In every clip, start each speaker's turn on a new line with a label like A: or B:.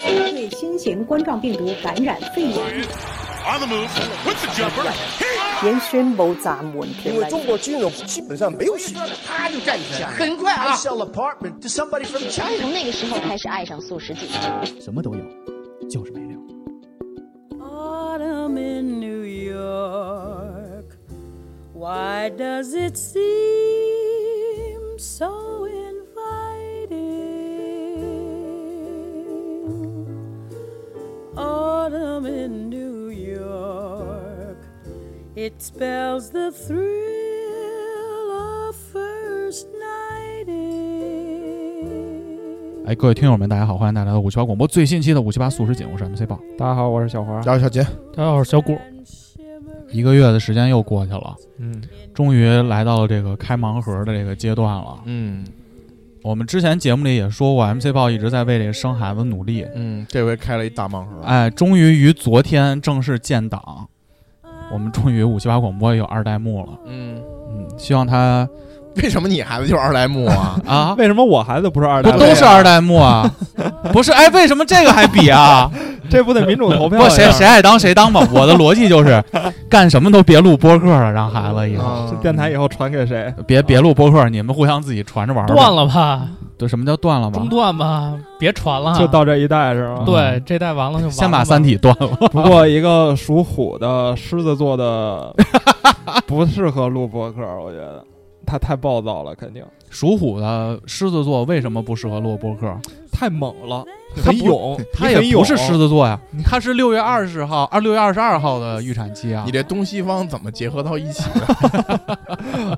A: 对新型冠状病毒感染肺炎，
B: On the move with the jumper. He
C: 已宣布暂緩條
D: 因为
C: 例。
D: 中国金融基本上没有洗，啪就干一下。
E: 很快啊
D: I sell apartment to somebody from
F: 从
D: China。
F: 那个时候开始爱上素食姐。
G: 什么都有，就是没料。
H: Autumn in New York. Why does it seem so inviting? Autumn in New York. It spells the thrill of first nighting.
G: 哎，各位听友们，大家好，欢迎大家来到五七八广播最新期的五七八素食锦，我是 MC 豹。
I: 大家好，我是小花。
D: 然后小杰，
I: 大家好，我是小谷。
G: 一个月的时间又过去了，
I: 嗯
G: 终于来到了这个开盲盒的这个阶段了。
I: 嗯
G: 我们之前节目里也说过，MC 豹一直在为这个生孩子努力。
I: 嗯，这回开了一大盲盒。
G: 哎，终于于昨天正式建档，我们终于五七八广播有二代目了。
I: 嗯，
G: 嗯，希望他？
D: 为什么你孩子就是二代目啊
G: 啊，
I: 为什么我孩子不是二
G: 不
I: 代？
G: 都是二代目啊？不是，哎，为什么这个还比啊？
I: 这不得民主投票？
G: 不，谁谁爱当谁当吧。我的逻辑就是，干什么都别录播客了，让孩子以后
D: 啊
I: 这电台以后传给谁？
G: 别别录播客，你们互相自己传着玩儿吧。
J: 断了吧，
G: 对，什么叫断了吧啊
J: 中？断吧，别传了。
I: 就到这一代是吗？
J: 对，这代完了就完了。
G: 先把《三体》断了。
I: 不过一个属虎的狮子座的不适合录播客，我觉得他太暴躁了，肯定
G: 属虎的狮子座为什么不适合录播客？
I: 太猛了，
G: 他
I: 很
G: 不
I: 勇，
G: 他
I: 你
G: 也
I: 很
G: 不
I: 勇
G: 是狮 子座呀，他是六月二十号、二六月二十二号的预产期啊
D: 你。这东西方怎么结合到一起的？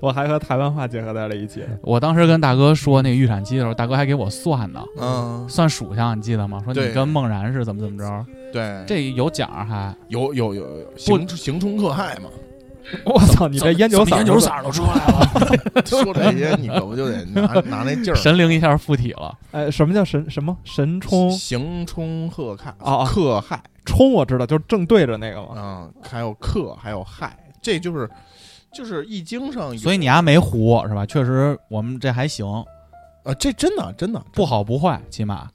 I: 我还和台湾话结合在了一起。
G: 我当时跟大哥说那个预产期的时候，大哥还给我算呢，
D: 嗯，
G: 算属相，你记得吗？说你
D: 对
G: 跟梦然是怎么怎么着，
D: 对，
G: 这有奖儿还。
D: 有有有有行行冲克害嘛？
I: 我操，你这烟酒嗓，
G: 酒嗓都出来 了，
D: 说这些你可不就得拿 拿那劲儿？
G: 神灵一下附体了。
I: 哎，什么叫神什么神冲
D: 行冲克害
I: 啊啊
D: 克害
I: 冲？我知道，就是正对着那个嘛。
D: 嗯，还有克还有害，这就是就是易经上有，
G: 所以你丫没糊是吧？确实，我们这还行，
D: 啊，这真的真的
G: 不好不坏，起码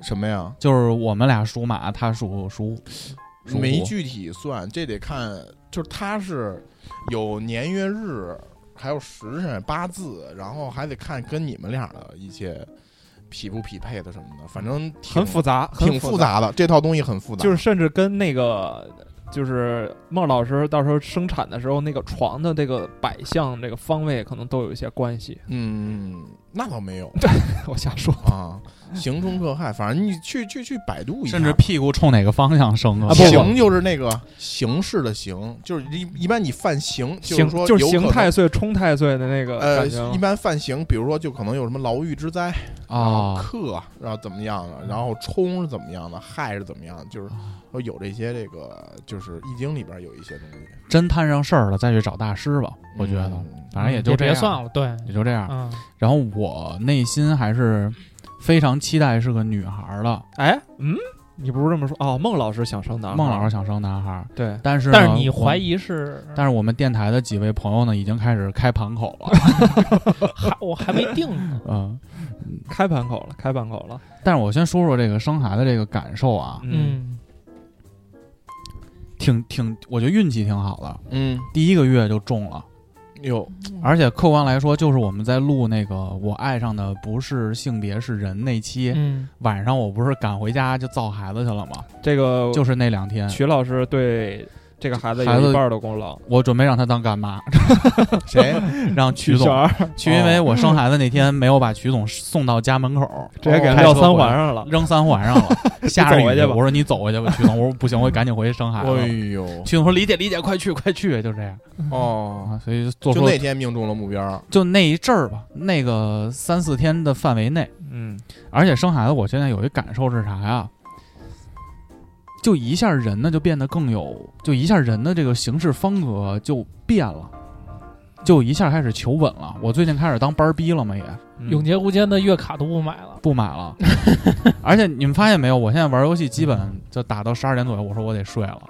D: 什么呀？
G: 就是我们俩属马，他属属属虎
D: 没具体算，这得看，就是它是有年月日，还有时辰、八字，然后还得看跟你们俩的一些匹不匹配的什么的，反正挺
I: 很复杂，
D: 挺
I: 很复
D: 复，杂的。这套东西很复杂，
I: 就是甚至跟那个就是孟老师到时候生产的时候那个床的这个摆向、这个方位可能都有一些关系。
D: 嗯，那倒没有
I: 我瞎说
D: 啊，行冲克害，反正你去去去百度一下
G: 甚至。屁股冲哪个方向生啊
I: 啊啊不不
D: 行就是那个形式的形，就是一一般你犯刑，就
I: 形
D: 是说
I: 就是
D: 有可
I: 形
D: 能
I: 太岁、冲太岁的那个
D: 呃，
I: 感觉
D: 一
I: 吗。
D: 般犯刑，比如说就可能有什么牢狱之灾，
G: 哦嗯
D: 克，然后怎么样的，然后冲是怎么样的，害是怎么样的，就是说有这些这个，就是易经里边有一些东西。
G: 真摊上事儿了，再去找大师吧。我觉得，
D: 嗯
G: 反正也
J: 也
G: 就这
J: 别
G: 样，啊
J: 算了，对，
G: 也就这样。
J: 嗯，
G: 然后我内心还是非常期待是个女孩儿的，
I: 哎，嗯，你不是这么说哦？孟老师想生男孩，
G: 孟老师想嗯生男孩儿，
I: 对，
G: 但是
J: 但
G: 呢
J: 是你
G: 我
J: 怀 疑是，
G: 但是我们电台的几位朋友呢，已经开始开盘口 了。。
J: 还我还没定呢
G: 嗯，
I: 开盘口了，开盘口了。
G: 但是我先说说这个生孩子这个感受啊，
J: 嗯，
G: 挺挺，我觉得运气挺好的，
D: 嗯，
G: 第一个月就中了。
D: 哟，
I: 嗯
G: 而且客观来说，就是我们在录那个《我爱上的不是性别是人》那期、
J: 嗯，
G: 晚上，我不是赶回家就造孩子去了吗？
I: 这个
G: 就是那两天，
I: 曲老师对这个孩子
G: 孩子哦
I: 有一半的功劳。
G: 我准备让他当干 妈，
D: 谁？
G: 让曲
I: 小
G: 总
I: 二
G: 去，因为我生孩子那天没有把曲总送到家门口，
I: 直接给人
G: 开
I: 撂
G: 车
I: 三
G: 回来
I: 环上了。
G: 扔三环上 了，下着
I: 你走回
G: 雨，
I: 去吧
G: 我说你走回去吧，曲总，我说不行，我赶紧回去生 孩
D: 哎
G: 子。
D: 呦，
G: 曲总说理解理解，快去快去，就这样
D: 哦，
G: 啊，所以做
D: 就
G: 出
D: 那天命中了目标。
G: 就那一阵儿吧，那个三四天的范围内。
I: 嗯，
G: 而且生孩子，我现在有一感受是啥呀？就一下人呢就变得更有，就一下人的这个行事风格就变了，就一下开始求稳了。我最近开始当班儿逼了嘛，也
I: 嗯
J: 永劫无间的月卡都不买了。
G: 不买了。而且你们发现没有，我现在玩游戏基本就打到十二点左右，我说我得睡了，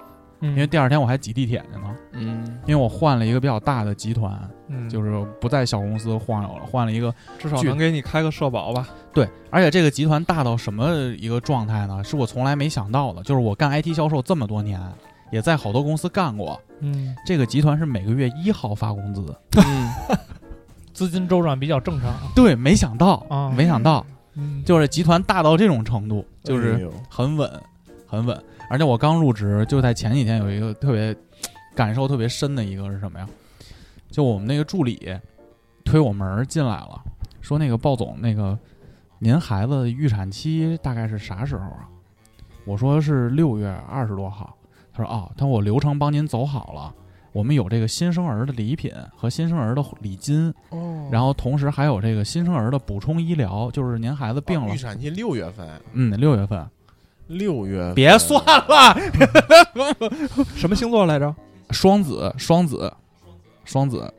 J: 嗯，
G: 因为第二天我还挤地铁去呢。
D: 嗯，
G: 因为我换了一个比较大的集团，
I: 嗯
G: 就是不在小公司晃悠了，换了一个
I: 至少
G: 剧
I: 能给你开个社保吧。
G: 对，而且这个集团大到什么一个状态呢？是我从来没想到的。就是我干 IT 销售这么多年，也在好多公司干过。
J: 嗯，
G: 这个集团是每个月一号发工资，
D: 嗯
J: 资金周转比较正常啊。
G: 对，没想到，
J: 啊
G: 没想到，
J: 嗯，
G: 就是集团大到这种程度，
D: 哎
G: 就是很稳，很稳。而且我刚入职，就在前几天有一个特别感受特别深的一个是什么呀？就我们那个助理推我门儿进来了，说那个鲍总，那个您孩子预产期大概是啥时候啊？我说是六月二十多号。他说哦，他说我流程帮您走好了，我们有这个新生儿的礼品和新生儿的礼金，
D: 哦
G: 然后同时还有这个新生儿的补充医疗，就是您孩子病了
D: 哦预，产期六月份，
G: 嗯，六月份。
D: 六月份
G: 别算了，
I: 什么星 座来着？
G: 双子，双子，双子，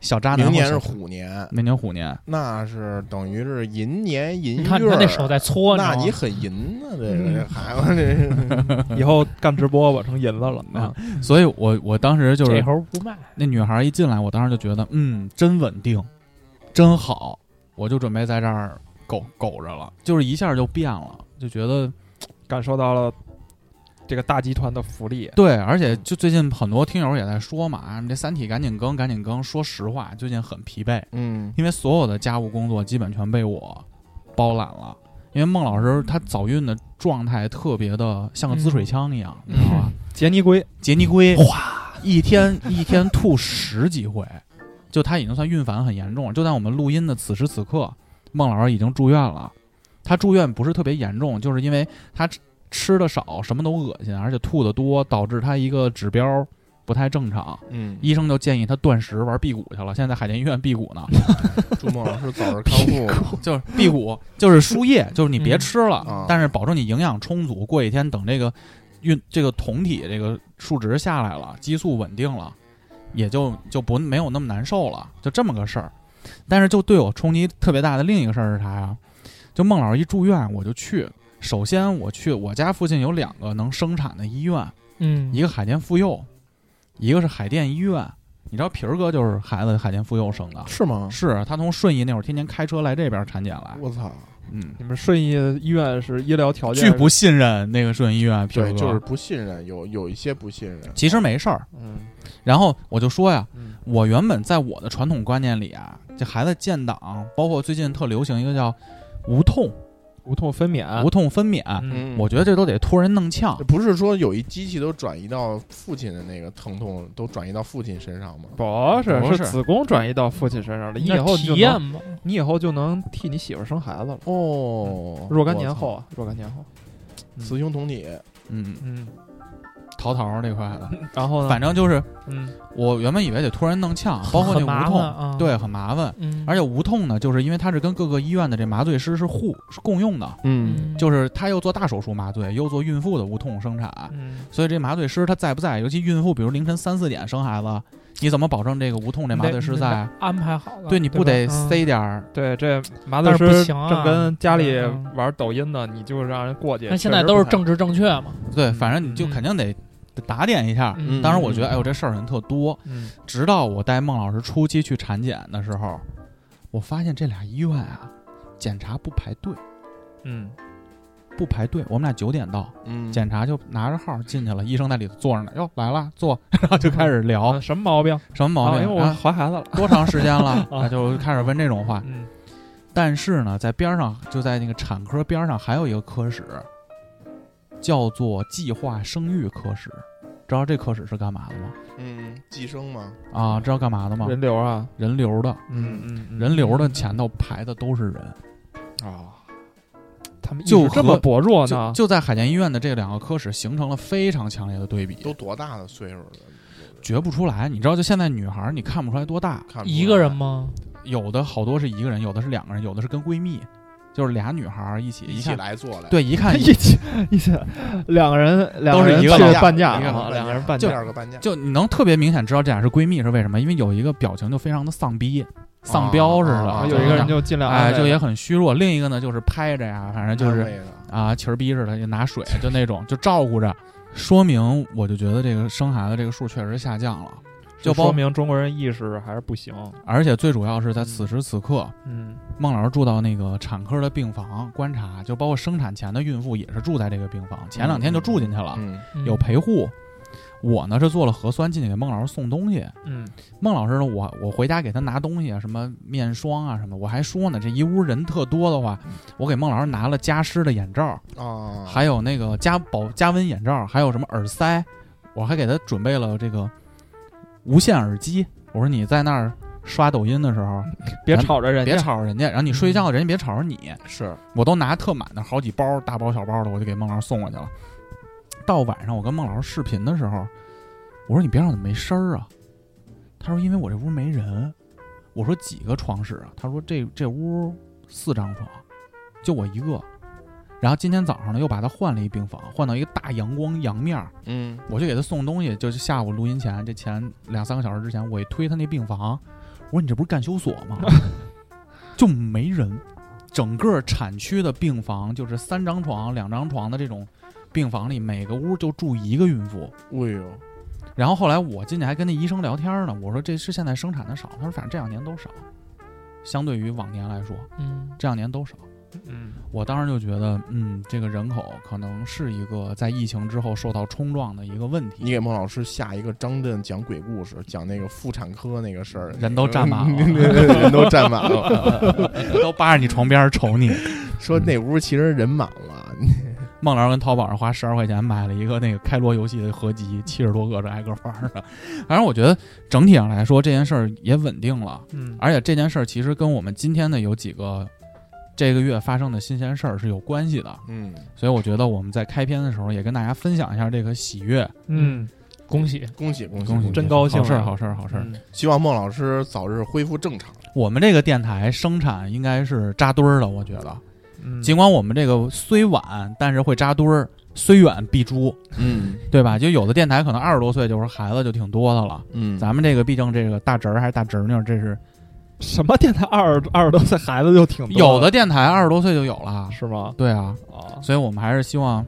G: 小渣男。
D: 明年是，虎年，
G: 明年虎年。
D: 那是等于是寅年
J: 你
D: 寅月
J: 看
D: 儿。
J: 他那手在搓，
D: 那
J: 你
D: 你
J: 知道吗
D: 很淫呢、这个
G: 嗯
D: 这孩子这 是
I: 以后干直播吧，成银子了。
G: 啊所以我我当时就
J: 这
G: 是
J: 猴不卖，
G: 那女孩一进来，我当时就觉得，嗯，真稳定，真好，我就准备在这儿苟苟着了，就是一下就变了，就觉得
I: 感受到了这个大集团的福利。
G: 对，而且就最近很多听友也在说嘛，啊你这《三体》赶紧更，赶紧更。说实话，最近很疲惫，
D: 嗯，
G: 因为所有的家务工作基本全被我包揽了。因为孟老师他早孕的状态特别的像个滋水枪一样，你知道吧？
I: 杰尼龟
G: 杰尼龟哗，一天一天吐十几回，就他已经算孕反很严重了。就在我们录音的此时此刻，孟老师已经住院了。他住院不是特别严重，就是因为他吃吃的少，什么都恶心，而且吐的多，导致他一个指标不太正常。
D: 嗯，
G: 医生就建议他断食玩辟谷去了，现在在海淀医院辟谷呢。
D: 祝孟老师早日康复。
G: 就是辟谷，就是输液，就是你别吃了，
D: 嗯啊
G: 但是保证你营养充足。过几天等这个孕这个酮体这个数值下来了，激素稳定了，也就就不没有那么难受了，就这么个事儿。但是就对我冲击特别大的另一个事儿是啥呀？就孟老师一住院，我就去。首先我去我家附近有两个能生产的医院，
J: 嗯，
G: 一个海淀妇幼，一个是海淀医院。你知道皮儿哥就是孩子海淀妇幼生的，
D: 是吗？
G: 是他从顺义那会儿天天开车来这边产检
I: 哎
G: 来。
D: 嗯我操！
G: 嗯，
I: 你们顺义医院是医疗条件
G: 巨不信任那个顺义医院皮儿
D: 对，
G: 哥，
D: 就是不信任，有有一些不信任。
G: 其实没事儿。
I: 嗯
G: 然后我就说呀，
I: 嗯
G: 我原本在我的传统观念里啊，这孩子建档，包括最近特流行一个叫无痛、
I: 无痛分娩，
G: 无痛分娩，
I: 啊嗯
D: 嗯
G: 我觉得这都得托人弄呛。
D: 不是说有一机器都转移到父亲的那个疼痛都转移到父亲身上吗？
I: 不是
G: 不是
I: 是子宫转移到父亲身上了，你以
J: 那
I: 后你
J: 体
I: 就
J: 验
I: 能
J: 嘛，
I: 你以后就能替你媳妇儿生孩子了。
D: 哦，
I: 若干年后啊，若干年后，
D: 我操，雌雄同体，
G: 嗯，
I: 嗯，
G: 淘淘这块的，
I: 然后呢？
G: 反正就是
I: 嗯，
G: 我原本以为得托人弄呛，啊包括那
J: 很麻
G: 无
J: 烦
G: 痛，
J: 啊，
G: 对，很麻烦。
J: 嗯，
G: 而且无痛呢，就是因为它是跟各个医院的这麻醉师是互是共用的，
D: 嗯
J: 嗯
G: 就是他又做大手术麻醉，又做孕妇的无痛生产，
I: 嗯，
G: 所以这麻醉师他在不在？尤其孕妇，比如凌晨三四点生孩子，你怎么保证这个无痛这麻醉师在？
J: 安排好了，
G: 对，你不得
J: 吧嗯
G: 塞点儿？
I: 对，这麻
J: 但
I: 醉
J: 是不
I: 师
J: 行啊
I: 正跟家里
J: 嗯嗯
I: 玩抖音呢，你就让人过去。
J: 但现在
I: 确实
J: 都是
I: 不太
J: 政治正确嘛，
G: 对，反正你就
J: 嗯
G: 肯定得得打点一下。
J: 嗯
G: 当然，我觉得哎呦这事儿人特多。
I: 嗯
G: 直到我带孟老师初期去产检的时候，我发现这俩医院啊，检查不排队，
I: 嗯，
G: 不排队。我们俩九点到，
D: 嗯，
G: 检查就拿着号进去了，医生在里头坐着呢，哟来了坐， 然后就开始聊
I: 啊什么毛病？
G: 什么毛
I: 啊因为
G: 病
I: 我
G: 啊，
I: 怀孩子了。
G: 多长时间 了，啊就开始问这种话。
I: 嗯，
G: 但是呢，在边儿上就在那个产科边儿上还有一个科室，叫做计划生育科室。知道这科室是干嘛的吗？
D: 嗯，寄生吗？
G: 啊，知道干嘛的吗？
I: 人流啊，
G: 人流的，
I: 嗯嗯嗯
G: 人流的前头排的都是人，
I: 啊，他们意
G: 就
I: 识
G: 和
I: 这么薄弱呢
G: 就？就在海淀医院的这两个科室形成了非常强烈的对比，
I: 哦
D: 都多大的岁数了？
G: 觉不出来。你知道，就现在女孩儿你看不出来多大，
I: 啊
D: 看不出来
J: 一个人？吗？
G: 有的好多是一个人，有的是两个人，有的是跟闺蜜，就是俩女孩儿一起
D: 一
G: 一
D: 起
G: 看，
D: 来做来，，
G: 对，一 看
I: 一起一起，两个人两
G: 都是
I: 人
G: 一个
I: 去
G: 老
D: 家
I: 半价
D: 一个
I: 啊，
D: 老
I: 两个人半
D: 第
I: 价，
D: 二个半价，
G: 就你能特别明显知道这俩是闺蜜是为什么？因为有一个表情就非常的丧逼、丧彪似的，
D: 啊
I: 然后
D: 啊
I: 哦有一个人就尽量
G: 哎
I: 安慰
G: 就也很虚弱，另一个呢就是拍着呀，反正就
D: 安
G: 是
D: 慰的
G: 啊气儿逼似的，就拿水就那种就照顾着，说明我就觉得这个生孩子这个数确实下降了。
I: 就
G: 就
I: 说
G: 包
I: 明中国人意识还是不行。
G: 而且最主要是在此时此刻，
I: 嗯，
G: 孟老师住到那个产科的病房观察，就包括生产前的孕妇也是住在这个病房，前两天就住进去了，
D: 嗯，
G: 有陪护。我呢是做了核酸进去给孟老师送东西，
I: 嗯，
G: 孟老师呢我我回家给他拿东西啊，什么面霜啊什么的，我还说呢这一屋人特多的话，我给孟老师拿了加湿的眼罩，
D: 啊，
G: 还有那个加保加温眼罩，还有什么耳塞，我还给他准备了这个无线耳机。我说你在那儿刷抖音的时候，
I: 别吵着人家，嗯
G: 别吵着人家，然后你睡觉，人家别吵着你。
D: 是
G: 我都拿特满的好几包，大包小包的，我就给孟老师送过去了。到晚上，我跟孟老师视频的时候，我说你别让我没声儿啊。他说因为我这屋没人。我说几个床室啊？他说这这屋四张床，就我一个。然后今天早上呢，又把他换了一病房，换到一个大阳光阳面儿。
D: 嗯
G: 我就给他送东西，就是下午录音前，这前两三个小时之前，我一推他那病房，我说你这不是干休所吗？ 就没人，整个产区的病房就是三张床、两张床的这种病房里，每个屋就住一个孕妇。
D: 哎呦，
G: 然后后来我进去还跟那医生聊天呢，我说这是现在生产的少，他说反正这两年都少，相对于往年来说，
I: 嗯
G: 这两年都少。
I: 嗯
G: 我当时就觉得，嗯，这个人口可能是一个在疫情之后受到冲撞的一个问题。
D: 你给孟老师下一个张震讲鬼故事，讲那个妇产科那个事儿，
G: 人都站满 了
D: 人都站满了。
G: 都扒着你床边儿瞅你。
D: 说那屋其实人满了，
G: 孟老师跟淘宝上花十二块钱买了一个那个开罗游戏的合集，七十多个这挨个玩儿的。反正我觉得整体上来说，这件事儿也稳定了，
I: 嗯，
G: 而且这件事儿其实跟我们今天的有几个这个月发生的新鲜事儿是有关系的。
D: 嗯，
G: 所以我觉得我们在开篇的时候也跟大家分享一下这个喜悦，
I: 嗯，
J: 恭喜，
D: 恭喜恭喜
G: 恭喜，
I: 真高兴
G: 好事儿，
I: 啊
G: 好事儿，好事儿。
I: 嗯
D: 希望孟老师早日恢复正常。
G: 我们这个电台生产应该是扎堆儿了，我觉得。
I: 嗯
G: 尽管我们这个虽晚，但是会扎堆儿，虽远必诛。
D: 嗯
G: 对吧？就有的电台可能二十多岁就说孩子就挺多的了，
D: 嗯，
G: 咱们这个毕竟这个大侄儿还是大侄女儿，这是
I: 什么电台二十二十多岁孩子就挺多
G: 有的电台二十多岁就有了。
I: 是吗？
G: 对啊，
I: 啊，
G: 所以我们还是希望，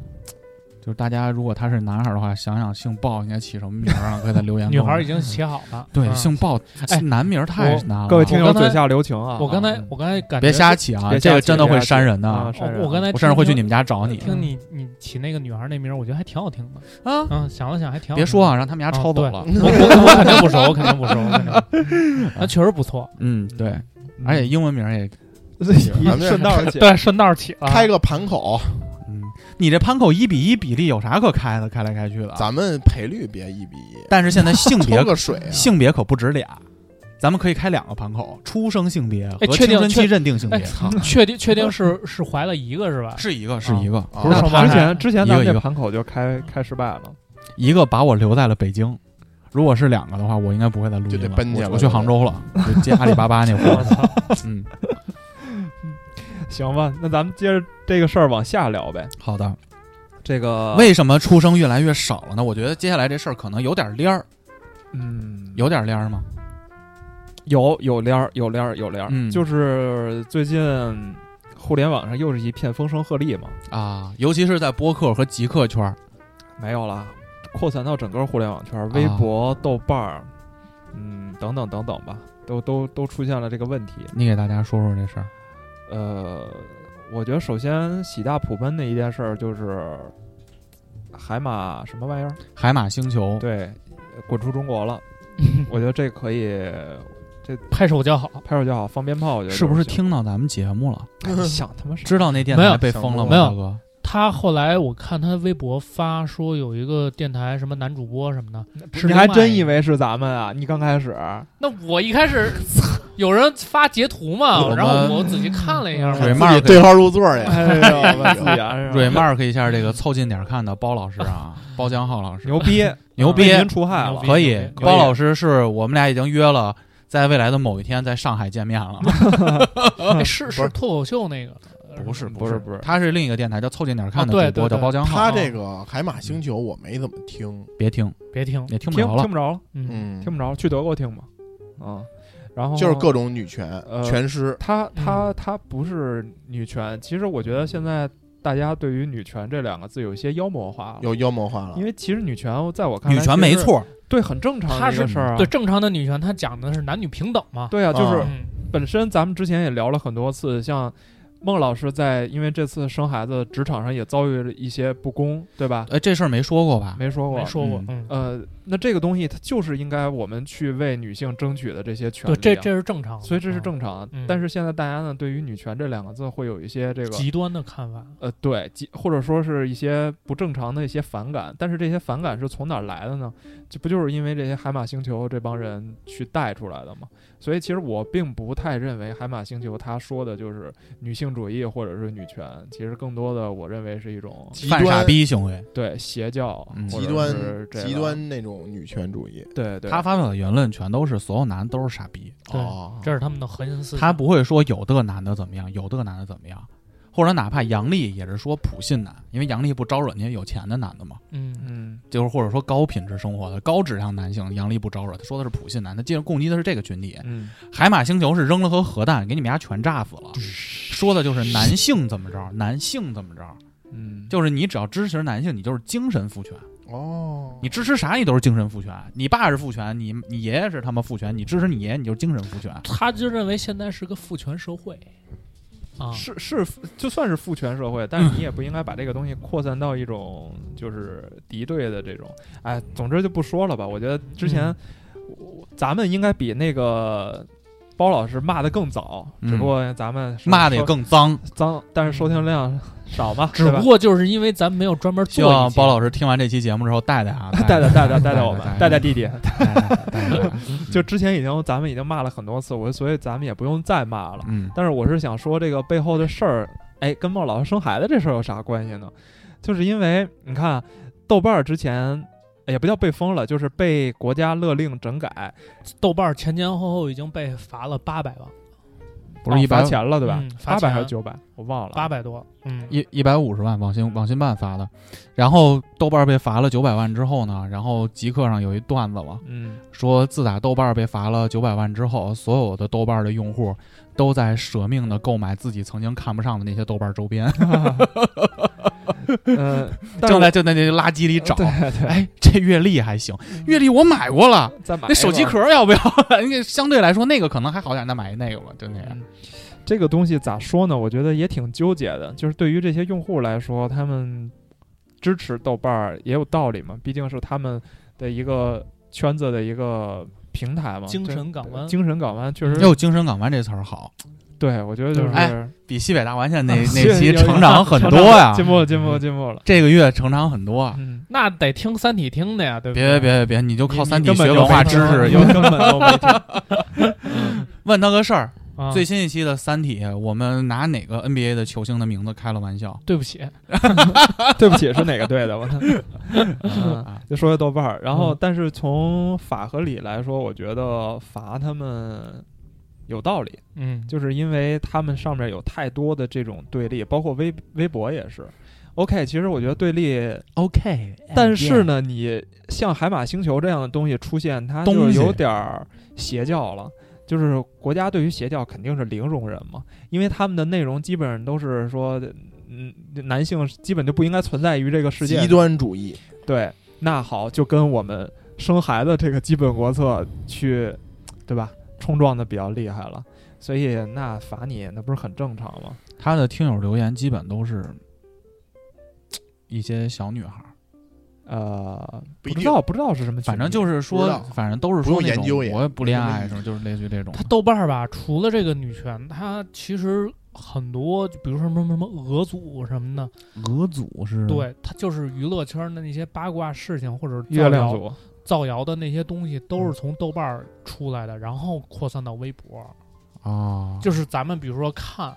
G: 就是大家如果他是男孩儿的话，想想姓鲍应该起什么名儿啊，可以在留 言。
J: 女孩已经写好了。
G: 对、
J: 嗯
G: 姓鲍，
J: 哎
G: 男名儿太
J: 我
G: 难了。
I: 各位听友
J: 我刚才
I: 嘴下留情啊！
J: 我刚才
I: 啊
J: 我刚才感觉哦
G: 别瞎起啊，
I: 别瞎
G: 这个
I: 起
G: 真的
I: 别
G: 会
I: 瞎
G: 删
I: 起
G: 人的。
I: 啊！
J: 我我刚才
G: 我甚至会去
J: 听
G: 你们家找你
J: 听你你起那个女孩那名儿，我觉得还挺好听的。
G: 啊！
J: 嗯，想了想还挺好。
G: 别说，啊，让他们家
J: 啊
G: 抄走
J: 对
G: 了。
J: 我我我肯定不熟，我肯定不熟，我肯定不 熟。那确实不错，哎
G: 嗯，对，而且英文名儿也，
I: 这一顺道而起，
J: 对，顺道啊起了。
D: 开个盘口，
G: 嗯，你这盘口一比一比例有啥可开的？开来开去的。
D: 咱们赔率别一比一，
G: 但是现在性啊 别
D: 抽个水啊。
G: 性别可不止俩，咱们可以开两个盘口：出生性别和
J: 哎
G: 青
J: 确定
G: 春期
J: 确
G: 认定性
J: 哎
G: 别，，
J: 确定确定是是怀了一个是 吧？
G: 是一个，是一个，
D: 啊
J: 不是
I: 那
J: 双胞
I: 之
J: 胎
I: 前之前
G: 一
I: 咱
G: 个
I: 们
G: 一
I: 这
G: 个
I: 盘口就开开失败了，
G: 一个把我留在了北京。如果是两个的话，我应该不会再录
D: 就
G: 音
D: 得
G: 了，
D: 奔去
G: 我
D: 了
G: 我去杭州了，就接阿里巴巴那活
J: 我
G: 儿。
J: 操！
G: 嗯，
I: 行吧？那咱们接着这个事儿往下聊呗。
G: 好的。
I: 这个
G: 为什么出生越来越少了呢？我觉得接下来这事儿可能有点儿儿，
I: 嗯
G: 有点儿儿吗？
I: 有有链儿，有链儿，有链儿，
G: 嗯
I: 就是最近互联网上又是一片风声鹤唳嘛，
G: 啊，尤其是在播客和极客圈儿，
I: 没有啦，扩散到整个互联网圈儿，微博、豆瓣儿，嗯，等等等等吧，都都都出现了这个问题。
G: 你给大家说说这事儿。
I: 呃，我觉得首先喜大普奔的一件事儿就是海马什么玩意 儿，
G: 海马星球，
I: 对，滚出中 国了。我觉得这可以
J: 拍手叫好。
I: 拍手叫好，放鞭炮，我觉得
G: 是不
I: 就是行
G: 听到咱们节目了，
I: 哎你想他妈是
G: 知道那电
J: 没
G: 台
J: 有
G: 被封了吗？
J: 没有
G: 大哥，
J: 他后来我看他微博发说有一个电台什么男主播什么的，是
I: 你
J: 另外
I: 还真
J: 一
I: 以
J: 个
I: 为是咱们啊？你刚开始，
J: 那我一开始有人发截图
G: 我
J: 嘛，
G: 们
J: 然后我仔细看了一下
G: 水帽
J: 嘛，
D: 啊自己对号入座呀，
I: 哎 呦，我自己啊
G: remark 一下这个凑近点儿看的包老师啊，包江浩老师，
I: 牛逼，
G: 牛逼
I: 为民除害了
J: 牛逼。
G: 可以。
J: 可以
G: 包老师是我们俩已经约了，在未来的某一天在上海见面了。
J: 哎是是脱口秀那个，
G: 不是
I: 不是不是
G: 他是另一个电台叫凑近点儿看的
J: 啊对
G: 主播，
J: 对
G: 叫
J: 对
G: 包江浩。
D: 他这个海马星球我没怎么听，
G: 别听，
J: 别听，
G: 也听不
I: 听
G: 着了
I: 听。不着了，
J: 嗯，
D: 嗯，
I: 听不着了，去德国听吧。啊，然后
D: 就是各种女权
I: 呃
D: 全师，
I: 嗯她她她不是女权，其实我觉得现在大家对于女权这两个字有一些妖魔化了。
D: 又妖魔化了
I: 因。为其实女权在我看来，
G: 女权没，错，
I: 对，很正常
J: 它
I: 的一个
J: 是
I: 事儿啊。
J: 对正常的女权，她讲的是男女平等嘛。
I: 对啊，就是
D: 啊
J: 嗯，
I: 本身咱们之前也聊了很多次，像孟老师在因为这次生孩子，职场上也遭遇了一些不公，对吧？
G: 哎，这事儿没说过吧？
I: 没说过，
J: 没说过，嗯，
I: 呃，那这个东西它就是应该我们去为女性争取的这些权利啊、
J: 对，这这是正常的，
I: 所以这是
J: 啊
I: 正常。
J: 嗯
I: 但是现在大家呢，对于女权这两个字会有一些这个
J: 极端的看法。
I: 呃，对，极或者说是一些不正常的一些反感。但是这些反感是从哪儿来的呢？这不就是因为这些海马星球这帮人去带出来的吗？所以其实我并不太认为海马星球他说的就是女性主义或者是女权，其实更多的我认为是一种
D: 极
G: 犯傻
D: 端
G: 逼行为。
I: 对邪教
G: 嗯、
I: 或
D: 极
I: 者
D: 端
I: 是这
D: 极
I: 个，
D: 端那种女权主义。
I: 对对，
G: 他发表的言论全都是所有男的都是傻逼，
J: 对
D: 哦
J: 这是他们的核心思想。
G: 他不会说有的男的怎么样，有的男的怎么样，或者哪怕杨笠也是说普信男，因为杨笠不招惹那些有钱的男的嘛，
J: 嗯，
I: 嗯，
G: 就是或者说高品质生活的高质量男性，杨笠不招惹，他说的是普信男，他进而攻击的是这个群体。
I: 嗯，
G: 海马星球是扔了颗核弹，给你们家全炸死了，说的就是男性怎么着，男性怎么着，
I: 嗯，
G: 就是你只要支持男性，你就是精神父权。
D: 哦，
G: 你支持啥，你都是精神父权。你爸是父权，你你爷爷是他妈父权，你支持你爷，你就是精神父权。
J: 他就认为现在是个父权社会啊，
I: 是是，就算是父权社会，但是
J: 嗯
I: 你也不应该把这个东西扩散到一种就是敌对的这种。哎，总之就不说了吧。我觉得之
J: 嗯
I: 前、我咱们应该比那个包老师骂的更早，
J: 嗯
I: 只不过咱们是
G: 骂的也
I: 收
G: 更脏，
I: 脏，但是收听 量少嘛，
J: 只
I: 对吧
J: 不过就是因为咱们没有专门
G: 希
J: 做
G: 望
J: 一期
G: 包老师听完这期节目之后带带啊，
I: 带
G: 带
I: 带带带带
G: 带
J: 哎
I: 带我们，带带弟 弟。
G: 带带带 带，
I: 就之前已经咱们已经骂了很多次，我所以咱们也不用再骂了。
G: 嗯，
I: 但是我是想说，这个背后的事儿，哎，跟孟老师生孩子这事儿有啥关系呢？就是因为你看，豆瓣儿之前哎也不叫被封了，就是被国家勒令整改，
J: 豆瓣儿前前后后已经被罚了八百万，
G: 不是一
I: 哦罚
G: 百
I: 钱了对吧
J: 嗯？
I: 八
J: 罚
I: 百
J: 钱
I: 还是九百？我忘了。
J: 八百多，嗯，
G: 一一百五十万网信网信办罚的，然后豆瓣被罚了九百万之后呢，然后极客上有一段子了，
I: 嗯，
G: 说自打豆瓣被罚了九百万之后，所有的豆瓣的用户都在舍命的购买自己曾经看不上的那些豆瓣周边，
I: 呃，但是
G: 正
I: 我
G: 在就在那垃圾里找。
I: 对对，
G: 哎，这月历还行，月历我买过了，
I: 再买
G: 那手机
I: 一个
G: 壳儿要不要？ 那相对来说，那个可能还好点，那买一那个吧，就那样。
I: 嗯这个东西咋说呢？我觉得也挺纠结的。就是对于这些用户来说，他们支持豆瓣儿也有道理嘛，毕竟是他们的一个圈子的一个平台嘛，
J: 精
I: 对
J: 神港湾
I: 精神港湾确实，
G: 哟，精神港湾这词儿好，
I: 对我
J: 嗯
I: 觉得嗯就是、
G: 哎比西北大完现那
I: 啊
G: 那期
I: 有有
G: 成长很多呀
I: 进。步了，进步了，进步了。
G: 这个月成长很多啊！
I: 嗯，
J: 那得听《三体》听的呀，对不
G: 别别
J: 对？
G: 别别，你就靠
I: 你
G: 三
I: 你
G: 体
I: 根本
G: 学
I: 就
G: 文化
I: 没
G: 知
I: 听
G: 识。
I: 你 根本都没听。
G: 问他个事儿，
J: 啊
G: 最新一期的《三体》，我们拿哪个 NBA 的球星的名字开了玩 笑？
J: 对不起，
I: 对不起，是哪个队 的？我操！嗯
G: 啊
I: 就说下豆瓣儿，然后但是从法和理来说，我觉得罚他们有道理，
J: 嗯，
I: 就是因为他们上面有太多的这种对立，包括微微博也是。OK，其实我觉得对
G: 哎
I: 立，
G: ，OK，
I: 但是，呢，你像海马星球这样的东西出现，它就
G: 东西
I: 有点儿邪教了。就是国家对于邪教肯定是零容忍嘛，因为他们的内容基本上都是说，嗯，男性基本就不应该存在于这个世界
D: 极
I: 上。
D: 端主义，
I: 对，那好，就跟我们生孩子这个基本国策去，对吧？冲撞的比较厉害了，所以那罚你那不是很正常吗？
G: 他的听友留言基本都是一些小女孩儿。
I: 呃，
D: 不
I: 不
D: 一
I: 知
D: 定
I: 道不知道是什么群体，
G: 反正就是
D: 不知
G: 说
D: 道，
G: 反正都是
D: 不
G: 说
D: 用
G: 那
D: 研究
G: 种
D: 也
G: 我也不恋爱
D: 不
G: 什么，就是类似于这种
J: 它。豆瓣儿吧，除了这个女权，它其实很多，就比如说什么什么俄组什么的，
G: 俄组是，
J: 对，它就是娱乐圈的那些八卦事情或者造
I: 月亮
J: 谣
I: 组，
J: 造谣的那些东西，都是
G: 嗯
J: 从豆瓣儿出来的，然后扩散到微博。
G: 啊，
J: 就是咱们比如说看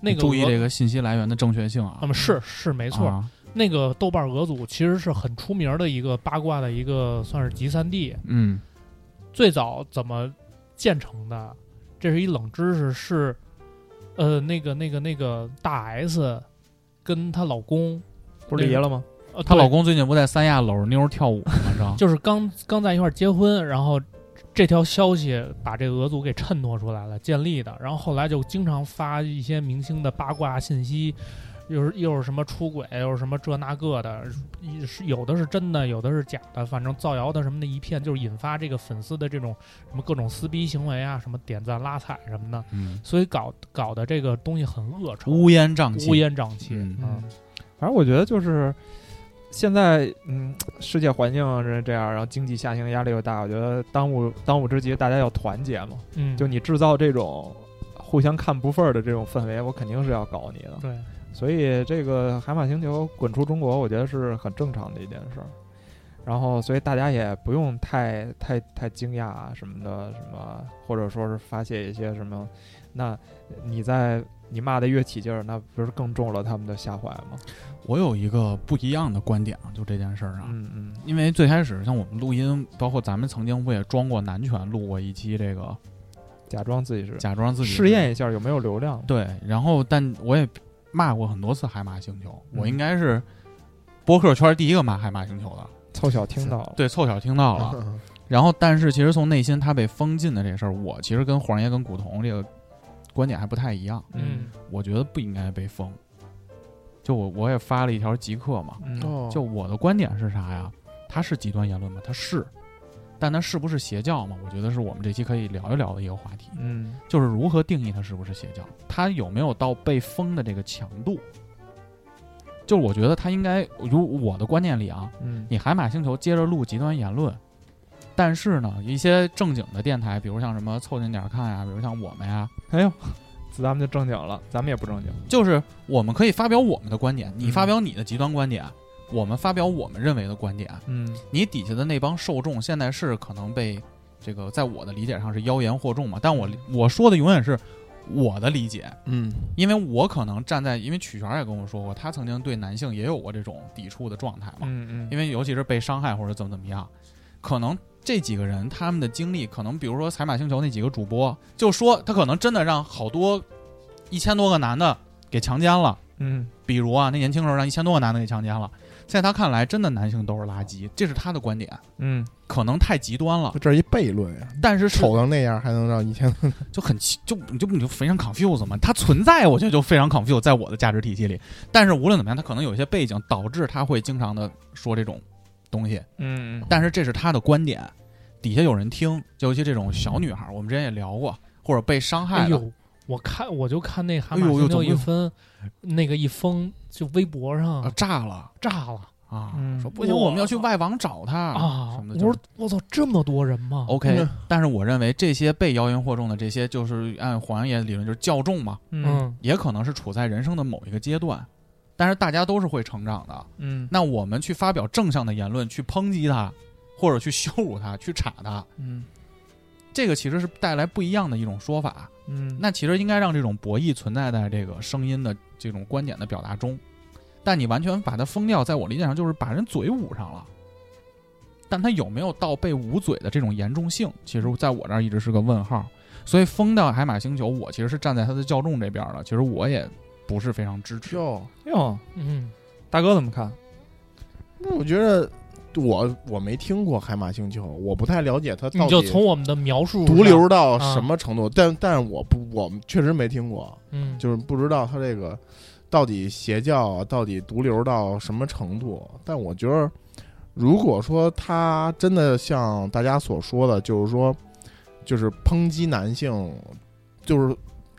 J: 那个
G: 注意
J: 俄
G: 这，个信息来源的正确性啊。
J: 那么是是没
G: 没
J: 错，那个豆瓣俄组其实是很出名的一个八卦的一个算是集散地。
G: 嗯
J: 最早怎么建成的？这是一冷知识，是呃那个那个那个大 S 跟她老公，
I: 不是离了吗？
J: 呃
G: 她
J: 对
G: 老公最近不在三亚搂着妞儿跳舞吗？是 吧
J: 就是刚刚在一块儿结婚，然后这条消息把这个俄族给衬托出来了，建立的。然后后来就经常发一些明星的八卦信息，又是又是什么出轨，又是什么这那个的，一是有的是真的，有的是假的，反正造谣的什么的一片，就是引发这个粉丝的这种什么各种撕逼行为啊，什么点赞拉踩什么的，
G: 嗯，
J: 所以搞搞的这个东西很恶臭，
G: 乌烟瘴气，
J: 乌烟瘴气
G: 嗯
J: 啊。
I: 反正我觉得就是现在，嗯，世界环境是这样，然后经济下行压力又大，我觉得当务当务之急，大家要团结嘛。
J: 嗯，
I: 就你制造这种互相看不忿儿的这种氛围，我肯定是要搞你的。
J: 对，
I: 所以这个海马星球滚出中国，我觉得是很正常的一件事儿。然后，所以大家也不用太太太惊讶啊什么的，什么或者说是发泄一些什么，那你在你骂的越起劲儿，那不是更中了他们的下怀吗？
G: 我有一个不一样的观点啊，就这件事儿啊，
I: 嗯嗯
G: 因为最开始像我们录音，包括咱们曾经不也装过男权，录过一期这个，
I: 假装自己是
G: 假装自己是
I: 试验一下有没有流量。
G: 对，然后但我也骂过很多次海马星球，
J: 嗯
G: 我应该是播客圈第一个骂海马星球的，
I: 凑巧听到了，
G: 对，凑巧听到 了。然后，但是其实从内心他被封禁的这事儿，我其实跟黄爷跟古潼这个观点还不太一样，
J: 嗯
G: 我觉得不应该被封。就我我也发了一条极客嘛，
I: 嗯，
D: 哦
G: 就我的观点是啥呀？它是极端言论吗？它是，但它是不是邪教嘛？我觉得是我们这期可以聊一聊的一个话题。
I: 嗯
G: 就是如何定义它是不是邪教，它有没有到被封的这个强度。就是我觉得它应该，如我的观念里啊，
I: 嗯
G: 你海马星球接着录极端言论，但是呢，一些正经的电台，比如像什么凑近点儿看呀、比如像我们呀，
I: 哎呦，咱们就正经了，咱们也不正经。
G: 就是我们可以发表我们的观点，你发表你的极端观点，我们发表我们认为的观点。
I: 嗯
G: 你底下的那帮受众现在是可能被这个，在我的理解上是妖言惑众嘛，但我我说的永远是我的理解，
D: 嗯
G: 因为我可能站在，因为曲璇也跟我说过，她曾经对男性也有过这种抵触的状态嘛，
I: 嗯
G: 因
I: 嗯，
G: 为尤其是被伤害或者怎么怎么样，可能这几个人他们的经历，可能比如说彩马星球那几个主播，就说他可能真的让好多一千多个男的给强奸了，
I: 嗯
G: 比如啊，那年轻时候让一千多个男的给强奸了，在他看来，真的男性都是垃圾，这是他的观点，
I: 嗯
G: 可能太极端了，
D: 这是一悖论呀，
G: 但是是
D: 丑成那样还能让一千
G: 就很奇，就你就你就非常 confuse 嘛，它存在，我觉得就非常 confuse 在我的价值体系里。但是无论怎么样，他可能有一些背景导致他会经常的说这种东西，
I: 嗯
G: 但是这是他的观点，底下有人听，就尤其这种小女孩，我们之前也聊过，或者被伤害
J: 哎
G: 了，
J: 呦，我看我就看那海
G: 哎
J: 马
G: 呦呦
J: 星
G: 怎
J: 球
G: 么
J: 一
G: 又
J: 分，那个一封就微博
G: 啊
J: 上
G: 炸了
J: 炸了
G: 啊，
I: 嗯
G: 说不行，
J: 哇
G: 我们要去外网找他
J: 啊
G: 什！么的，
J: 我
G: 就
J: 说
G: 是。
J: 我操，这么多人吗？
G: OK，、
D: 嗯
G: 但是我认为这些被妖言惑众的这些，就是按黄爷理论就是教众嘛，
I: 嗯
J: 嗯
G: 也可能是处在人生的某一个阶段，但是大家都是会成长的，
I: 嗯
G: 那我们去发表正向的言论，去抨击他，或者去羞辱他，去查他，
I: 嗯
G: 这个其实是带来不一样的一种说法。
I: 嗯，
G: 那其实应该让这种博弈存在在这个声音的这种观点的表达中，但你完全把它封掉，在我理解上就是把人嘴捂上了。但他有没有到被捂嘴的这种严重性，其实在我这儿一直是个问号。所以封掉海马星球，我其实是站在他的教众这边的，其实我也不是非常支持。
D: 哟。
I: 哟，
J: 嗯，
I: 大哥怎么看？
D: 那我觉得我我没听过海马星球，我不太了解它
J: 你
D: 到
J: 就
D: 底
J: 从我们的描述
D: 毒
J: 上
D: 瘤到
J: 啊
D: 什么程度，但但我不我们确实没听过，
J: 嗯，
D: 就是不知道它这个到底邪教到底毒瘤到什么程度。但我觉得，如果说它真的像大家所说的，就是说，就是抨击男性，就是。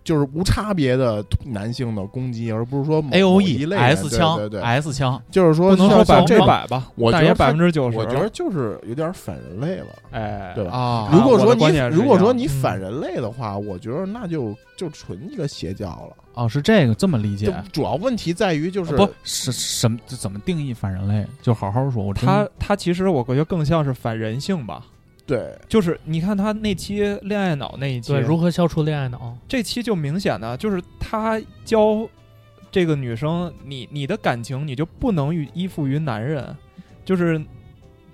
D: 就是无差别的男性的攻击，而不是说某
G: A O
D: 某
G: E
D: 一类人
G: S
D: 对
G: 枪
D: 对对，
G: S 枪，
D: 就是说
I: 哎不能说
D: 像
I: 百
D: 像
I: 分
D: 这
I: 之
D: 种，
I: 百吧，
D: 我觉
I: 但
D: 得
I: 也
D: 它
I: 百分之九十。
D: 我觉得，就是有点反人类了。
I: 哎，
D: 对吧
G: 啊，
D: 如果
I: 我
D: 说
I: 的观
D: 你
I: 点是
D: 如
I: 这
D: 果说
I: 样
D: 你
J: 的嗯
D: 反人类的话，我觉得那就就纯一个邪教了。
G: 哦，是这个这么理解哦
D: 就？主要问题在于就是
I: 啊
G: 不是什么怎么定义反人类？就好好说，我真
I: 他他其实我觉得更像是反人性吧，
D: 对
I: 就是你看他那期恋爱脑那一期，
J: 对，如何消除恋爱脑？
I: 这期就明显的就是他教这个女生，你你的感情你就不能与依附于男人，就是。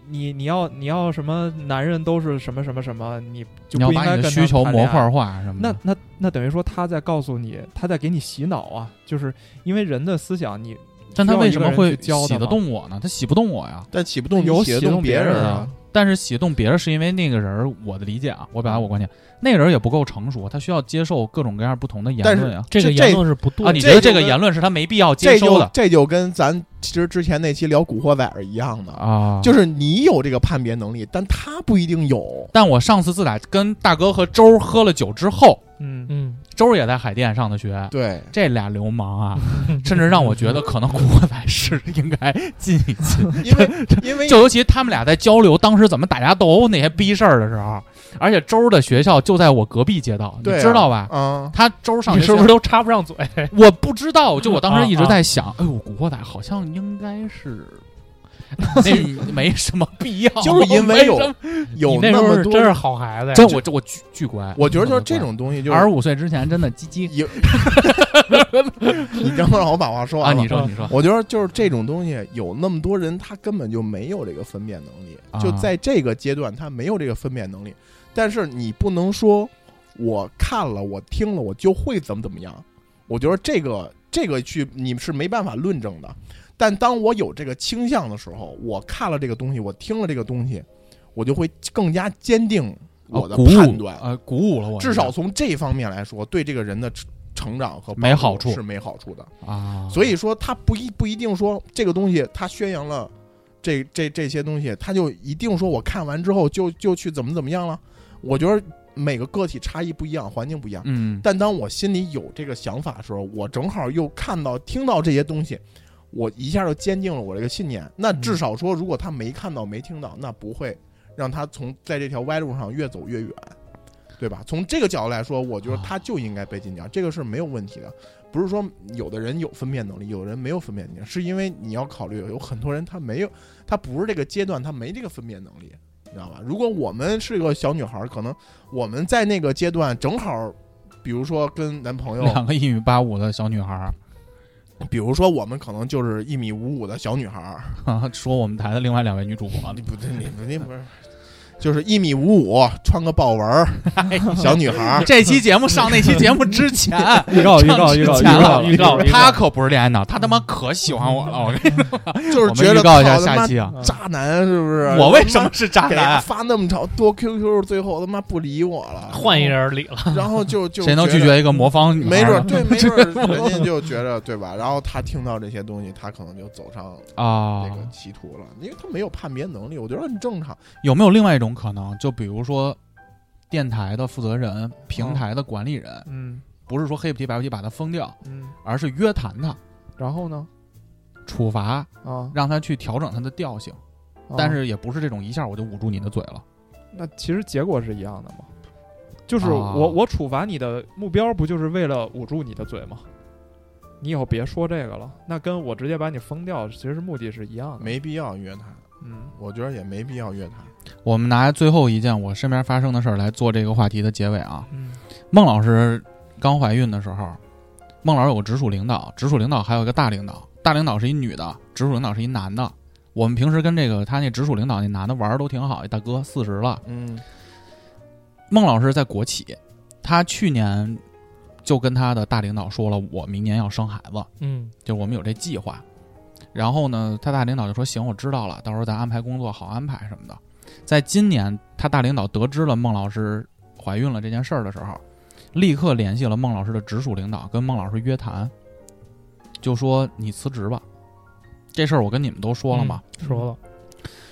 I: 你你要你要什么男人都是什么什么什么，你就
G: 你要
I: 不应
G: 把
I: 该
G: 你
I: 跟
G: 的
I: 他
G: 需求
I: 谈恋
G: 模
I: 爱
G: 块化嗯什么
I: 那
G: 的。
I: 那那等于说他在告诉你，他在给你洗脑啊，就是因为人的思想你，
G: 但
I: 需
G: 他
I: 要
G: 为
I: 一
G: 什
I: 个
G: 么
I: 人
G: 会
I: 去教
G: 洗
I: 他
G: 得
I: 吗
G: 动我呢？他洗不动我呀。
D: 但起不动你
I: 有
D: 起得
I: 动
D: 动
I: 别
D: 人
J: 嗯
I: 啊，，
G: 但是喜动别人是因为那个人儿，我的理解啊，我表达我观点，那个人儿也不够成熟，他需要接受各种各样不同的言
D: 但是
G: 论啊。
J: 这个
D: 这
J: 言论是不对
G: 啊，
J: 的。
G: 你
D: 这
G: 觉得
D: 就
G: 这个
D: 跟
G: 言论是他没必要接
D: 这
G: 收
D: 就
G: 的
D: 这就跟咱其实之前那期聊《古惑仔》一样的，
G: 啊？
D: 就是你有这个判别能力，但他不一定有。
G: 但我上次自打跟大哥和周儿喝了酒之后，
I: 嗯，
J: 嗯，
G: 周儿也在海淀上的学，
D: 对，
G: 这俩流氓啊，甚至让我觉得可能古惑仔是应该进一进。
D: 因为因为
G: 就尤其他们俩在交流当时怎么打架斗殴那些逼事儿的时候，而且周儿的学校就在我隔壁街道，
D: 对啊
G: 你知道吧？
D: 啊，
G: 他周儿上
J: 你
G: 学
J: 是不是都插不上嘴？
G: 我不知道，就我当时一直
J: 啊啊
G: 在想，哎呦，古惑仔好像应该是 那没什么必要，
D: 就是因为有
G: 没什 么
J: 你
D: 有
J: 那时候
D: 么
J: 是
D: 多
J: 真是好孩子呀！
G: 真我这我巨巨乖，嗯
D: 我觉得就是这种东西，就是
G: 二十五岁之前真的鸡鸡
D: 有， 你让不让我把话说
G: 啊！
D: 完了
G: 你说你说，
D: 我觉得就是这种东西，有那么多人他根本就没有这个分辨能力
G: 啊，
D: 就在这个阶段他没有这个分辨能力。但是你不能说我看了、我听了我就会怎么怎么样。我觉得这个这个去你是没办法论证的。但当我有这个倾向的时候，我看了这个东西，我听了这个东西，我就会更加坚定我的
G: 啊鼓舞
D: 判断。
G: 呃，鼓舞了我一下，
D: 至少从这方面来说，对这个人的成成长和帮助
G: 没好处
D: 是没好处的。
G: 啊，
D: 所以说，他不一不一定说这个东西，他宣扬了这这这些东西，他就一定说我看完之后就就去怎么怎么样了。我觉得每个个体差异不一样，环境不一样。
G: 嗯，
D: 但当我心里有这个想法的时候，我正好又看到听到这些东西，我一下就坚定了我这个信念。那至少说，如果他没看到没听到，那不会让他从在这条歪路上越走越远，对吧？从这个角度来说，我觉得他就应该被禁掉，这个是没有问题的。不是说有的人有分辨能力，有的人没有分辨能力，是因为你要考虑有很多人他没有，他不是这个阶段，他没这个分辨能力，你知道吧？如果我们是个小女孩儿，可能我们在那个阶段正好，比如说跟男朋友，
G: 两个一米八五的小女孩儿
D: 比如说我们可能就是一米五五的小女孩 儿，
G: 哈哈说我们台的另外两位女主播，
D: 你不对，你不你不是，就是一米五五，穿个豹纹 儿，小女孩儿，
G: 这期节目上那期节目之前，
I: 预告预告
G: 上
I: 预
G: 之
I: 告预
G: 前
I: 告
G: 了
I: 预告，
G: 他可不是恋爱脑，他他妈可喜欢我了，我跟你
D: 就是
G: 我
D: 觉
G: 们
D: 得
G: 预告一下
D: 靠他妈
G: 下期啊，
D: 渣男是不是？
G: 我为什么是渣
D: 他妈给他
G: 男？啊
D: 发那么长多 QQ，最后他妈不理我了，
J: 换一人理了，
D: 然后就就
G: 谁能
D: 觉
G: 拒
D: 得
G: 绝一个魔方女孩
D: 没
G: 儿
D: 准儿
G: 呢？
D: 对，没准 儿人家就觉着对吧？然后他听到这些东西，他可能就走上
G: 啊
D: 这个歧途了，因为他没有判别能力，我觉得很正常。
G: 有没有另外一种可能？就比如说，电台的负责人、平台的管理人，
I: 嗯
G: 不是说黑不提白不提把他封掉，
I: 嗯，
G: 而是约谈他、
I: 然后呢？
G: 处罚，
I: 啊，
G: 让他去调整他的调性。
D: 嗯
I: 啊
G: 但是也不是这种一下我就捂住你的嘴了。
I: 那其实结果是一样的嘛，就是我、
G: 啊
I: 我处罚你的目标不就是为了捂住你的嘴吗？你以后别说这个了，那跟我直接把你封掉，其实目的是一样的。
D: 没必要约他，
I: 嗯，
D: 我觉得也没必要约他。
G: 我们拿最后一件我身边发生的事儿来做这个话题的结尾啊。
I: 嗯
G: 孟老师刚怀孕的时候，孟老师有个直属领导，直属领导还有一个大领导，大领导是一女的，直属领导是一男的。我们平时跟这个他那直属领导那男的玩儿都挺好，一大哥四十了。
D: 嗯
G: 孟老师在国企，他去年就跟他的大领导说了，我明年要生孩子，
J: 嗯
G: 就我们有这计划。然后呢，他大领导就说：“行，我知道了，到时候咱安排工作好安排什么的。”在今年，他大领导得知了孟老师怀孕了这件事儿的时候，立刻联系了孟老师的直属领导，跟孟老师约谈，就说：“你辞职吧，这事儿我跟你们都说了嘛。
J: 说了，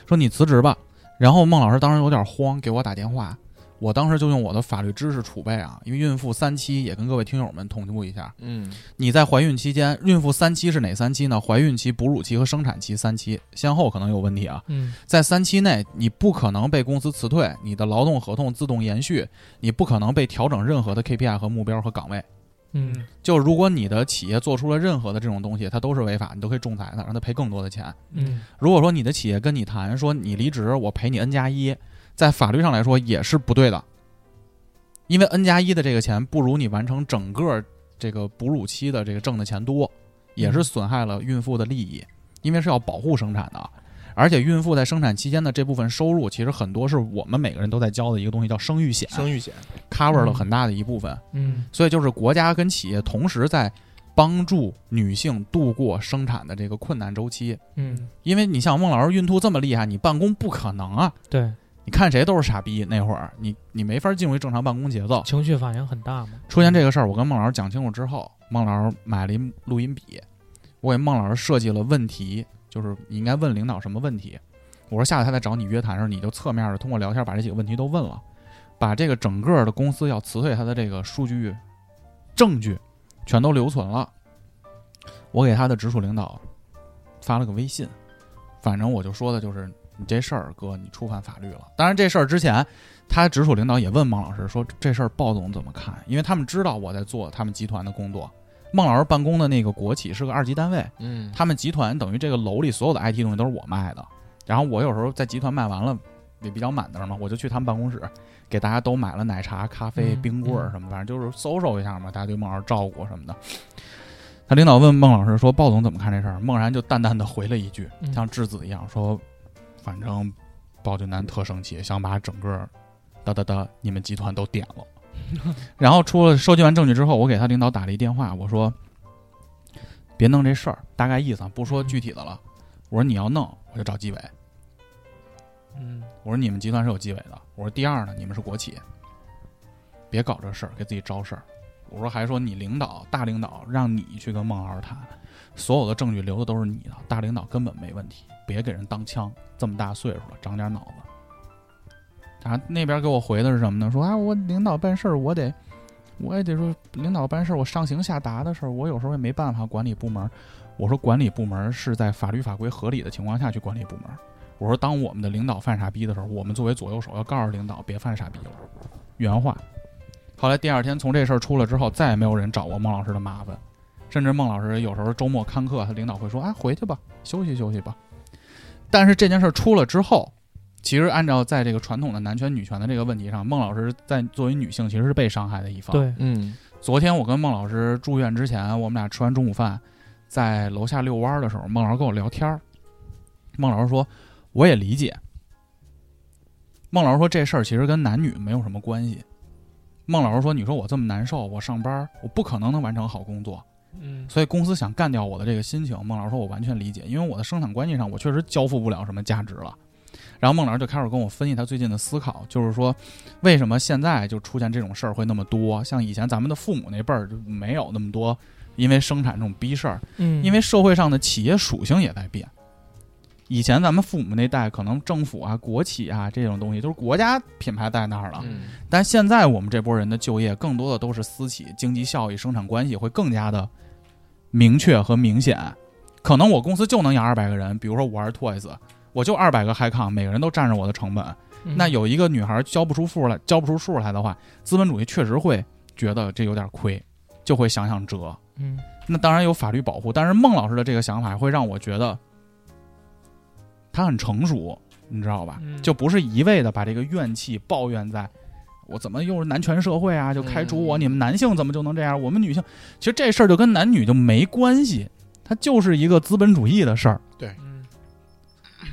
G: 说你辞职吧。然后孟老师当时有点慌，给我打电话。我当时就用我的法律知识储备啊，因为孕妇三期也跟各位听友们同步一下，
D: 嗯
G: 你在怀孕期间，孕妇三期是哪三期呢？怀孕期、哺乳期和生产期三期，先后可能有问题啊。
J: 嗯
G: 在三期内，你不可能被公司辞退，你的劳动合同自动延续，你不可能被调整任何的 KPI 和目标和岗位。
J: 嗯
G: 就如果你的企业做出了任何的这种东西，它都是违法，你都可以仲裁它，让它赔更多的钱。
J: 嗯
G: 如果说你的企业跟你谈说你离职，我赔你 N 加一，在法律上来说也是不对的，因为 N 加一的这个钱不如你完成整个这个哺乳期的这个挣的钱多，也是损害了孕妇的利益，因为是要保护生产的。而且孕妇在生产期间的这部分收入，其实很多是我们每个人都在交的一个东西，叫生育险
D: 生育险，
G: ，cover 了很大的一部分。
J: 嗯
G: 所以就是国家跟企业同时在帮助女性度过生产的这个困难周期。
J: 嗯，
G: 因为你像孟老师孕吐这么厉害，你办公不可能啊！
J: 对，
G: 你看谁都是傻逼，那会儿你你没法进入一正常办公节奏。
J: 情绪反应很大嘛。
G: 出现这个事儿，我跟孟老师讲清楚之后，孟老师买了一录音笔，我给孟老师设计了问题，就是你应该问领导什么问题。我说下次他再找你约谈的时，候，你就侧面的通过聊天把这几个问题都问了，把这个整个的公司要辞退他的这个数据、证据全都留存了。我给他的直属领导发了个微信，反正我就说的就是你这事儿，哥，你触犯法律了。当然这事儿之前，他直属领导也问孟老师说这事儿鲍总怎么看，因为他们知道我在做他们集团的工作。孟老师办公的那个国企是个二级单位，
D: 嗯，
G: 他们集团等于这个楼里所有的 IT 东西都是我卖的，然后我有时候在集团卖完了也比较满当嘛，我就去他们办公室给大家都买了奶茶、咖啡、
J: 嗯
G: 冰棍儿什么，反正就是搜搜一下嘛，大家对孟老师照顾什么的。他领导问孟老师说：“鲍总怎么看这事儿？”孟然就淡淡的回了一句，
J: 嗯
G: 像质子一样说：“反正鲍俊南特生气，想把整个哒哒哒你们集团都点了。”然后出了收集完证据之后，我给他领导打了一电话，我说：“别弄这事儿，大概意思啊，不说具体的了。我说你要弄，我就找纪委。
I: 嗯
G: 我说你们集团是有纪委的。我说第二呢，你们是国企，别搞这事儿，给自己招事儿。我说还说你领导大领导让你去跟孟老师谈，所有的证据留的都是你的，大领导根本没问题，别给人当枪，这么大岁数了，长点脑子。啊，那边给我回的是什么呢？说啊，我领导办事儿，我得，我也得说领导办事儿，我上行下达的事儿，我有时候也没办法。管理部门儿，我说管理部门儿是在法律法规合理的情况下去管理部门儿。我说，当我们的领导犯傻逼的时候，我们作为左右手要告诉领导别犯傻逼了，原话。后来第二天从这事儿出了之后，再也没有人找过孟老师的麻烦，甚至孟老师有时候周末看课，他领导会说：“哎，回去吧，休息休息吧。”但是这件事儿出了之后，其实按照在这个传统的男权女权的这个问题上，孟老师在作为女性其实是被伤害的一方。
J: 对，
D: 嗯
G: 昨天我跟孟老师住院之前，我们俩吃完中午饭，在楼下遛弯儿的时候，孟老师跟我聊天儿。孟老师说：“我也理解。”孟老师说：“这事儿其实跟男女没有什么关系。”孟老师说：“你说我这么难受，我上班儿我不可能能完成好工作，
J: 嗯，
G: 所以公司想干掉我的这个心情，孟老师说我完全理解，因为我的生产关系上我确实交付不了什么价值了。然后孟老师就开始跟我分析他最近的思考，就是说，为什么现在就出现这种事儿会那么多？像以前咱们的父母那辈儿就没有那么多，因为生产这种逼事儿，
J: 嗯
G: 因为社会上的企业属性也在变。以前咱们父母那代，可能政府啊、国企啊这种东西都是国家品牌在那儿了，
D: 嗯
G: 但现在我们这波人的就业，更多的都是私企，经济效益、生产关系会更加的明确和明显。可能我公司就能养二百个人，比如说我是 Toys，我就二百个 High Con，每个人都占着我的成本。
J: 嗯
G: 那有一个女孩交不出数来，交不出数来的话，资本主义确实会觉得这有点亏，就会想想辙。
J: 嗯
G: 那当然有法律保护，但是孟老师的这个想法会让我觉得他很成熟，你知道吧？
J: 嗯
G: 就不是一味的把这个怨气抱怨在我怎么又是男权社会啊，就开除我，
D: 嗯
G: 你们男性怎么就能这样？我们女性其实这事儿就跟男女就没关系，它就是一个资本主义的事儿。
J: 嗯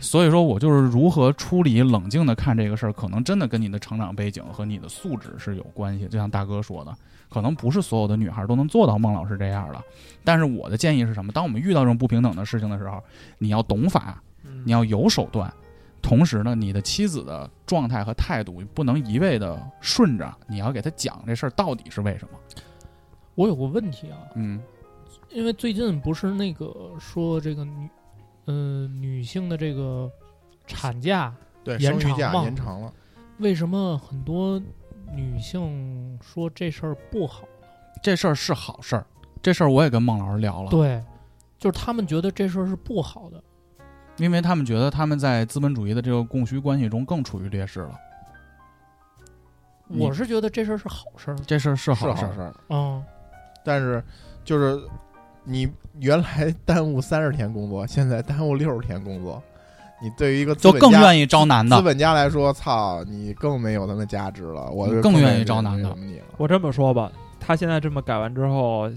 G: 所以说我就是如何处理、冷静的看这个事儿，可能真的跟你的成长背景和你的素质是有关系。就像大哥说的，可能不是所有的女孩都能做到孟老师这样的。但是我的建议是什么？当我们遇到这种不平等的事情的时候，你要懂法，你要有手段。同时呢，你的妻子的状态和态度不能一味的顺着，你要给她讲这事儿到底是为什么。
J: 我有个问题啊，
G: 嗯
J: 因为最近不是那个说这个女，嗯、女性的这个产假，
D: 对，
J: 延
D: 生育
J: 长
D: 假
J: 嘛
D: 延长了，
J: 为什么很多女性说这事儿不好？
G: 这事儿是好事儿，这事儿我也跟孟老师聊了。
J: 对，就是她们觉得这事儿是不好的。
G: 因为他们觉得他们在资本主义的这个供需关系中更处于劣势了。你
J: 我是觉得这事儿是好事儿。
G: 这事儿
D: 是
G: 是好
D: 好
G: 事儿，
D: 事儿，
J: 嗯，
D: 但是就是你原来 耽误三十天工作，现在耽误六十天工作，你对于一个资
G: 就
D: 本
G: 更
D: 家
G: 愿意招男
D: 资
G: 的。
D: 本家来说，操，你更没有他们价值了，我
G: 更愿意招男的
D: 那什么你了，
I: 我这么说吧，他现在这么改完之后，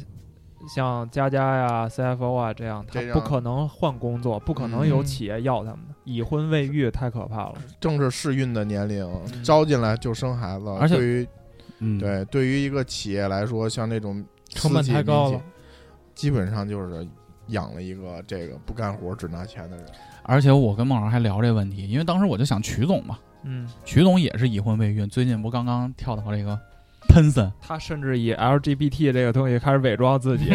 I: 像佳佳呀、CFO 啊这样，他
D: 这样
I: 不可能换工作，不可能有
J: 嗯
I: 企业要他们的。已婚未育太可怕了。
D: 正是适孕的年龄，招进来就生孩子，
G: 而且
D: 对于
G: 嗯，
D: 对对于一个企业来说，像那种
J: 成本
D: 私企
J: 太高
D: 民
J: 了
D: 企。基本上就是养了一个这个不干活只拿钱的人。
G: 而且我跟孟老师还聊这问题，因为当时我就想曲总嘛，
I: 嗯，
G: 曲总也是已婚未孕，最近不刚刚跳到这个 Penson
I: 他甚至以 LGBT 这个东西开始伪装自己，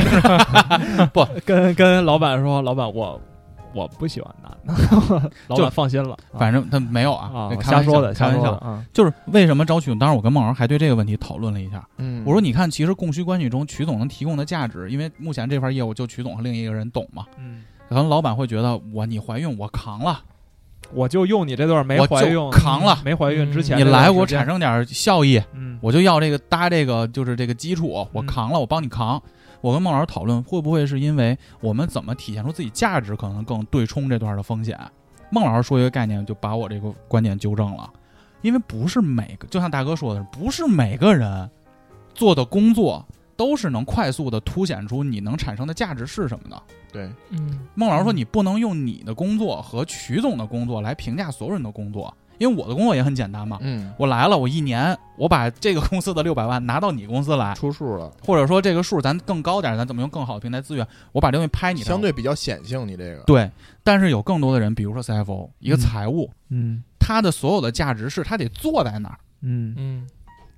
G: 不
I: 跟跟老板说，老板我我不喜欢男 的，老板放心了，
G: 反正他没有
I: 啊
G: 啊，
I: 啊，
G: 开
I: 瞎
G: 玩
I: 说
G: 笑
I: 的，
G: 开
I: 瞎
G: 玩
I: 说的
G: 笑。
I: 啊，
G: 就是为什么招曲总？当时我跟孟老师还对这个问题讨论了一下。
D: 嗯
G: 我说，你看，其实供需关系中，曲总能提供的价值，因为目前这份业务就曲总和另一个人懂嘛，
I: 嗯，
G: 可能老板会觉得我你怀孕我扛了，
I: 我就用你这段没
G: 我
I: 怀
G: 就
I: 孕嗯
G: 扛了嗯
I: 没怀孕之前
G: 你
I: 这段
G: 来我
I: 时间
G: 产，生点效益，
I: 嗯，
G: 我就要这个搭这个就是这个基础，我
I: 嗯
G: 扛了，我帮你扛。我跟孟老师讨论，会不会是因为我们怎么体现出自己价值，可能更对冲这段的风险？孟老师说一个概念，就把我这个观点纠正了，因为不是每个，就像大哥说的，不是每个人做的工作都是能快速的凸显出你能产生的价值是什么的。
D: 对，
J: 嗯，
G: 孟老师说，你不能用你的工作和曲总的工作来评价所有人的工作，因为我的工作也很简单嘛，
D: 嗯，
G: 我来了，我一年我把这个公司的六百万拿到你公司来，
D: 出数了，
G: 或者说这个数咱更高点儿，咱怎么用更好的平台资源，我把这东西拍你那儿
D: 相对比较显性，你这个，
G: 对。但是有更多的人，比如说 CFO，一个
I: 嗯
G: 财务，
I: 嗯
G: 他的所有的价值是他得坐在那儿
I: 嗯
J: 嗯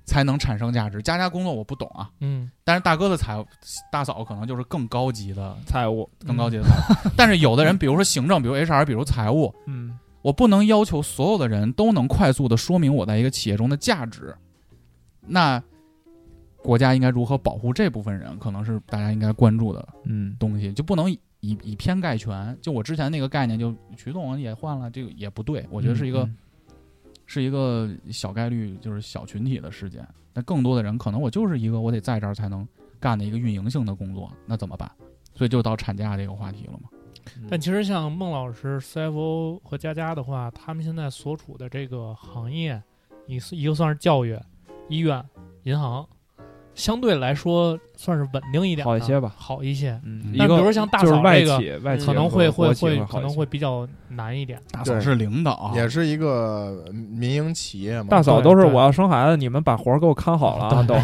G: 才能产生价值。家家工作我不懂啊，
J: 嗯，
G: 但是大哥的财务大嫂可能就是更高级的
I: 财务，
G: 更高级的财务。但是有的人，比如说行政，比如 HR，比如财务，
I: 嗯
G: 我不能要求所有的人都能快速的说明我在一个企业中的价值。那国家应该如何保护这部分人，可能是大家应该关注的
I: 嗯
G: 东西，就不能以以以偏概全。就我之前那个概念，就曲总也换了，这个也不对，我觉得是一个、
I: 嗯
G: 是一个小概率，就是小群体的事件。那更多的人，可能我就是一个我得在这儿才能干的一个运营性的工作，那怎么办？所以就到产假这个话题了嘛。
I: 嗯
J: 但其实像孟老师、CFO 和佳佳的话，他们现在所处的这个行业，一一个算是教育、医院、银行，相对来说算是稳定一点，
I: 好一些吧
J: 好一些。
I: 嗯，
J: 但
I: 一
J: 比如
I: 个
J: 说像大
I: 就是
J: 嫂
I: 外
J: 这个，
I: 企，外企
J: 可能会
I: 和国
J: 会
I: 企
J: 会
I: 好
J: 可
I: 一
J: 能
I: 些
J: 会比较难 一点。
G: 大
D: 嫂
G: 嫂
D: 是啊
G: 是领导，
D: 也是一个民营企业嘛。
I: 嗯大嫂
J: 对
I: 都是
J: 对
I: 我要生孩子，你们把活儿给我看好了啊，都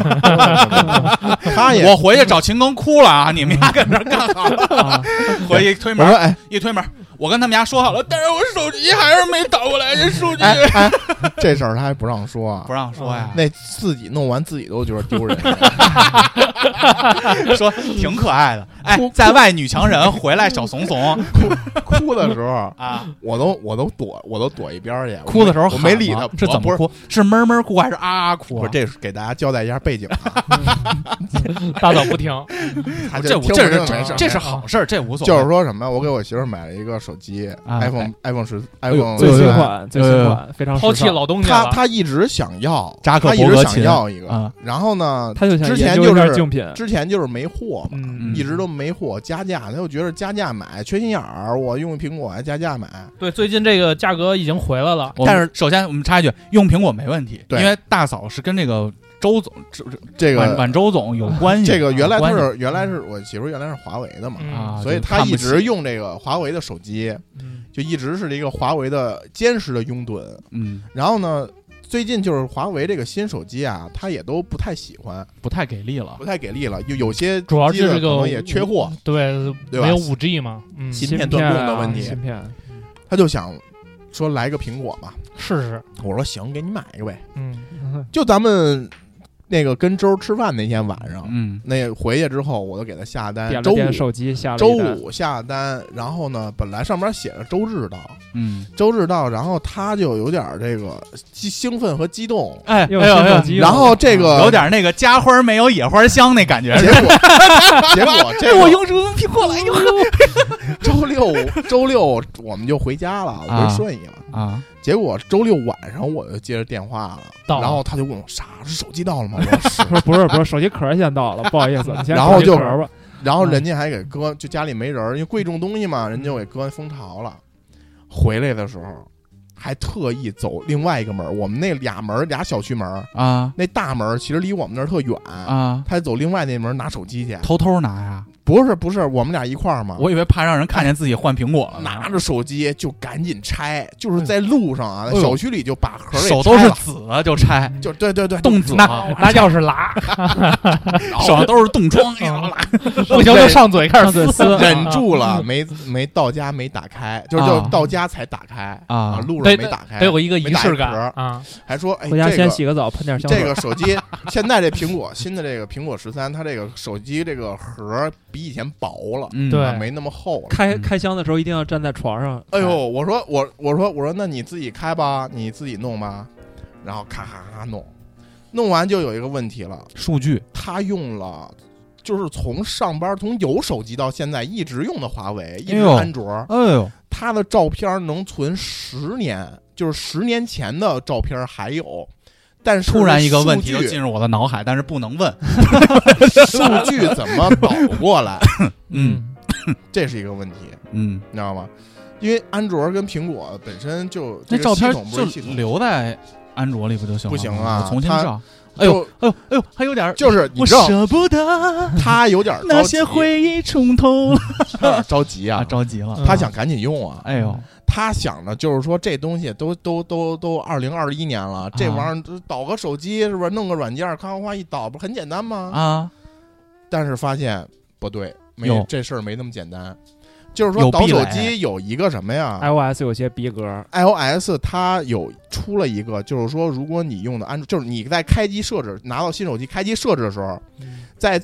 D: 他也
G: 我回去找秦庚哭了啊！你们家跟这儿干好了，
I: 啊
G: 回去一推
D: 我
G: 门
D: 说，哎
G: 一推门，我跟他们家说好了，但是我手机还是没导过来，这数据
D: 哎哎，这事儿他还不让说啊
G: 不，让说呀。
D: 那自己弄完自己都觉得丢 人。
G: 说挺可爱的，哎，在外女强人，回来小怂怂
D: 哭的时候，
G: 啊。
D: 我都我都躲，我都躲一边儿去。我
G: 哭的时候
D: 我没
G: 喊
D: 理
G: 吗
D: 他，
G: 是
D: 我
G: 怎
D: 不
G: 么
D: 是
G: 哭？啊是闷闷哭还是啊啊哭
D: 不
G: 啊？
D: 是，这是给大家交代一下背景啊。
J: 大嫂不听，
D: 他
G: 啊这
D: 就
G: 我
D: 听
G: 这
D: 不
G: 是
D: 进
G: 这
D: 来
G: 是这是好事儿，这无所
D: 就是
G: 谓。
D: 说什么呀？我给我媳妇儿买了一个手机
G: 啊
D: ，iPhone
G: 哎
D: iPhone 十
G: 呦
D: iPhone
I: 最
D: 13
I: 新。款，最
G: 对
I: 新
G: 对
I: 款，非常时
J: 抛弃
I: 尚
J: 老东家
D: 他
J: 了。
D: 他一直想要，
G: 扎克
D: 他一
G: 伯
D: 直
G: 格
D: 想
G: 琴
D: 要一个
G: 啊。
D: 然后呢，
I: 他就想
D: 之
I: 研
D: 前
I: 究
D: 就
I: 一下
D: 是
I: 竞品，
D: 之前就是没货嘛，
I: 嗯
G: 嗯
D: 一直都没货，加价，他又觉得加价买缺心眼儿，我用苹果还加价买，
G: 嗯
J: 对，最近这个价格已经回来了。
G: 我们
D: 但是
G: 首先我们插一句，用苹果没问题，因
D: 对
G: 为大嫂是跟这个周总、周
D: 这
G: 晚
D: 个
G: 晚周总有关系。
D: 这个原来他
G: 有关
D: 是原来是我媳妇儿原来是华为的嘛，
J: 嗯
G: 啊，
D: 所以
G: 就
D: 他
G: 看
D: 一
G: 不起
D: 直用这个华为的手机，
J: 嗯，
D: 就一直是一个华为的坚实的拥趸。
G: 嗯
D: 然后呢，最近就是华为这个新手机啊，他也都不太喜欢，
G: 不太给力了
D: 不。太给力了，有有些
J: 主要
D: 机
J: 就
D: 子
J: 是
D: 可
J: 个
D: 能也缺货，
J: 对，
D: 对吧
J: 没有五 G 嘛，嗯，
D: 芯
I: 芯
D: 片断供的
I: 啊
D: 问题
I: 芯，片，
D: 他就想说来个苹果吧。
J: 试试，
D: 我说行，给你买一个呗。
J: 嗯
D: 就咱们那个跟周儿吃饭那天晚上，
G: 嗯，
D: 那回去之后，我就给他下单
I: 点。
D: 哎周
I: 了点
D: 五
I: 手机，下了
D: 周
I: 一单
D: 五下单，然后呢，本来上面写着周日到，
G: 嗯，
D: 周日到，然后他就有点儿这个激兴奋和激动，
G: 哎，
I: 又有新手机了，
D: 然后这个
G: 有点那个家花没有野花香那感觉。
D: 结 果结果这
G: 哎我
D: 个
G: 用什么苹果来用
D: 周六周六我们就回家了，我
G: 啊
D: 就顺义了。
G: 啊？
D: 结果周六晚上我就接着电话了，
J: 到了
D: 然后他就问我啥手机到了 吗？我说是。
I: 不是不是不是，手机壳儿先到 了，不好意思，你先
D: 嗯然后
I: 手机
D: 就
I: 壳儿吧，
D: 然
G: 嗯
D: 后人家还给搁，就家里没人儿，因为贵重东西嘛，人家就给搁蜂巢了。回来的时候，还特意走另外一个门儿，我们那俩门儿俩小区门儿，
G: 啊
D: 那大门儿其实离我们那儿特远，
G: 啊，
D: 他走另外那门儿拿手机去，
G: 偷偷拿呀？
D: 不是不是，我们俩一块儿嘛。
G: 我以为怕让人看见自己换苹果了呢，
D: 拿着手机就赶紧拆，就是在路上啊，
G: 哎
D: 在
G: 呦
D: 小区里就把盒儿给
G: 手都
D: 拆
G: 是
D: 了
G: 紫的就
I: 哎
G: 拆，
J: 嗯
D: 就对对对，
G: 动紫
J: 拿
G: 啊
J: 拿 钥匙拉，
G: 手上都是冻疮，哎
J: 嗯
G: 呀
J: 不行就上嘴开始
I: 上嘴
J: 撕啊
I: 撕，
D: 忍住了，没没到家没打开，就是就
G: 啊
D: 到家才打开
G: 啊
D: 路上
J: 得
D: 没打开，
J: 得有一个仪式
D: 哎没打
J: 感
D: 一盒
J: 啊！
D: 还说哎，
I: 回家
D: 这
I: 先
D: 个
I: 洗个澡，喷点香水。
D: 这个手机现在这苹果新的这个苹果十三，它这个手机这个盒儿比以前薄了，
G: 嗯，
J: 对
D: 啊没那么厚了。
I: 开
G: 嗯
I: 开箱的时候一定要站在床上。
D: 哎呦，我说我我说我说那你自己开吧，你自己弄吧，然后咔咔咔弄，弄完就有一个问题了，
G: 数据
D: 他用了。就是从上班从有手机到现在一直用的华为，一
G: 哎
D: 直
G: 呦
D: 安卓，
G: 哎呦，
D: 他的照片能存十年，就是十年前的照片还有，但是
G: 突然一个问题
D: 数
G: 就
D: 据
G: 进入我的脑海，但是不能问。
D: 数据怎么导过来，
G: 嗯
D: 这是一个问题，
G: 嗯，
D: 你知道吗？因为安卓跟苹果本身就
G: 那
D: 这个
G: 照片
D: 系统不
G: 就是
D: 系统
G: 留在安卓里不就行了吗？
D: 不行啊
G: 我重新
D: 它
G: 照。哎
D: 就
G: 呦哎呦哎呦，还有点儿
D: 就是你
G: 我
D: 知道
G: 舍不得
D: 他有点着
G: 那些
D: 急，
G: 回忆冲头
D: 有点 着急
G: 啊，
D: 啊，
G: 着急了。
D: 他想赶紧用啊，
G: 哎呦，
D: 他想的就是说这东西都都都都二零二一年了，这
G: 啊
D: 玩意儿导个手机是不是？弄个软件儿，咔咔咔一导，不是很简单吗？
G: 啊，
D: 但是发现不对，没
G: 有
D: 这事儿没那么简单。就是
G: 有哎
D: 说，导
G: 壁
D: 手
G: 垒
D: 机有一个什么
G: 哎
D: 呀
I: 哎 iOS 有些逼格，
D: ？iOS 它有出了一个，就是说，如果你用的安，就是你在开机设置拿到新手机开机设置的时候，
J: 嗯
D: 在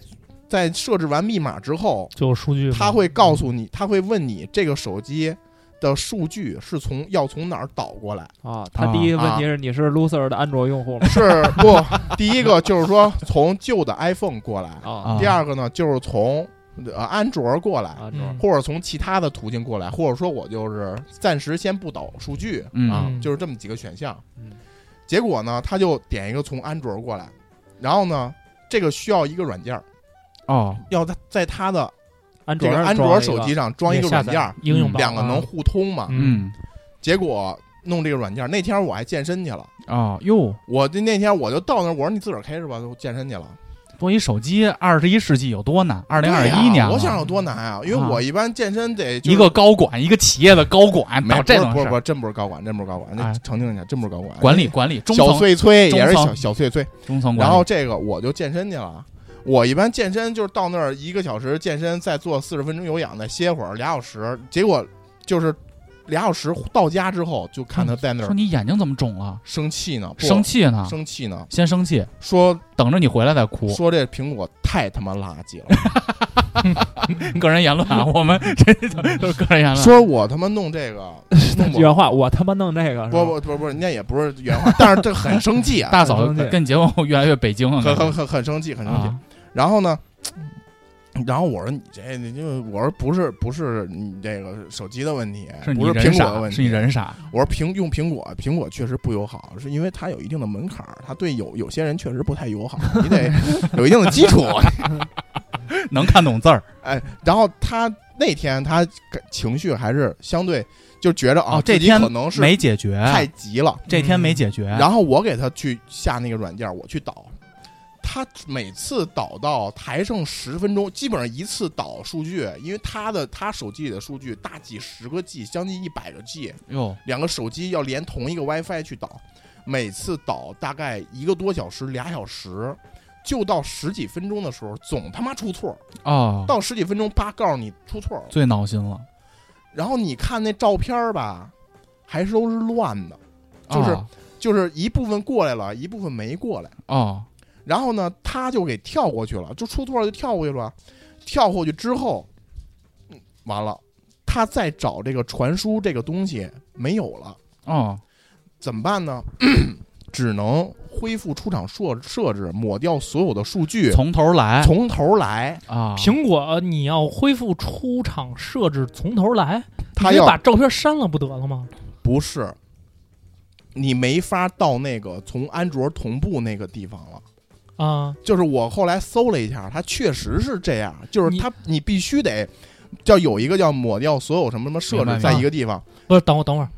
D: 在设置完密码之后，
J: 就有数据嘛，
D: 它会告诉你，它会问你这个手机的数据是从要从哪儿导过来。
I: 啊，他第一个问题是你是 loser 的安卓用户吗？
D: 是不？第一个就是说从旧的 iPhone 过来，
G: 啊
I: 啊
D: 第二个呢就是从呃安卓过来，
I: 安卓
J: 嗯，
D: 或者从其他的途径过来，或者说我就是暂时先不导数据、
G: 嗯
D: 啊，
J: 嗯
D: 就是这么几个选项。
I: 嗯
D: 结果呢，他就点一个从安卓过来，然后呢，这个需要一个软件儿，
G: 哦，
D: 要在在他的
J: 嗯
I: 安
D: 这
I: 卓
D: 个
I: 上
D: 安
I: 装
D: 卓
I: 一个
D: 手机上装一个软件儿，
J: 应用
G: 嗯
J: 吧
D: 两
I: 啊
D: 个能互通嘛。
J: 嗯
G: 嗯
D: 结果弄这个软件儿，那天我还健身去了，
G: 哦哟，
D: 我那那天我就到那儿，我说你自个儿开是吧？我健身去了。
G: 多一手机，二十一世纪有多难？二零二
D: 对
G: 一
D: 呀
G: 年了，
D: 我想有多难啊？因为
G: 啊
D: 我一般健身得就是
G: 一个高管，一个企业的高管
D: 没
G: 搞
D: 不
G: 这
D: 是
G: 种
D: 不
G: 事
D: 是不
G: 儿，
D: 是，真不是高管，真不是高管，那
G: 哎
D: 澄清一下，真不是高管，
G: 管理管理中
D: 小
G: 层
D: 碎催
G: 中
D: 也是
G: 层
D: 小小碎催。
G: 中层管
D: 然
G: 理，
D: 后这个我就健身去了。啊我一般健身就是到那儿一个小时健身，再做四十分钟有氧，再歇会儿俩小时。结果就是俩小时到家之后，就看他在那
G: 说
D: 儿
G: 你眼睛怎么肿了？
D: 生气呢，不
G: 嗯生气啊呢？
D: 生气呢，
G: 先生气，
D: 说
G: 等着你回来再哭。
D: 说这苹果太他妈垃圾了，
G: 个人言论啊，我们这都是个人言论。
D: 嗯说我他妈弄这个， 弄我
I: 原话，我他妈弄这个是
D: 不
I: 吧
D: 不不不，人家也不是原话，但是这很生气啊，
G: 大嫂
I: 很生气
G: 跟你结婚后越来越北京了，
D: 很很很很生气，很生气。
G: 啊
D: 然后呢，然后我说你这你就我说不是不是你这个手机的问题，
G: 是你
D: 不是
G: 人
D: 苹果的
G: 傻，
D: 问
G: 是你
D: 题。
G: 人傻。
D: 我说苹用苹果，苹果确实不友好，是因为它有一定的门槛儿，它对有有些人确实不太友好，你 得有一定的基础。
G: 能看懂字儿
D: 哎，然后他那天他感情绪还是相对就觉着啊，
G: 哦这
D: 自己
G: 天
D: 可能是
G: 没解决，
D: 太急了。
G: 这天没解决，
D: 然后我给他去下那个软件，我去导，他每次导到还剩十分钟，基本上一次导数据，因为他的他手机里的数据大几十个 G，将近一百个 G，
G: 哟，
D: 两个手机要连同一个 WiFi 去导，每次导大概一个多小时、俩小时。就到十几分钟的时候，总他妈出错。
G: 哦，
D: 到十几分钟，叭，告诉你出错了。
G: 最闹心了，
D: 然后你看那照片儿吧，还是都是乱的，就是
G: 哦
D: 就是一部分过来了，一部分没过来。
G: 哦，
D: 然后呢，他就给跳过去了，就出错了就跳过去了，跳过去之后，嗯完了，他再找这个传输这个东西没有了，
G: 哦，
D: 怎么办呢？ 只能恢复出厂设设置，抹掉所有的数据，
G: 从头来
D: 从头来。
G: 啊，
J: 苹果，你要恢复出厂设置，从头来，
D: 他
J: 你
D: 要
J: 把照片删了不得了吗？
D: 不是，你没法到那个从安卓同步那个地方了。
J: 啊，
D: 就是我后来搜了一下，它确实是这样，就是
J: 你
D: 它你必须得叫有一个叫抹掉所有什么什么设
G: 明白
D: 置在一个地方，
J: 不是，等我等会儿，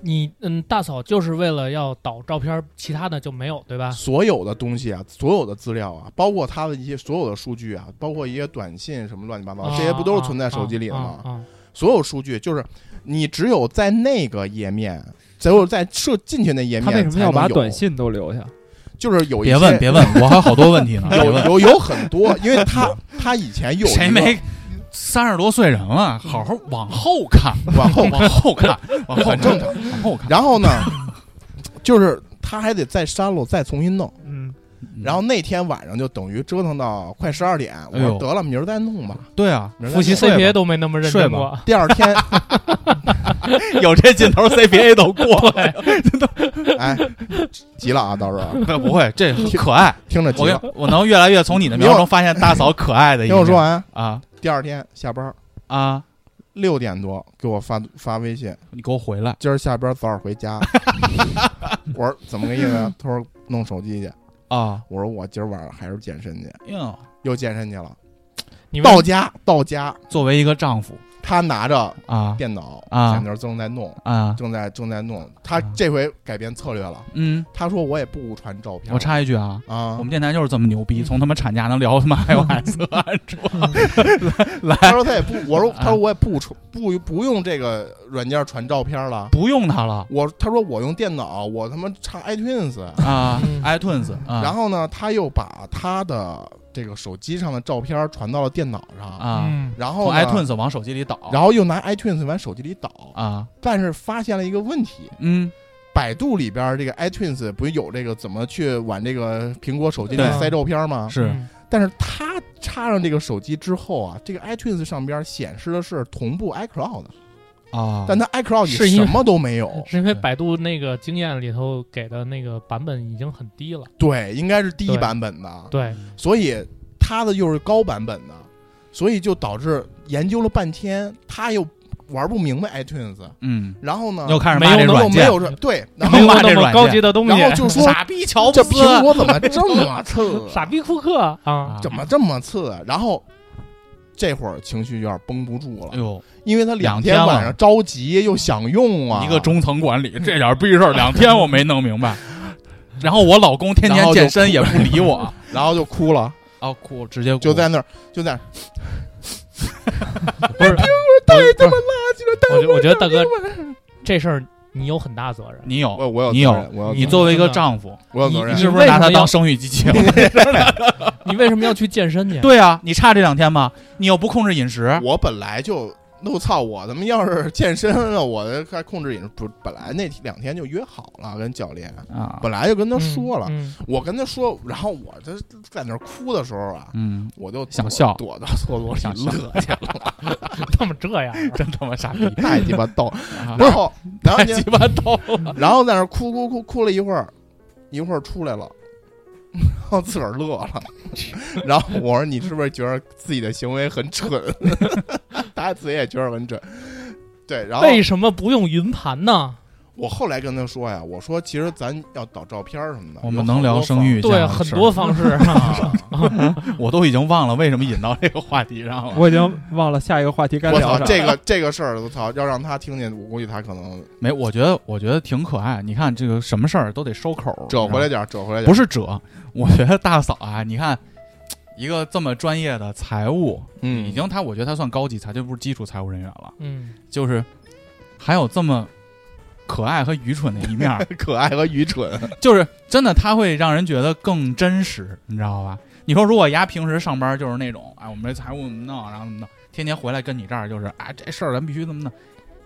J: 你嗯大嫂就是为了要导照片，其他的就没有对吧？
D: 所有的东西啊，所有的资料啊，包括他的一些所有的数据啊，包括一些短信什么乱七八糟，这些不都是存在手机里的吗？
J: 啊啊啊啊
D: 所有数据就是你只有在那个页面，只有在设进去那页面
I: 他为什么
D: 才
I: 要
D: 能
I: 把
D: 有啊
I: 短？信都留下？
D: 就是有一
G: 别
D: 些
G: 问别问，我还有好多问题呢。别
D: 有
G: 问
D: 有有很多，因为他他以前有一个嗯
G: 谁没三十多岁人了，好好往后看，
D: 往后
G: 往后看，往后看
D: 很正，常。
G: 往后看。
D: 然后呢，就是他还得再删了，再重新弄。
I: 嗯，
D: 然后那天晚上就等于折腾到快十二点，我
G: 哎呦
D: 说得了，明儿再弄吧。
G: 对啊，
D: 明儿再
J: 复习
D: 弄
J: CPA 都没那么认
G: 睡
J: 真
G: 吧
J: 过，
D: 第二天，
G: 有这劲头，CPA 都过了。
D: 哎，急了啊！到时候
G: 不会，这可爱。
D: 听着急
G: 我
D: 了。
G: 跟我能越来越从你的描述中发现大嫂可爱的一
D: 听我
G: 面
D: 说完，
G: 啊
D: 第二天下班
G: 啊！
D: 六点多给我发发微信，
G: 你给我回来，
D: 今儿下班早点回家。 我说怎么个意思啊？他说弄手机去。
G: 啊，
D: 我说我今儿晚上还是健身去，
G: 哟，
D: 又健身去了。
J: 你问
D: 到家到家，
G: 作为一个丈夫
D: 他拿着
G: 啊
D: 电脑
G: 啊
D: 在那儿正在弄，
G: 啊，
D: 正在正在弄。他
G: 啊
D: 这回改变策略了，
G: 嗯，
D: 他说我也不传照片了。
G: 我插一句啊，
D: 啊
G: 我，们电台就是这么牛
D: 嗯
G: 逼，从他妈产假能聊他妈 iOS 安卓，来
D: 他
G: 来，
D: 说他也不，我说
G: 啊
D: 他说我也不传不不用这个软件传照片了。
G: 不用它了
D: 我他说我用电脑，我他妈插 iTunes，
G: 啊
J: 嗯
G: ，iTunes 啊，
D: 然后呢，他又把他的这个手机上的照片传到了电脑上，
G: 啊，
J: 嗯，
D: 然
G: 从
D: 后呢
G: iTunes 往手机里导，
D: 然后又拿 iTunes 往手机里导，
G: 啊，
D: 但是发现了一个问题，
G: 嗯，
D: 百度里边这个 iTunes 不是有这个怎么去往这个苹果手机里
G: 对
D: 塞照片吗？
G: 是
J: 嗯
D: 但是他插上这个手机之后啊，这个 iTunes 上边显示的是同步 iCloud 的，
G: 啊，
D: 但它 iCloud
J: 是
D: 里
J: 因为
D: 什么都没有，
G: 哦
J: 是因为百度那个经验里头给的那个版本已经很低了，
D: 对，应该是低
J: 对
D: 版本的，
J: 对，
D: 所以他的又是高版本的，所以就导致研究了半天，他又玩不明白 iTunes，
G: 嗯，
D: 然后呢，
G: 又开始
J: 没
G: 骂
J: 有
D: 然
G: 这
J: 那
G: 软
D: 后没
G: 件，
D: 有说对，然
J: 没
D: 后
J: 有
G: 骂这
J: 那么
G: 软
J: 高
G: 件
J: 级的东西，
D: 然后就 说
G: 傻逼乔
D: 这
G: 布斯
D: 苹果怎么这么 次，
J: 傻逼库克啊，
D: 怎么这么次？然后这会儿情绪有点绷不住了，
G: 哎呦，
D: 因为他两天
G: 两天了
D: 晚上着急又想用啊，
G: 一个中层管理，这点逼事儿两天我没弄明白。然后我老公天
D: 然
G: 天
D: 后就
G: 健身也不理 我，
D: 然后就哭了，
G: 啊哭，直接哭
D: 就在那儿就在那儿
J: 不 是，太他妈垃圾了！我觉我觉得大哥这事儿你有很大责任，
G: 你有
D: 我我有
G: 你
D: 责
G: 有
D: 任我有
G: 你
D: 责
G: 作为一个
J: 真的
G: 丈夫，
D: 我有责
G: 你
D: 任
G: 你，是不是拿他当生育机器了？
J: 你为什么要去健身去？
G: 对啊，你差这两天吗？你又不控制饮食，
D: 我本来就。我操！我他妈要是健身了，我还控制饮食不？本来那两天就约好了跟教练，
G: 啊，
D: 本来就跟他
J: 嗯
D: 说了，
J: 嗯
D: 我跟他说，然后我这在那儿哭的时候啊，
G: 嗯，
D: 我就躲
G: 想笑
D: 躲到厕所
G: 想
D: 里
G: 笑
D: 乐去了，
J: 怎么这样啊？
G: 真他妈傻逼，
D: 太鸡巴 逗。
G: 啊
D: 然后，然后
G: 太
D: 你
G: 鸡巴逗了
D: 然后在那儿哭哭哭哭了一会儿，一会儿出来了， 然后自个儿乐 了。然后我说：“你是不是觉得自己的行为很蠢？” 他自己也觉得很蠢。对，然后
J: 为什么不用云盘呢？
D: 我后来跟他说呀，我说其实咱要导照片儿什么的，
G: 我们能聊生育这
J: 对，
G: 样的
J: 很
G: 事儿
J: 多方式啊
D: 有好多方法。
G: 我都已经忘了为什么引到这个话题上了。
I: 我已经忘了下一个话题该
D: 我操，
I: 聊啥。
D: 这个这个事儿，我操，要让他听见，我估计他可能
G: 没，我觉得我觉得挺可爱。你看这个什么事儿都得收口儿，
D: 折回来
G: 是吧
D: 点儿，折回来点儿。
G: 不是折，我觉得大嫂啊，你看一个这么专业的财务，
D: 嗯，
G: 已经他我觉得他算高级财，这不是基础财务人员了，
J: 嗯，
G: 就是还有这么可爱和愚蠢的一面儿，
D: 可爱和愚蠢。
G: 就是真的，它会让人觉得更真实，你知道吧？你说如果丫平时上班就是那种，哎，我们这财务怎么弄，然后怎么弄，天天回来跟你这儿就是，哎，这事儿咱必须怎么弄，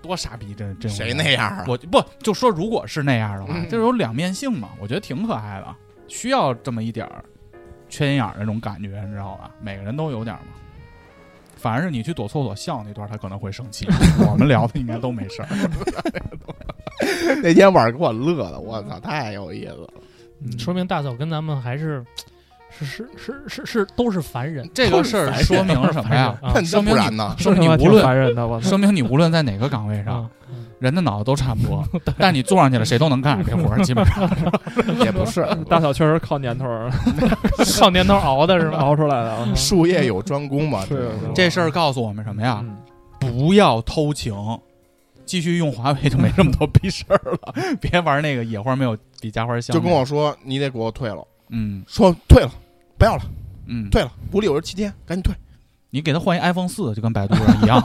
G: 多傻逼，这这种
D: 谁
G: 人
D: 那样啊？
G: 我就不就说如果是那样的话，
D: 嗯
G: 这有两面性嘛，我觉得挺可爱的，需要这么一点儿缺心眼儿那种感觉，你知道吧？每个人都有点儿嘛。反而是你去躲厕所笑那段，他可能会生气。我们聊的应该都没事儿。
D: 那天晚上给我乐的，我操，太有意思了。
G: 嗯
J: 说明大嫂跟咱们还是是是是是是都是凡人，
G: 这个事儿说明什么呀？
J: 啊
D: 那
G: 说明
D: 不
G: 你
D: 然呢？
G: 说明你
I: 他妈
G: 无
I: 挺
G: 论
I: 烦人的，我操！
G: 说明你无论在哪个岗位上，
I: 嗯
J: 啊！
G: 人的脑子都差不 多，但你坐上去了，谁都能干这活儿，基本 上。
D: 也不 是，
I: 大嫂确实靠年头儿
J: 嗯少年头熬的是吗？
I: 熬出来的啊。
D: 术业有专攻嘛。
I: 是
D: 这个
I: 是
G: 这事儿告诉我们什么呀？
I: 嗯
G: 不要偷情，继续用华为就没这么多逼事儿了， 别玩那个野花没有比家花香。
D: 就跟我，说你得给我退了，
G: 嗯
D: 说退了，不要了，
G: 嗯，，
D: 退了，无理由七天，赶紧退。
G: 你给他换一 iPhone 四，就跟百度上一 样。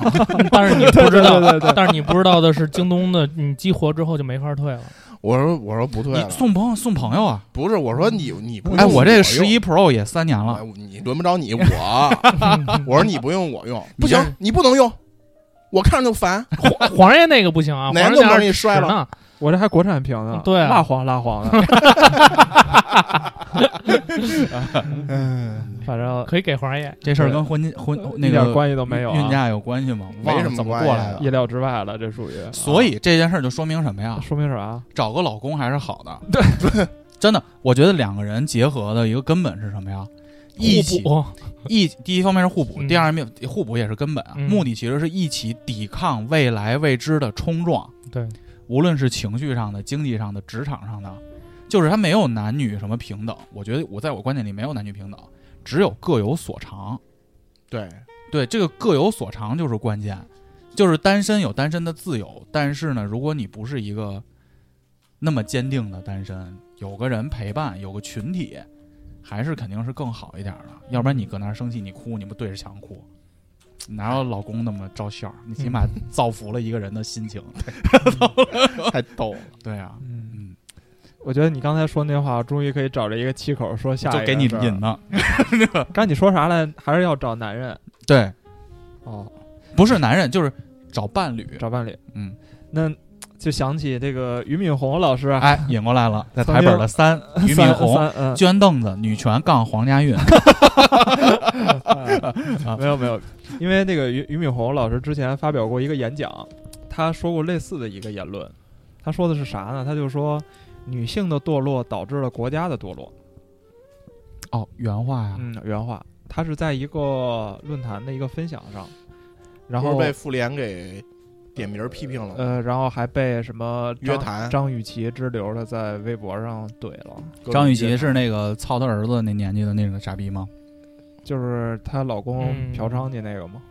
J: 但是你不
I: 对
J: 知
I: 对
J: 道
I: 对对，
J: 但是你不知道的是，京东的你激活之后就没法退了。
D: 我说我说不退
G: 你
D: 了，
G: 送朋友送朋友啊？
D: 不是我说你你不
G: 哎，
D: 用
G: 我这个
D: 用
G: 十一 Pro 也三年
D: 哎
G: 了，
D: 你轮不着你我，我说你不用我用，不行
G: 你这，
D: 你不能用，我看着就烦，
J: 黄黄爷那个不 行啊，
D: 哪
J: 黄
D: 个都
J: 爷那
D: 能
J: 儿
D: 给你摔
J: 使
D: 了。
J: 呢。
I: 我这还国产屏呢，
J: 对啊
I: 蜡黄蜡黄的。
G: 嗯
I: 反正
J: 可以给黄爷，
G: 这事儿跟婚婚那
I: 呃
G: 个
I: 一点关系都没有啊
G: 运价有关系吗？忘
D: 没
G: 了
D: 什么
G: 怎么
D: 关
G: 过
D: 系
G: 来
D: 啊
G: 的。
I: 意料之外了，这属于。
G: 所以这件事儿就说明什么呀
I: 啊、？说明啥？
G: 找个老公还是好的。对， 真的，我觉得两个人结合的一个根本是什么呀？一起
J: 互补哦
G: 一第一方面是互补，
J: 嗯
G: 第二面互补也是根本啊。
J: 嗯
G: 目的其实是一起抵抗未来未知的冲撞，
J: 对，
G: 无论是情绪上的、经济上的、职场上的，就是它没有男女什么平等。我觉得我在我观点里没有男女平等，只有各有所长。
D: 对，
G: 对，这个各有所长就是关键，就是单身有单身的自由，但是呢，如果你不是一个那么坚定的单身，有个人陪伴，有个群体，还是肯定是更好一点的。要不然你搁那儿生气，你哭，你不对着墙哭，哪有老公那么招笑？你起码 造福了一个人的心情。
D: 太逗了。
G: 对啊，
I: 嗯，
G: 嗯，
I: 我觉得你刚才说那话，终于可以找着一个气口说下一
G: 就
I: 个。
G: 给你
D: 这儿
G: 引呢。
I: 刚才你说啥来？还是要找男人
G: 对，
I: 哦，
G: 不是男人就是找伴侣。
I: 找伴侣。
G: 嗯，
I: 那就想起这个俞敏洪老师，
G: 哎，引过来了，在台本的三，俞敏
I: 三
G: 洪。
I: 三嗯，
G: 捐凳子，女权杠黄家韵，
I: 啊 没有没有，因为那个俞俞敏洪老师之前发表过一个演讲，他说过类似的一个言论，他说的是啥呢？他就说女性的堕落导致了国家的堕落。
G: 哦，原话呀、
I: 嗯，原话，他是在一个论坛的一个分享上，然
D: 不
I: 后
D: 是被妇联给点名批评了吗，
I: 呃，然后还被什么
D: 约
I: 张
D: 谈
I: 张雨绮之流的在微博上怼了，
D: 各种
G: 张雨
D: 约
G: 绮
D: 谈
G: 是那个操他儿子那年纪的那个傻逼吗？
I: 就是她老公
J: 嗯
I: 嫖娼的那个嘛，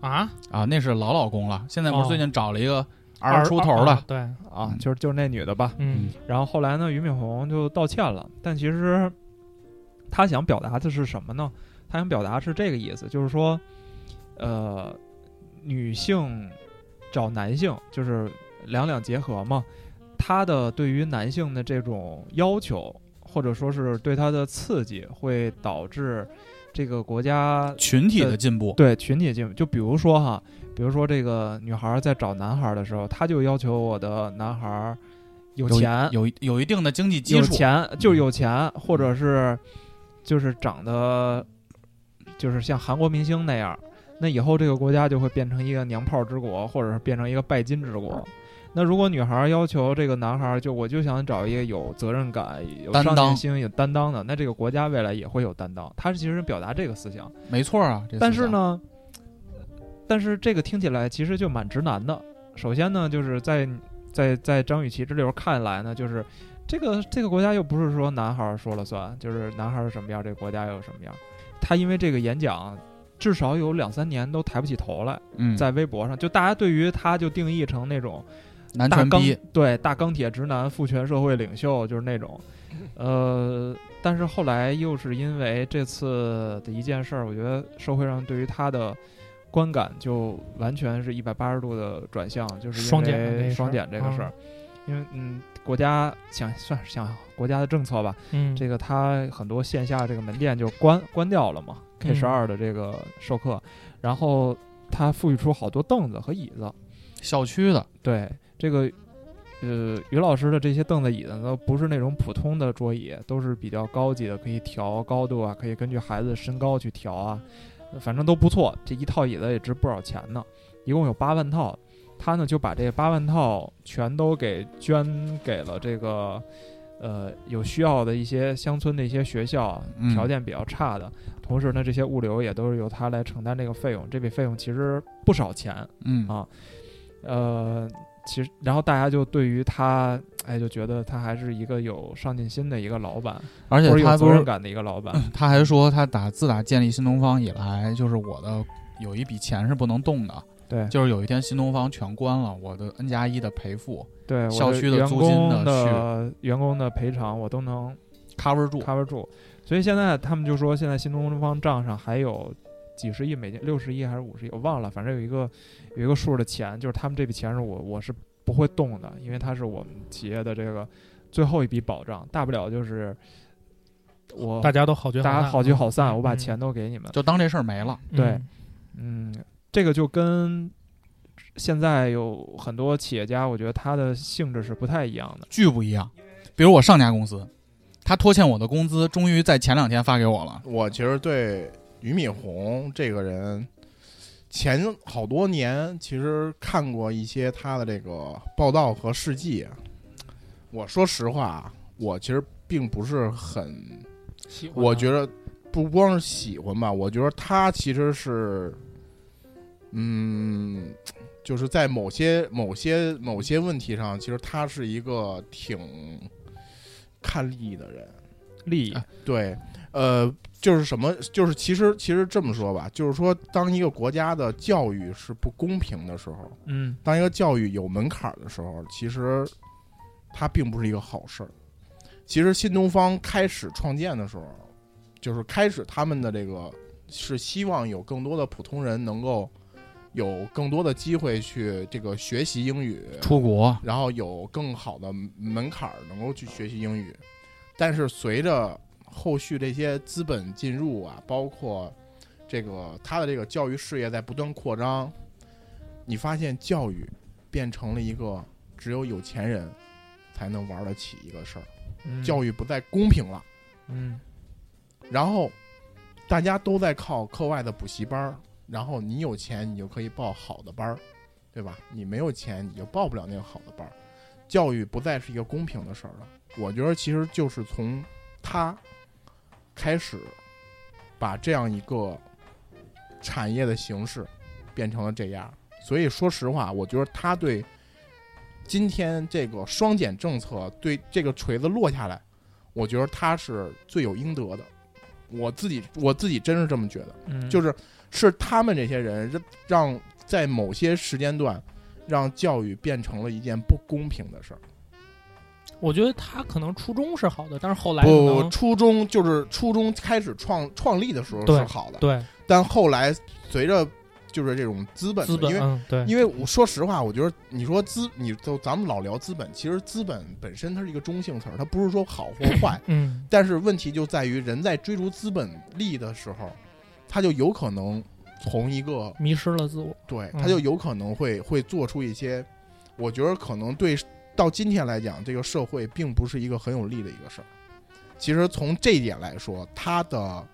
J: 啊，
G: 啊，那是老老公了。现在不
J: 哦
G: 是最近找了一个二十出头
J: 啊
G: 的，
J: 对，
I: 啊，
G: 嗯
I: 就是就是那女的吧。
J: 嗯
I: 然后后来呢，俞敏洪就道歉了，但其实他想表达的是什么呢？他想表达是这个意思，就是说，呃，女性找男性就是两两结合嘛，他的对于男性的这种要求，或者说是对他的刺激，会导致这个国家
G: 群体的进步，
I: 对群体进步，就比如说哈，比如说这个女孩在找男孩的时候，她就要求我的男孩有
G: 有
I: 钱、
G: 有有一定的经济基
I: 有
G: 础，
I: 钱就是有钱，或者是就是长得就是像韩国明星那样，那以后这个国家就会变成一个娘炮之国，或者是变成一个拜金之国。那如果女孩要求这个男孩，就我就想找一个有责任感、有
G: 担
I: 上
G: 当
I: 进心、有担当的，那这个国家未来也会有担当。他是其实表达这个思想，
G: 没错啊。这
I: 但
G: 思
I: 是
G: 想，
I: 呢，但是这个听起来其实就蛮直男的。首先呢，就是在在在张雨绮之流看来呢，就是这个这个国家又不是说男孩儿说了算，就是男孩儿是什么样，这个国家又有什么样。他因为这个演讲，至少有两三年都抬不起头来，
G: 嗯，
I: 在微博上就大家对于他就定义成那种
G: 男
I: 大
G: 权
I: 钢
G: 逼，
I: 对大钢铁直男、父权社会领袖，就是那种，呃，但是后来又是因为这次的一件事儿，我觉得社会上对于他的观感就完全是一百八十度的转向，就是因
J: 双减的
I: 为
J: 那事儿啊
I: 双减这个事儿，因为嗯，国家想算是想国家的政策吧，
J: 嗯，
I: 这个它很多线下这个门店就关关掉了嘛，K
J: 嗯
I: 十二的这个授课，然后它富裕出好多凳子和椅子。
G: 校区的，
I: 对这个，呃，于老师的这些凳子椅子呢，不是那种普通的桌椅，都是比较高级的，可以调高度啊，可以根据孩子身高去调啊，反正都不错。这一套椅子也值不少钱呢，一共有八万套。他呢就把这八万套全都给捐给了这个，呃，有需要的一些乡村的一些学校，啊
G: 嗯
I: 条件比较差的。同时呢，这些物流也都是由他来承担这个费用，这笔费用其实不少钱。
G: 嗯
I: 啊呃，其实然后大家就对于他，哎，就觉得他还是一个有上进心的一个老板，
G: 而
I: 或者
G: 且他
I: 有责
G: 不
I: 任
G: 是，嗯
I: 感的一个老板。
G: 他还说他打自打建立新东方以来，就是我的有一笔钱是不能动的，
I: 对
G: 就是有一天新东方全关了，我的 N 加一的赔付
I: 对，我
G: 校区的
I: 员
G: 租金
I: 工
G: 的
I: 的员工的赔偿我都能
G: cover 住，
I: cover 住，所以现在他们就说，现在新东方账上还有几十亿美金，六十亿还是五十亿，我忘了，反正有一个有一个数的钱，就是他们这笔钱是我我是不会动的，因为它是我们企业的这个最后一笔保障，大不了就是我
J: 大家都好聚
I: 大家
J: 散
I: 好聚好散，
J: 嗯
I: 我把
J: 嗯
I: 钱都给你们。
G: 就当这事儿没了。
J: 嗯
I: 对嗯，这个就跟现在有很多企业家，我觉得他的性质是不太一样的。
G: 巨不一样。比如我上家公司，他拖欠我的工资，终于在前两天发给我了。
D: 我其实对俞敏洪这个人，前好多年其实看过一些他的这个报道和事迹。啊我说实话，啊我其实并不是很，
J: 喜欢啊
D: 我
J: 他
D: 觉得不光是喜欢吧，我觉得他其实是，嗯，就是在某些某些某些问题上，其实他是一个挺看利益的人。
I: 利益，
D: 对，呃，就是什么，就是其实其实这么说吧，就是说，当一个国家的教育是不公平的时候，
I: 嗯，
D: 当一个教育有门槛儿的时候，其实它并不是一个好事儿。其实新东方开始创建的时候，就是开始他们的这个是希望有更多的普通人能够有更多的机会去这个学习英语，
G: 出国，
D: 然后有更好的门槛儿能够去学习英语。但是随着后续这些资本进入啊，包括这个他的这个教育事业在不断扩张，你发现教育变成了一个只有有钱人才能玩得起一个事儿，
I: 嗯
D: 教育不再公平了。
I: 嗯
D: 然后大家都在靠课外的补习班儿，然后你有钱你就可以报好的班儿，对吧？你没有钱你就报不了那个好的班儿。教育不再是一个公平的事儿了。我觉得其实就是从他开始，把这样一个产业的形式变成了这样。所以说实话，我觉得他对今天这个双减政策对这个锤子落下来，我觉得他是罪有应得的。我自己我自己真是这么觉得。
I: 嗯，
D: 就是是他们这些人让让在某些时间段，让教育变成了一件不公平的事儿。
J: 我觉得他可能初衷是好的，但是后来可
D: 不，
J: 能
D: 初中就是初中开始创创立的时候
J: 对
D: 是好的，
J: 对
D: 但后来随着就是这种资本的，
J: 资本，
D: 因为。
J: 嗯，对，
D: 因为我说实话，我觉得你说资，你都咱们老聊资本，其实资本本身它是一个中性词儿，它不是说好或坏，
J: 嗯，
D: 但是问题就在于人在追逐资本利益的时候，他就有可能从一个
J: 迷失了自我，
D: 对，
J: 嗯
D: 他就有可能会会做出一些，我觉得可能对到今天来讲，这个社会并不是一个很有利的一个事儿。其实从这一点来说，他的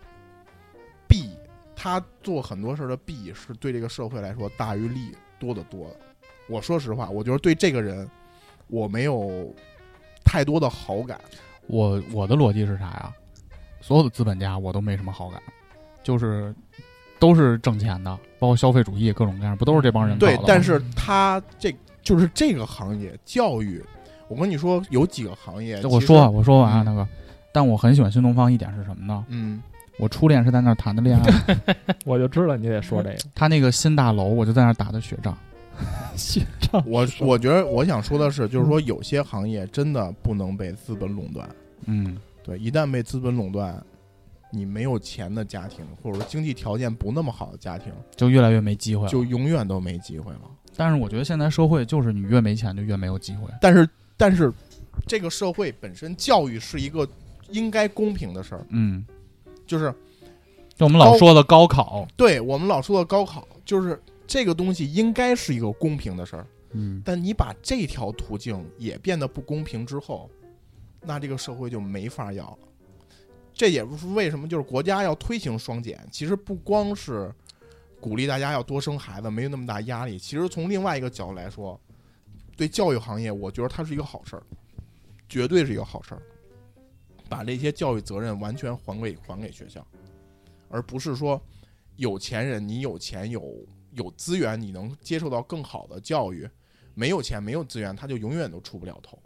D: 弊，他做很多事儿的弊是对这个社会来说大于利多得多的。我说实话，我觉得对这个人我没有太多的好感。
G: 我我的逻辑是啥呀？所有的资本家我都没什么好感，就是都是挣钱的，包括消费主义各种各样，不都是这帮人搞的嗯
D: 对
G: 吗？，
D: 但是他这就是这个行业教育，我跟你说有几个行业，
G: 我
D: 其实
G: 说啊，我说完啊，
D: 嗯
G: 那个，但我很喜欢新东方一点是什么呢？
D: 嗯，
G: 我初恋是在那儿谈 的恋爱，
I: 我就知道你得说 这个。
G: 他那个新大楼我就在那儿打的雪仗。
D: 我我觉得我想说的是，就是说有些行业真的不能被资本垄断。
G: 嗯，
D: 对，一旦被资本垄断，你没有钱的家庭，或者说经济条件不那么好的家庭，
G: 就越来越没机会了。
D: 就永远都没机会了。
G: 但是我觉得现在社会就是你越没钱就越没有机会。
D: 但是，但是这个社会本身教育是一个应该公平的事儿，
G: 嗯，
D: 就是
G: 就我们老说的高考，
D: 对我们老说的高考，就是这个东西应该是一个公平的事儿。
G: 嗯，
D: 但你把这条途径也变得不公平之后，那这个社会就没法要了。这也是为什么就是国家要推行双减，其实不光是鼓励大家要多生孩子，没有那么大压力。其实从另外一个角度来说，对教育行业，我觉得它是一个好事儿，绝对是一个好事儿。把这些教育责任完全还给还给学校，而不是说有钱人你有钱有有资源，你能接受到更好的教育，没有钱没有资源，他就永远都出不了头，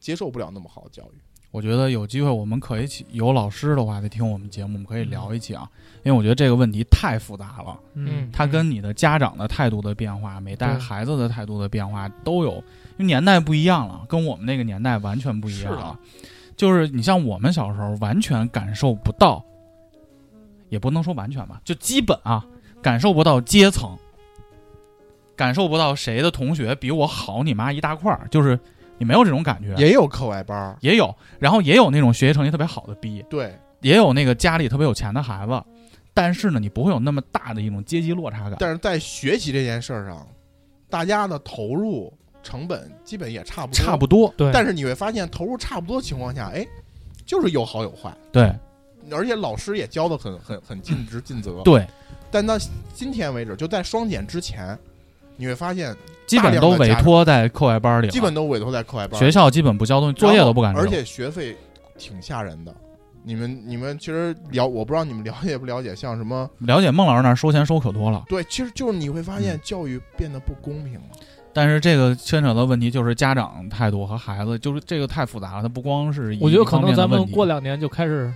D: 接受不了那么好的教育。
G: 我觉得有机会我们可以起有老师的话，得听我们节目，我们可以聊一期啊，因为我觉得这个问题太复杂了，
J: 嗯，
G: 它跟你的家长的态度的变化、每代孩子的态度的变化都有，因为年代不一样了，跟我们那个年代完全不一样
I: 是啊
G: 了。就是你像我们小时候，完全感受不到，也不能说完全吧，就基本啊，感受不到阶层，感受不到谁的同学比我好你妈一大块儿，就是你没有这种感觉。
D: 也有课外班儿，
G: 也有，然后也有那种学习成绩特别好的逼，
D: 对，
G: 也有那个家里特别有钱的孩子，但是呢，你不会有那么大的一种阶级落差感。
D: 但是在学习这件事儿上，大家的投入成本基本也差不多
G: 差不多，
J: 对，
D: 但
J: 是
D: 是你会发现，投入差不多情况下，哎，就是有好有坏，
G: 对
D: 而且老师也教的很很很尽职尽责。，
G: 对，
D: 但到今天为止，就在双减之前，你会发现
G: 基本都委托在课外班里了，
D: 基本都委托在课外班，
G: 学校基本不交东西，作业都不敢
D: 然后
G: 扔
D: 而。且学费挺吓人的。你们你们其实了，我不知道你们了解不了解，像什么
G: 了解孟老师那儿收钱收可多了，
D: 对，其实就是你会发现教育变得不公平了。
G: 但是这个牵扯到问题就是家长态度和孩子，就是这个太复杂了，它不光是一
J: 我觉得可
G: 方面
J: 能
G: 的
J: 咱们
G: 问题
J: 过两年就开始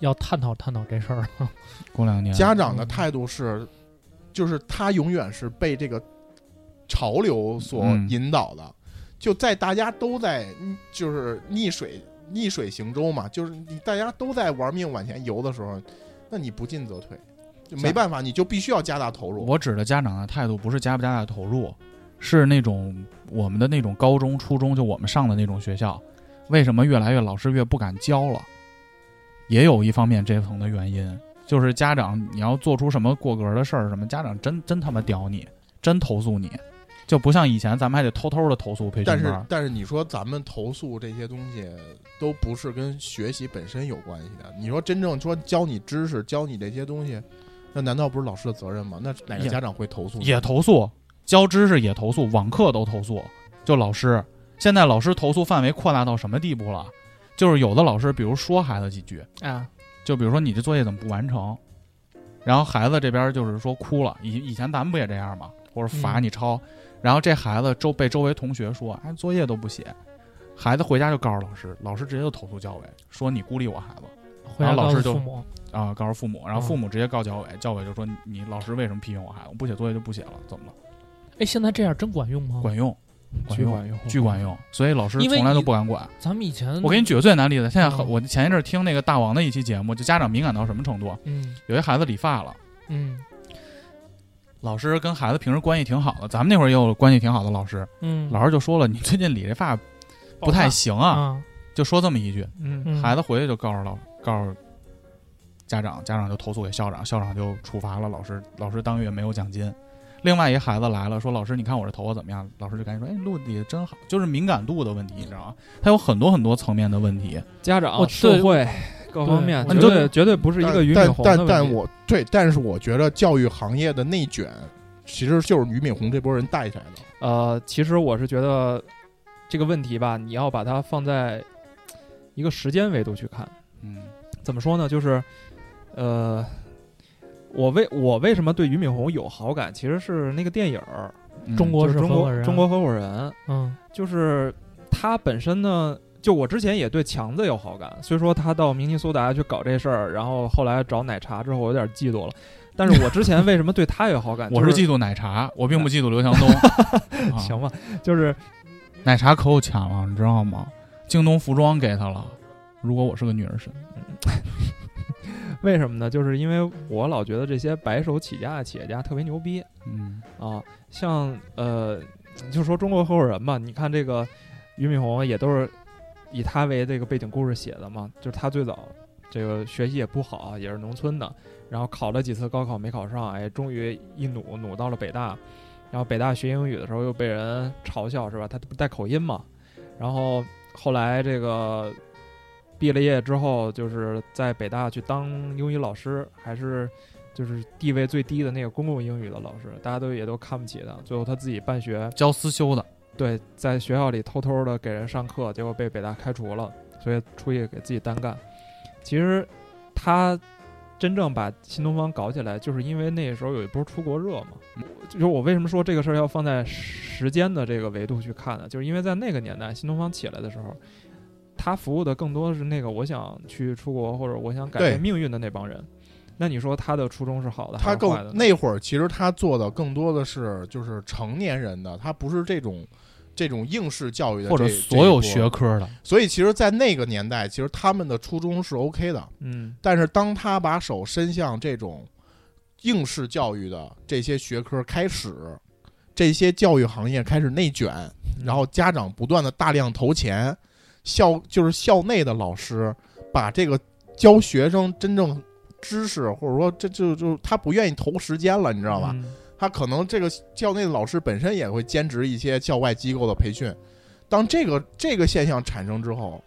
J: 要探讨探讨这事儿了。
G: 过两年
D: 家长的态度是，就是他永远是被这个潮流所
G: 嗯
D: 引导的，就在大家都在嗯就是逆水逆水行舟嘛，就是你大家都在玩命往前游的时候，那你不进则退，就没办法，你就必须要加大投入。
G: 我指的家长的态度不是加不加大投入，是那种我们的那种高中、初中，就我们上的那种学校，为什么越来越老师越不敢教了？也有一方面这层的原因，就是家长你要做出什么过格的事儿，什么家长真真他妈屌你，真投诉你，就不像以前咱们还得偷偷的投诉培训
D: 但
G: 班
D: 是
G: 儿。
D: 但是你说咱们投诉这些东西都不是跟学习本身有关系的，你说真正说教你知识、教你这些东西，那难道不是老师的责任吗？那哪个
G: 也
D: 家长会投诉你？
G: 也投诉，教知识也投诉，网课都投诉。就老师，现在老师投诉范围扩大到什么地步了？就是有的老师，比如说孩子几句，
J: 啊，
G: 就比如说你这作业怎么不完成，然后孩子这边就是说哭了，以以前咱们不也这样吗？或者罚你抄，然后这孩子周被周围同学说，哎，作业都不写，孩子回家就告诉老师，老师直接就投诉教委，说你孤立我孩子
J: 回
G: 然
J: 家
G: 后老
J: 告诉
G: 师就
J: 父母，
G: 啊，告诉父母，然后
J: 嗯
G: 父母直接告教委，教委就说你你老师为什么批评我孩子，我不写作业就不写了，怎么了？
J: 哎，现在这样真管用吗？
G: 管用，管
D: 嗯
I: 巨
G: 用，
I: 管用，
G: 巨管用，所以老师
J: 因为
G: 从来
J: 你
G: 都不敢管。
J: 咱们以前
G: 我给你举个最难例子，现在很
J: 嗯
G: 我前一阵儿听那个大王的一期节目，就家长敏感到什么程度？
J: 嗯
G: 有一孩子理发了。
J: 嗯
G: 老师跟孩子平时关系挺好的，咱们那会儿也有关系挺好的老师，
J: 嗯，
G: 老师就说了，你最近理这发不太行啊，
J: 啊，
G: 就说这么一句，
I: 嗯，
J: 嗯
G: 孩子回去就告诉老告诉家长，家长就投诉给校长，校长就处罚了老师，老师当月没有奖金。另外一孩子来了，说老师，你看我这头发怎么样？老师就赶紧说，哎，录的真好，就是敏感度的问题，你知道吗？它有很多很多层面的问题。
I: 家长
J: 我、对
I: 社会各方面，
J: 对
I: 绝
G: 我觉
I: 对
G: 得
I: 绝对不是一个俞敏
D: 但
I: 洪的
D: 但
I: 问
D: 但
I: 题
D: 我对，但是我觉得教育行业的内卷，其实就是俞敏洪这波人带起来的。
I: 呃，其实我是觉得这个问题吧，你要把它放在一个时间维度去看。
G: 嗯
I: 怎么说呢？就是，呃，我为我为什么对俞敏洪有好感，其实是那个电影儿，
G: 嗯
J: 中国
I: 就是
J: 是
I: 中
J: 合伙
I: 国
J: 人
I: 中国合伙人，
J: 嗯
I: 就是他本身呢，就我之前也对强子有好感，虽说他到明尼苏达去搞这事儿，然后后来找奶茶之后，我有点嫉妒了。但是我之前为什么对他有好感？
G: 我
I: 就是
G: 嫉妒奶茶，我并不嫉妒刘强东。啊
I: 行吧，就是
G: 奶茶可有钱了，你知道吗？京东服装给他了。如果我是个女儿身，
I: 为什么呢？就是因为我老觉得这些白手起家的企业家特别牛逼
G: 嗯，
I: 啊，像呃，就说中国合伙人吧，你看这个俞敏洪也都是以他为这个背景故事写的嘛，就是他最早这个学习也不好，也是农村的，然后考了几次高考没考上，哎，终于一努努到了北大，然后北大学英语的时候又被人嘲笑是吧？他不带口音嘛，然后后来这个毕了业之后，就是在北大去当英语老师，还是就是地位最低的那个公共英语的老师，大家都也都看不起他。最后他自己办学，
G: 教思修的，
I: 对，在学校里偷偷的给人上课，结果被北大开除了，所以出去给自己单干。其实他真正把新东方搞起来，就是因为那时候有一波出国热嘛。就是我为什么说这个事儿要放在时间的这个维度去看呢？就是因为在那个年代，新东方起来的时候，他服务的更多是那个我想去出国或者我想改变
D: 对
I: 命运的那帮人。那你说他的初衷是好的还
D: 他
I: 是坏的
D: 更
I: 呢？
D: 那会儿，其实他做的更多的是就是成年人的，他不是这种这种应试教育的
G: 或者
D: 这
G: 所有
D: 这一
G: 学
D: 波
G: 科的，
D: 所以其实，在那个年代，其实他们的初衷是 OK 的。
I: 嗯，
D: 但是当他把手伸向这种应试教育的这些学科开始，这些教育行业开始内卷，
J: 嗯
D: 然后家长不断的大量投钱，校就是校内的老师把这个教学生真正知识，或者说这就就他不愿意投时间了，你知道吧？
I: 嗯
D: 他可能这个校内的老师本身也会兼职一些校外机构的培训。当这个这个现象产生之后，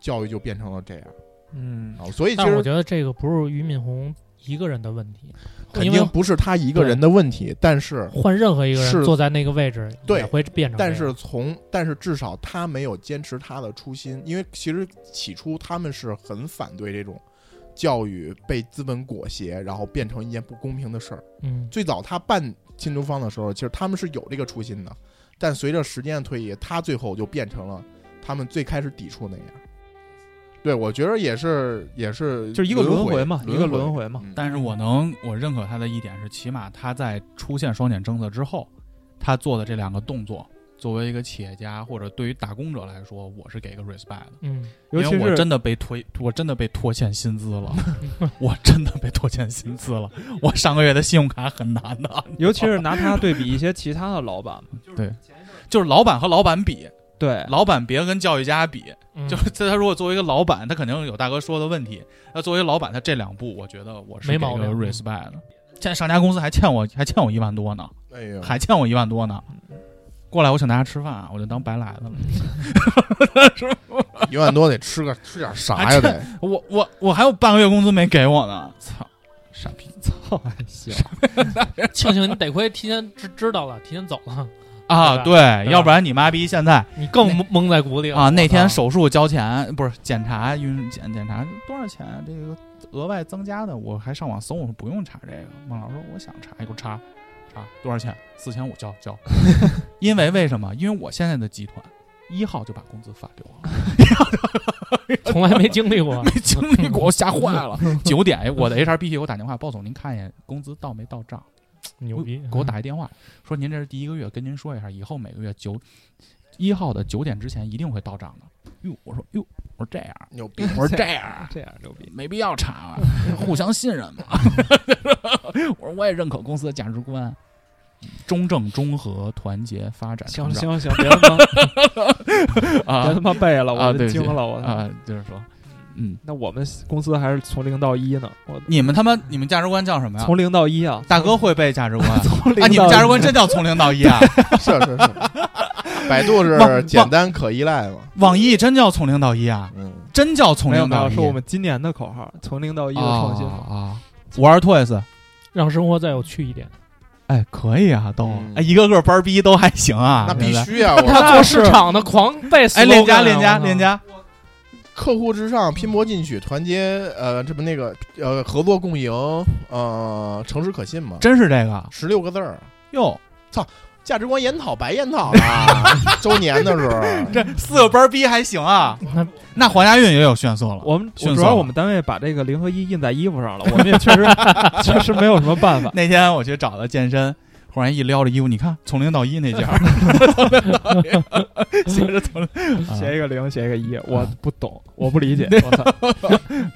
D: 教育就变成了这样
I: 嗯，
D: 啊，所以其
J: 但
D: 实
J: 我觉得这个不是俞敏洪一个人的问题，
D: 肯
J: 因为
D: 定不是他一个人的问题，但是
J: 换任何一个人
D: 是
J: 坐在那个位置
D: 对
J: 也会变成这样。
D: 但是从但是至少他没有坚持他的初心，因为其实起初他们是很反对这种教育被资本裹挟，然后变成一件不公平的事儿。
J: 嗯，
D: 最早他办新东方的时候，其实他们是有这个初心的，但随着时间的推移，他最后就变成了他们最开始抵触那样。对，我觉得也是，也是，
I: 就是一个轮回嘛一个轮
D: 回
I: 回嘛。
D: 嗯
G: 但是我能我认可他的一点是，起码他在出现双减政策之后，他做的这两个动作，作为一个企业家或者对于打工者来说，我是给一个 respect 的，
J: 嗯，
I: 尤
G: 因
I: 其
G: 为我
I: 是
G: 真的被推，我真的被拖欠薪资了， 我真的被拖欠薪资了，我上个月的信用卡很难的，
I: 尤其是拿他对比一些其他的老板嘛，
G: 就是老板和老板比，
I: 对，
G: 老板别跟教育家比，
J: 嗯
G: 就是这他如果作为一个老板，他肯定有大哥说的问题。那作为老板，他这两步，我觉得我是
J: 没毛病
G: 给个 respect 的。现在上家公司还欠我，还欠我一万多呢，
D: 哎呦，
G: 还欠我一万多呢。过来，我请大家吃饭，啊我就当白来的了。
D: 一万多得吃个吃点啥呀？得，
G: 我我我还有半个月工资没给我呢，操，傻逼！
I: 操，还行，
J: 庆幸你得亏提前知知道了，提前走了，
G: 啊，对，
J: 对对吧
G: 要不然你妈逼现在
J: 你更蒙蒙在鼓里了
G: 啊，那天
J: 手
G: 手术交钱不是检查晕检检查多少钱啊？这个额外增加的，我还上网搜，我说不用查这个。孟老师说我想查，你给我查，查多少钱？四千五交交。 因为为什么？因为我现在的集团一号就把工资发给我了，
J: 从来没经 历过，
G: 没经历过，我吓坏了。啊 九点哎我的 HRBP 给我打电话，鲍总您看一眼工资到没到账。
J: 牛逼，
I: 嗯
J: 嗯
G: 给我打一电话，说您这是第一个月，跟您说一下，以后每个月九一号的九点之前一定会到账的。哟，我说哟，我说这样，
D: 牛 逼！
G: 我说这样，
I: 这样牛逼，
G: 没必要查了，互相信任嘛。 我说我也认可公司的价值观，中正、中和、团结、发展、
I: 行
G: 成
I: 了
G: 长
I: 行了行了，别他妈别他
G: 啊
I: 妈背了，
G: 啊
I: 我
G: 对
I: 都
G: 不起
I: 惊了，我操！
G: 啊，就是说，嗯，
I: 那我们公司还是从零到一呢，我
G: 你们他妈你们价值观叫什么呀？
I: 从零到一啊，
G: 大哥会背价值 观
I: 从零
G: 啊？
I: 到
G: 你们价值
I: 一
G: 观真叫从零到一啊？
D: 是是是， 百度是
G: 忘
D: 简单可依赖嘛。
G: 网易真叫从零到一啊？
D: 嗯，
G: 真叫从
I: 没有
G: 零
I: 没有，
G: 到一？
I: 是我们今年的口号，从零到一的创新。
G: 啊啊！玩 Toys，
J: 让生活再有趣 一点。
G: 哎，可以啊，都
D: 嗯
G: 哎一个个班儿逼都还行啊，
D: 那必
G: 对不对。
D: 须 啊！我
J: 他做市场的狂背 slogan 啊，
G: 哎，链家链
J: 我
G: 家
J: 操
G: 链，家，
D: 客户至上，拼搏进取，团结，呃，这不那个呃，合作共赢，呃，诚实可信嘛，
G: 真是这个
D: 十六个字儿，
G: 哟，
D: 价值观研讨白研讨 了，周年的时候，
G: 这四个班儿逼还行啊，
I: 嗯
J: 那
G: 那黄家韵也有炫色了。
I: 我们
G: 迅
I: 我
G: 速
I: 主要
G: 了
I: 我们单位把这个零和一印在衣服上了，我们也确 实确实没有什么办法。
G: 那天我去找他健身，忽然一撩着衣服，你看从零到一那 件儿，写着从零啊
I: 写一个零，写一个一，我
G: 啊
I: 不懂，我不 理解。我操！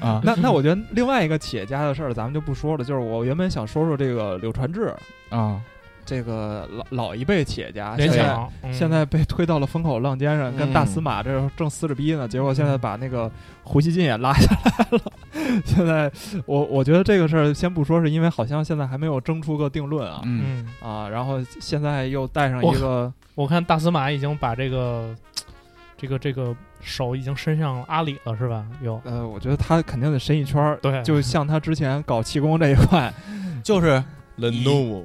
G: 啊，
I: 那那我觉得另外一个企业家的事儿咱们就不说了，就是我原本想说说这个柳传志，
G: 啊，
I: 这个老老一辈企业家，
J: 联
I: 现在
J: 想嗯
I: 现在被推到了风口浪尖上，跟
D: 嗯
I: 大司马这正撕着逼呢。结果现在把那个胡锡进也拉下来了。现在我我觉得这个事儿先不说，是因为好像现在还没有争出个定论啊、
G: 嗯，
J: 嗯，
I: 啊。然后现在又带上一个
J: 我看大司马已经把这个这个这个手已经伸向阿里了，是吧？有
I: 呃，我觉得他肯定得伸一圈儿，
J: 对，
I: 就像他之前搞气功这一块，
G: 就是
D: 冷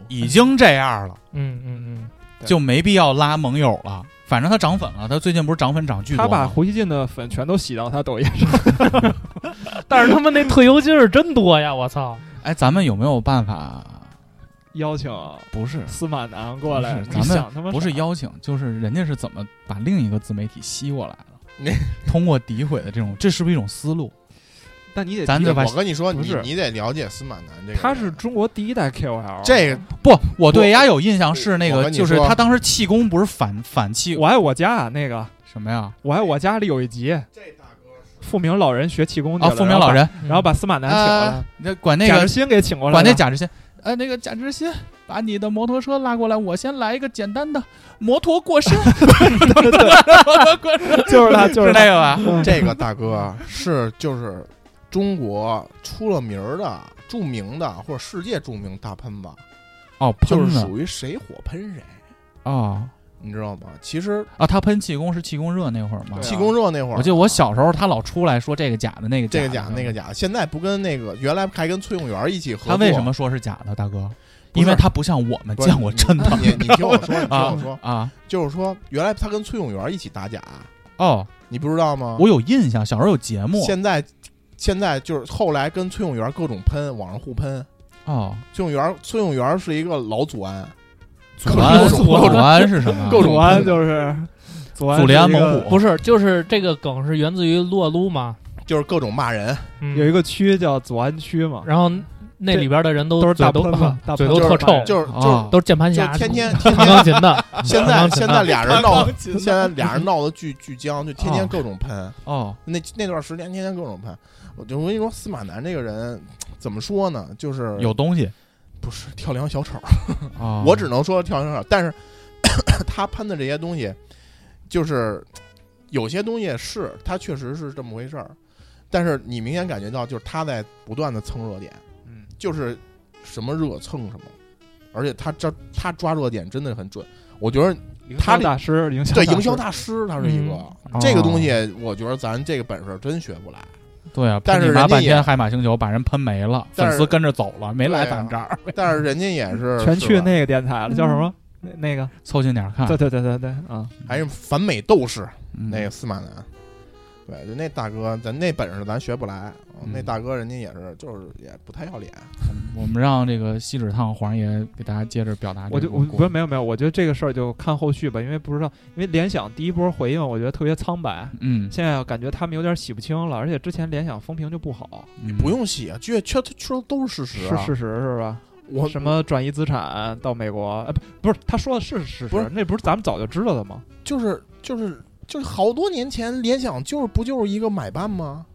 G: 已经这样了，
J: 嗯嗯
I: 对
G: 就没必要拉盟友了。反正他涨粉了，他最近不是涨粉涨巨多
I: 他
G: 吗，
I: 把胡锡进的粉全都洗到他抖音上。
J: 嗯，但是他们那退休金是真多呀！我操，
G: 哎，咱们有没有办法？
I: 邀请
G: 不是，
I: 司马南过来，
G: 不是
I: 你
G: 咱们
I: 想他妈
G: 不是
I: 啥
G: 邀请，就是人家是怎么把另一个自媒体吸过来的。通过诋毁的这种，这是不是一种思路？
E: 但你得
G: 咱
E: 提
G: 就把
D: 哎我跟你说，
I: 不
D: 你
I: 是
D: 你得了解司马南这个人，
I: 他是中国第一代 KOL，
D: 这个
G: 不，我对丫有印象是那
D: 我
G: 个，
D: 跟你
G: 就是
D: 说
G: 他当时气功不是反反气
I: 我爱我家啊那个，
G: 什么呀？
I: 我爱我家里有一集，富明老人学气功去
G: 啊，
I: 了
G: 富明老，人，
I: 然后然后把司马南请过来
G: 啊，那管那
I: 贾
G: 个
I: 志新给请过来了，
G: 管那贾志新，呃，那个贾志新，把你的摩托车拉过来，我先来一个简单的摩托过山，
I: 就是他，就是是
G: 那个吧？
D: 这个大哥啊是就是中国出了名儿的、著名的或者世界著名大喷子，
G: 哦，
D: 就
G: 喷
D: 是
G: 子
D: 属于谁火喷谁，
G: 啊
D: 你知道吗？其实
G: 啊，他喷气功是气功热那会儿吗
I: 对啊？
D: 气功热那会儿，
G: 我记得我小时候他老出来说这个假的，那个
D: 这个
G: 假
D: 假
G: 的
D: 那个。假，现在不跟那个原来还跟崔永元一起合作，
G: 他为什么说是假的，大哥？
D: 不是
G: 因为他不像我们
D: 不是
G: 见过真 的
D: 你你听我 说，你听
G: 啊
D: 我说，
G: 啊！
D: 就是说原来他跟崔永元一起打假，
G: 哦，
D: 你不知道吗？
G: 我有印象，小时候有节目
D: 现在现在就是后来跟崔永元各种喷，网上互喷。
G: 哦，
D: 崔永元，崔永元是一个老祖安，
G: 祖安
D: 各种
G: 祖
D: 各种
G: 安是什么？啊
D: 各种
I: 祖安就是祖安
G: 祖
I: 是
G: 连
I: 一
G: 猛
I: 个
G: 虎
J: 不是，就是这个梗是源自于洛撸嘛，
D: 就是各种骂人，
J: 嗯
I: 有一个区叫祖安区嘛，
J: 然后那里边的人都
I: 都是
J: 嘴
I: 大
J: 都啊
I: 喷嘛，大
J: 嘴
I: 喷
J: 都
I: 子
J: 特臭，
D: 就是就是
G: 啊
J: 都是键盘侠，
D: 就天天
J: 弹钢琴的。
D: 现
J: 弹
D: 在
J: 钢琴
D: 现
J: 的
D: 在俩人闹，现在俩人闹得巨巨僵，就天
G: 哦
D: 天各种喷。
G: 哦，
D: 那那段时间天天各种喷，我就我跟你说，司马南这个人怎么说呢？就是
G: 有东西
D: 不是跳梁小丑，
G: 啊！
D: 我只能说跳梁小丑，但是 他喷的这些东西，就是有些东西是他确实是这么回事儿，但是你明显感觉到就是他在不断的蹭热点，
I: 嗯，
D: 就是什么热蹭什么，而且他这他抓热点真的很准，我觉得
I: 营
D: 他
I: 销
D: 这
I: 大师，营销
D: 对营销
I: 师
D: 大师他是一个、
G: 嗯
D: 这个
G: 哦
D: 东西，我觉得咱这个本事真学不来。
G: 对啊，
D: 但是
G: 喷你妈
D: 人家
G: 半天
D: 也
G: 海马星球把人喷没了，
D: 但
G: 粉
D: 是
G: 丝跟着走了，没来
D: 对啊
G: 咱们这儿，
D: 但是人家也是
I: 全
D: 是
I: 去
D: 吧
I: 那个电台了，叫什么？那
G: 嗯
I: 那个，
G: 凑近点儿看
I: 对。对对对对啊，
D: 还是反美斗士
G: 嗯
D: 那个司马南，对，就那大哥，咱那本事咱学不来。
G: 嗯
D: 那大哥人家也是，就是也不太要脸。
G: 我们让这个锡纸烫黄爷给大家接着表达这
I: 我
G: 个
I: 就
G: 故。
I: 我不是没有没有，我觉得这个事儿就看后续吧，因为不知道，因为联想第一波回应我觉得特别苍白，
G: 嗯，
I: 现在感觉他们有点洗不清了，而且之前联想风评就不好，
G: 嗯
D: 不用写，确确说都是事实
I: 是
D: 啊。
I: 事实是吧？
D: 我
I: 什么转移资产到美国？呃，不不是，他说的是嗯事
D: 不是
I: 实，那不是咱们早就知道的吗？
D: 就是就是就是好多年前联想就是不就是一个买办吗？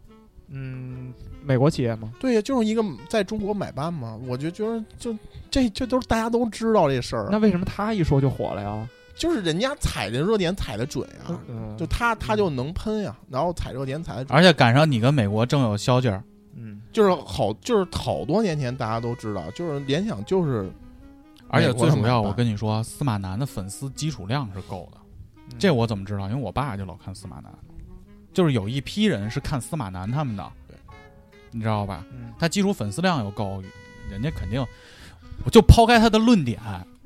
I: 嗯，美国企业吗？
D: 对呀，就是一个在中国买办吗？我就觉得就这这都是大家都知道这事儿，
I: 那为什么他一说就火了呀？
D: 就是人家踩的热点踩的准呀，
I: 嗯，
D: 就他他就能喷呀，然后踩热点踩的准。
G: 而且赶上你跟美国正有消劲儿，
I: 嗯，
D: 就是好，就是好多年前大家都知道，就是联想就是
G: 而且
D: 美国
G: 最
D: 的
G: 主要，
D: 买
G: 我
D: 办
G: 跟你说，司马南的粉丝基础量是够的。
I: 嗯
G: 这我怎么知道？因为我爸就老看司马南，就是有一批人是看司马南他们的，你知道吧？
I: 嗯
G: 他基础粉丝量又高，人家肯定，我就抛开他的论点，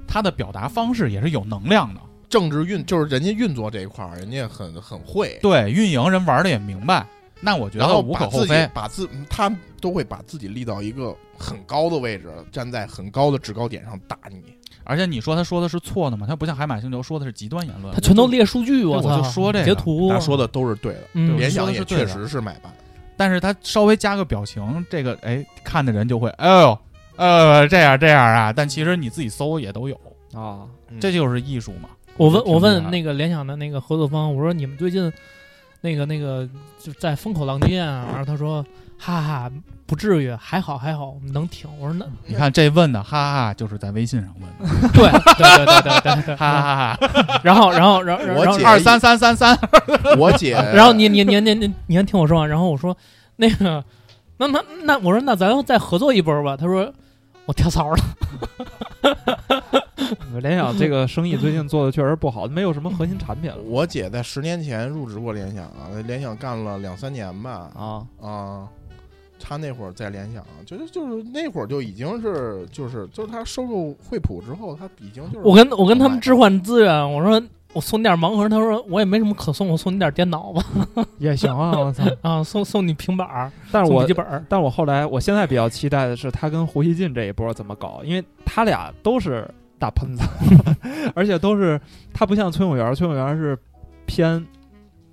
G: 他的表达方式也是有能量的。
D: 政治运，就是人家运作这一块儿，人家很很会，
G: 对，运营人玩的也明白，那我觉
D: 然
G: 得
D: 后
G: 无可
D: 把
G: 厚
D: 自己
G: 非。
D: 把自他都会把自己立到一个很高的位置，站在很高的制高点上打你。
G: 而且你说他说的是错的吗？他不像海马星球说的是极端言论
J: 他，全都列数据，
G: 我
J: 操！
G: 就说这个
J: 截图，
D: 他说的都是对的，
J: 嗯
D: 联
G: 说
D: 想
G: 的是
D: 也
G: 对的
D: 确实是买办。
G: 但是他稍微加个表情，这个哎，看的人就会哎呦，呃，这样这样啊。但其实你自己搜也都有，
I: 啊，
D: 嗯
G: 这就是艺术嘛。
J: 我问
G: 挺
J: 我
G: 厉害
J: 问那个联想的那个合作方，我说你们最近那个那个就在风口浪尖啊，然后他说哈哈不至于，还好还好，我们能挺。我说 那
G: 你看这问的，哈哈哈，就是在微信上问的，
J: 对对对对对对，
G: 哈哈 哈，
J: 然后然后然后
D: 我
J: 然后
D: 姐
G: 二三三三三，
D: 我姐，
J: 然后你你你你你你先听我说完，啊然后我说那个那那那我说那咱再合作一波吧，他说我跳槽了，
I: 联想这个生意最近做的确实不好，没有什么核心产品了
D: 我姐在十年前入职过联想啊，联想干了两三年吧，
I: 啊。
D: 啊，他那会儿在联想，就是就是那会儿就已经是就是就是他收购惠普之后，他已经就是
J: 我跟我跟他们置换资源，我说。我送你点盲盒，他说我也没什么可送，我送你点电脑吧，
I: 也行啊，我 操！
J: 啊，送送你平板儿，
I: 但是
J: 送笔
I: 我
J: 记，本儿，
I: 但我后来，我现在比较期待的是他跟胡锡进这一波怎么搞，因为他俩都是大 喷子，而且都是他不像崔永元，崔永元是偏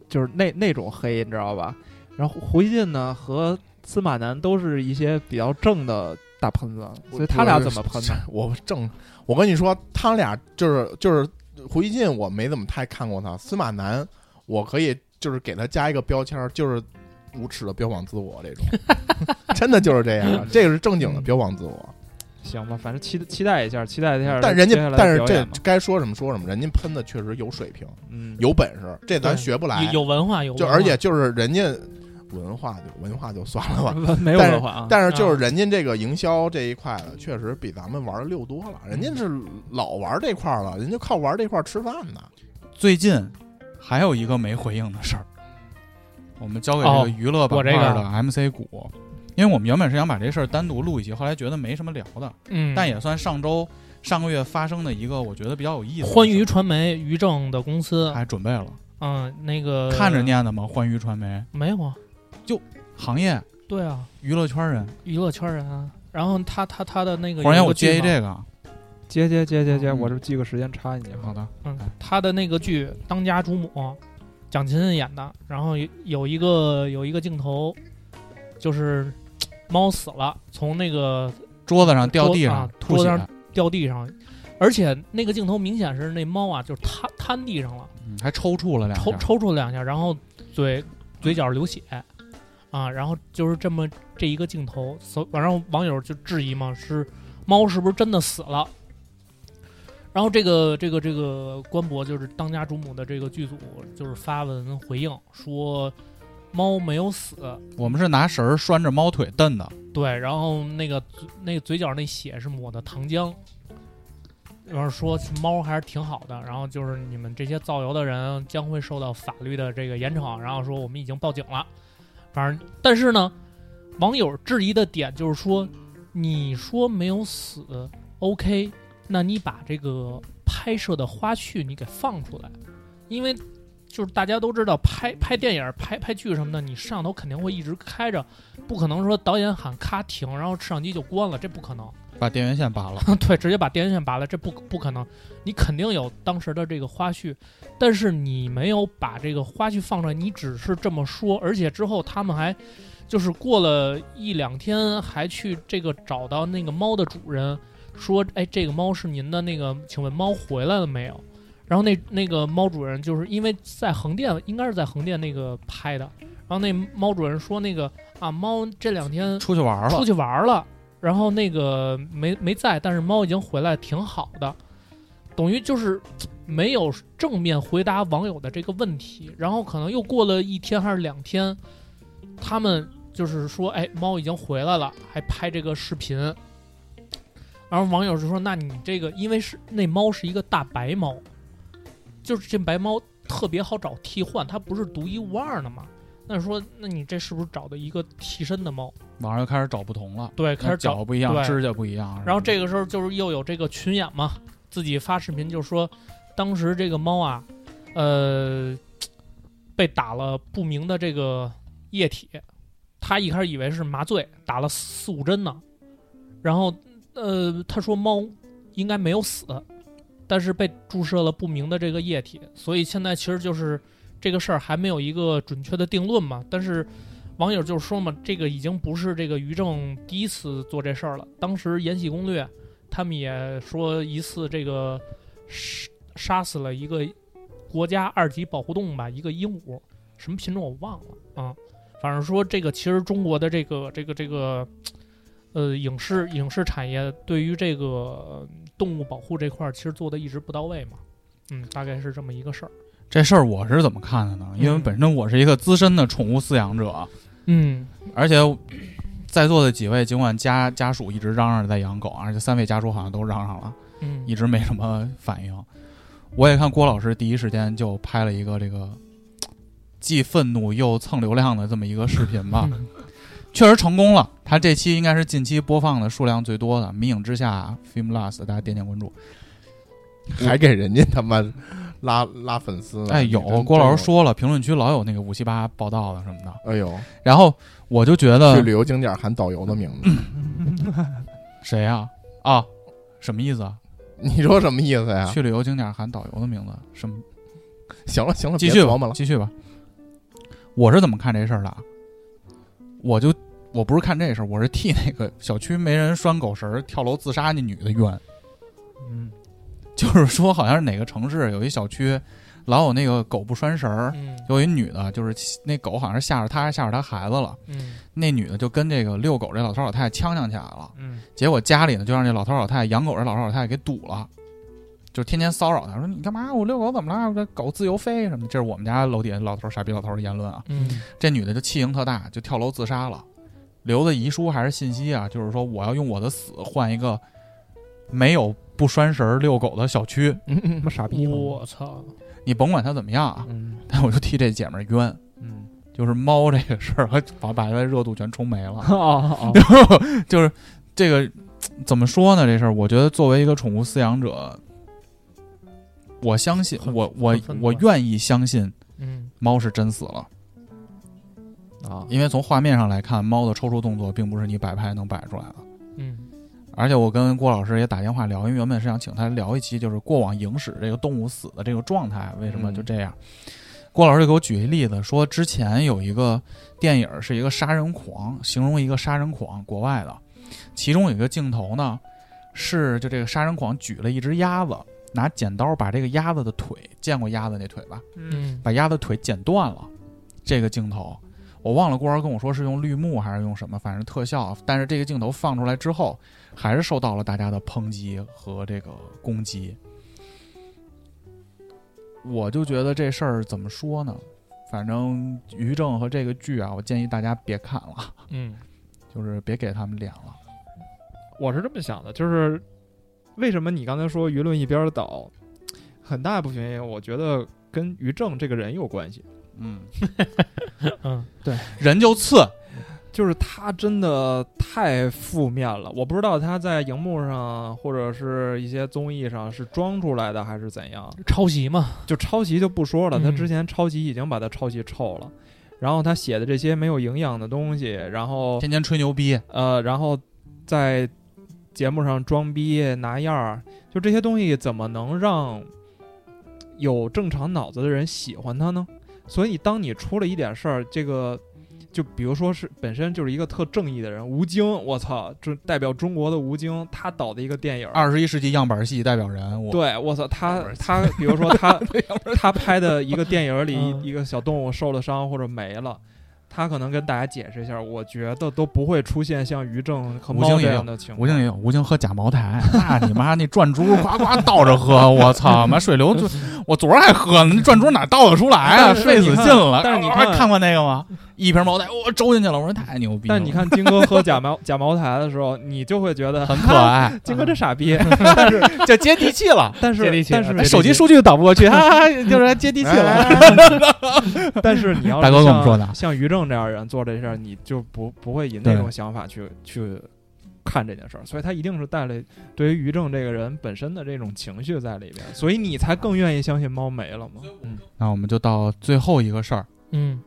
I: 就是那那种黑，你知道吧？然后胡锡进呢和司马南都是一些比较正的大喷子，所以他俩怎么喷呢？
D: 我正，我跟你说，他俩就是就是胡锡进，我没怎么太看过他。司马南，我可以就是给他加一个标签儿，就是无耻的标榜自我这种， 真的就是这样，啊这个是正经的标榜自我。
I: 行吧，反正期期待一下，期待一下。
D: 但人
I: 接下
D: 家，
I: 来的
D: 但是
I: 表
D: 这
I: 演嘛
D: 该说什么说什么，人家喷的确实有水平，
I: 嗯
D: 有本事，这咱
J: 对
D: 学不来
J: 有。有文化有
D: 就
J: 文化
D: 而且就是人家文化就文化就算了
G: 嗯
D: 吧，
I: 文没有
D: 但
I: 文
D: 是
I: 化啊，
D: 但是就是
J: 啊
D: 人家这个营销这一块的，确实比咱们玩的溜多了。人
G: 嗯
D: 家是老玩这块儿了，人家靠玩这块儿吃饭呢。
G: 最近还有一个没回应的事儿，我们交给这
J: 哦
G: 个娱乐板
J: 我这
G: 块
J: 个
G: 的 MC 股，因为我们原本是想把这事儿单独录一期，后来觉得没什么聊的，
J: 嗯，
G: 但也算上周上个月发生的一个我觉得比较有意思的事儿。
J: 欢娱传媒于正的公司，
G: 还准备了，
J: 嗯，那个
G: 看着念的吗？欢娱传媒
J: 没有啊？
G: 行业
J: 对啊，
G: 娱乐圈人，
J: 娱乐圈人啊。然后他他他的那个，
G: 忽然间我接一
J: 个剧嘛，
G: 这个啊，
I: 接接接接接，
G: 嗯
I: 我这记个时间插进去哈
G: 好。的，
J: 嗯，他的那个剧《当家主母》，蒋勤勤演的。然后有有一个有一个镜头，就是猫死了，从那个
G: 桌子上掉地
J: 桌
G: 上
J: 啊
G: 吐血
J: 桌子，上掉地上，而且那个镜头明显是那猫啊，就是瘫瘫地上了，
G: 嗯还抽搐了两
J: 抽
G: 下。
J: 抽搐了两下，然后嘴嘴角流血，啊，然后就是这么这一个镜头，所然后网友就质疑嘛，是猫是不是真的死了？然后这个这个这个官博就是当家主母的这个剧组就是发文回应说，猫没有死，
G: 我们是拿绳儿拴着猫腿蹬的，
J: 对，然后那个嘴那个嘴角那血是抹的糖浆，然后说猫还是挺好的，然后就是你们这些造谣的人将会受到法律的这个严惩，然后说我们已经报警了，反正但是呢，网友质疑的点就是说，你说没有死，OK，那你把这个拍摄的花絮你给放出来，因为。就是大家都知道拍拍电影、拍拍剧什么的，你摄像头肯定会一直开着，不可能说导演喊咔停，然后摄像机就关了，这不可能。
G: 把电源线拔了。
J: 对，直接把电源线拔了，这不不可能。你肯定有当时的这个花絮，但是你没有把这个花絮放出来，你只是这么说，而且之后他们还就是过了一两天，还去这个找到那个猫的主人，说：“哎，这个猫是您的那个，请问猫回来了没有？”然后那那个猫主人就是因为在横店，应该是在横店那个拍的。然后那猫主人说：“那个啊，猫这两天
G: 出去玩
J: 出
G: 了，
J: 去玩儿了，然后那个没没在，但是猫已经回来，挺好的，等于就是没有正面回答网友的这个问题。然后可能又过了一天还是两天，他们就是说，哎，猫已经回来了，还拍这个视频。然后网友就说：“那你这个，因为是那猫是一个大白猫，就是这白猫特别好找替换，它不是独一无二的嘛。那说，那你这是不是找的一个替身的猫？
G: 网上又开始找不同了，
J: 对，开
G: 那
J: 始找
G: 脚不一样，
J: 对
G: 指甲不一样。
J: 然后这
G: 个
J: 个时候就是又有这个群演嘛，自己发视频就说，当时这个猫啊，呃，被打了不明的这个液体，他一开始以为是麻醉，打了四五针呢。然后，呃，他说猫应该没有死，但是被注射了不明的这个液体，所以现在其实就是这个事儿还没有一个准确的定论嘛。但是网友就说嘛，这个已经不是这个于正第一次做这事儿了。当时《延禧攻略》，他们也说疑似这个杀杀死了一个国家二级保护动物吧，一个鹦鹉，什么品种我忘了啊。反正说这个其实中国的这个这个这个呃影视影视产业对于这个呃动物保护这块儿，其实做的一直不到位嘛。嗯，大概是这么一个事儿。
G: 这事儿我是怎么看的呢？因为
J: 嗯
G: 本身我是一个资深的宠物饲养者，
J: 嗯
G: 而且在座的几位，尽管家家属一直嚷嚷着在养狗，啊而且三位家属好像都嚷嚷了，
J: 嗯
G: 一直没什么反应。我也看郭老师第一时间就拍了一个这个既愤怒又蹭流量的这么一个视频吧，
J: 嗯
G: 确实成功了。他这期应该是近期播放的数量最多的《迷影之下》Film Last，大家点点关注。
D: 还给人家他妈拉拉粉丝呢
G: 哎，有郭老师，
D: 你
G: 说了，评论区老有那个五七八报道的什么的。
D: 真真有哎
G: 然后我就觉
D: 呦，
G: 得
D: 去旅游景点喊导游的名
G: 嗯
D: 字，
G: 谁呀、啊？什么意思啊？
D: 你说什么意思呀？
G: 去旅游景点喊导游的名字，什么？
D: 行了行了，
G: 继
D: 别
G: 续
D: 琢
G: 吧
D: 磨了，
G: 继续吧。我是怎么看这事儿的啊？我就我不是看这事儿，我是替那个小区没人拴狗绳儿跳楼自杀那女的冤。
I: 嗯
G: 就是说，好像是哪个城市有一小区，老有那个狗不拴绳儿，
J: 嗯
G: 有一女的，就是骑那狗好像是吓着她，还是吓着她孩子了。
J: 嗯
G: 那女的就跟这个遛狗这老头老太太呛呛起来了，
J: 嗯
G: 结果家里呢就让这老头老太太养狗这老头老太太给堵了，就天天骚扰她，说你干嘛？我遛狗怎么了？我这狗自由飞什么的？这是我们家楼底下老头傻逼老头的言论啊。
J: 嗯
G: 这女的就气性特大，就跳楼自杀了，留的遗书还是信息啊，就是说我要用我的死换一个没有不拴绳儿遛狗的小区。
D: 嗯嗯
I: 他妈傻逼吗？
J: 我操，
G: 你甭管他怎么样啊，
I: 嗯
G: 但我就替这姐们儿冤，
I: 嗯
G: 就是猫这个事儿，把把她的热度全冲没了。
I: 啊啊！
G: 就是这个怎么说呢？这事儿，我觉得作为一个宠物饲养者，我相信
J: 很
G: 我我
J: 很愤怒啊
G: 我愿意相信
J: 嗯
G: 猫是真死了，
I: 啊
G: 因为从画面上来看，猫的抽搐动作并不是你摆拍能摆出来的。
J: 嗯
G: 而且我跟郭老师也打电话聊，因为原本是想请他聊一期，就是过往影史这个动物死的这个状态，为什么
D: 嗯
G: 就这样。郭老师就给我举一例子，说之前有一个电影是一个杀人狂，形容一个杀人狂，国外的，其中有一个镜头呢，是就这个杀人狂举了一只鸭子，拿剪刀把这个鸭子的腿，见过鸭子那腿吧，
J: 嗯
G: 把鸭子腿剪断了，这个镜头。我忘了郭老师跟我说是用绿幕还是用什么，反正特效。但是这个镜头放出来之后，还是受到了大家的抨击和这个攻击。我就觉得这事儿怎么说呢？反正《于正》和这个剧啊，我建议大家别看了，
J: 嗯
G: 就是别给他们脸了。
I: 我是这么想的，就是为什么你刚才说舆论一边倒，很大一部分原因，我觉得跟于正这个人有关系。
G: 嗯，
J: 嗯
G: 人就次，
I: 就是他真的太负面了，我不知道他在荧幕上或者是一些综艺上是装出来的还是怎样。
J: 抄袭嘛，
I: 就抄袭就不说了，
J: 嗯
I: 他之前抄袭已经把他抄袭臭了，然后他写的这些没有营养的东西，然后
G: 天天吹牛逼。
I: 呃，然后在节目上装逼拿样儿，就这些东西怎么能让有正常脑子的人喜欢他呢？所以，当你出了一点事儿，这个就比如说是本身就是一个特正义的人，吴京，我操，这代表中国的吴京，他导的一个电影儿，
G: 二十一世纪样板戏代表人，我
I: 对，我操，他他，比如说 他他拍的一个电影里
J: 嗯
I: 一一个小动物受了伤或者没了，他可能跟大家解释一下，我觉得都不会出现像于正和
G: 吴京
I: 猫
G: 也
I: 这
G: 有
I: 样的情
G: 吴京
I: 况。
G: 也有，吴京喝假茅台，那你妈那转珠夸夸倒着喝，我操，妈水流就我昨儿还喝呢，那转珠哪倒得出来啊？
I: 但是
G: 费死劲了。
I: 但是你
G: 啊
I: 看
G: 看过那个吗？一瓶茅台，我周进去了，我说太牛逼了。
I: 但你看金哥喝假茅 假茅台的时候，你就会觉得
G: 很可爱，
I: 金哥这傻 逼，但是
G: 就接地气了。
I: 但
J: 接地
I: 是
J: 气
I: 但
J: 了
G: 哎
I: 是
G: 手机数据都导不过去，哈哈哈，就是还接地气了。
I: 但是你要是
G: 大哥跟我们
I: 像
G: 说的
I: 像于正这样的人做这事儿，你就不不会以那种想法去去看这件事儿，所以他一定是带了对于于正这个人本身的这种情绪在里边，所以你才更愿意相信猫没了嘛。
G: 那我们就到最后一个事儿，
J: 嗯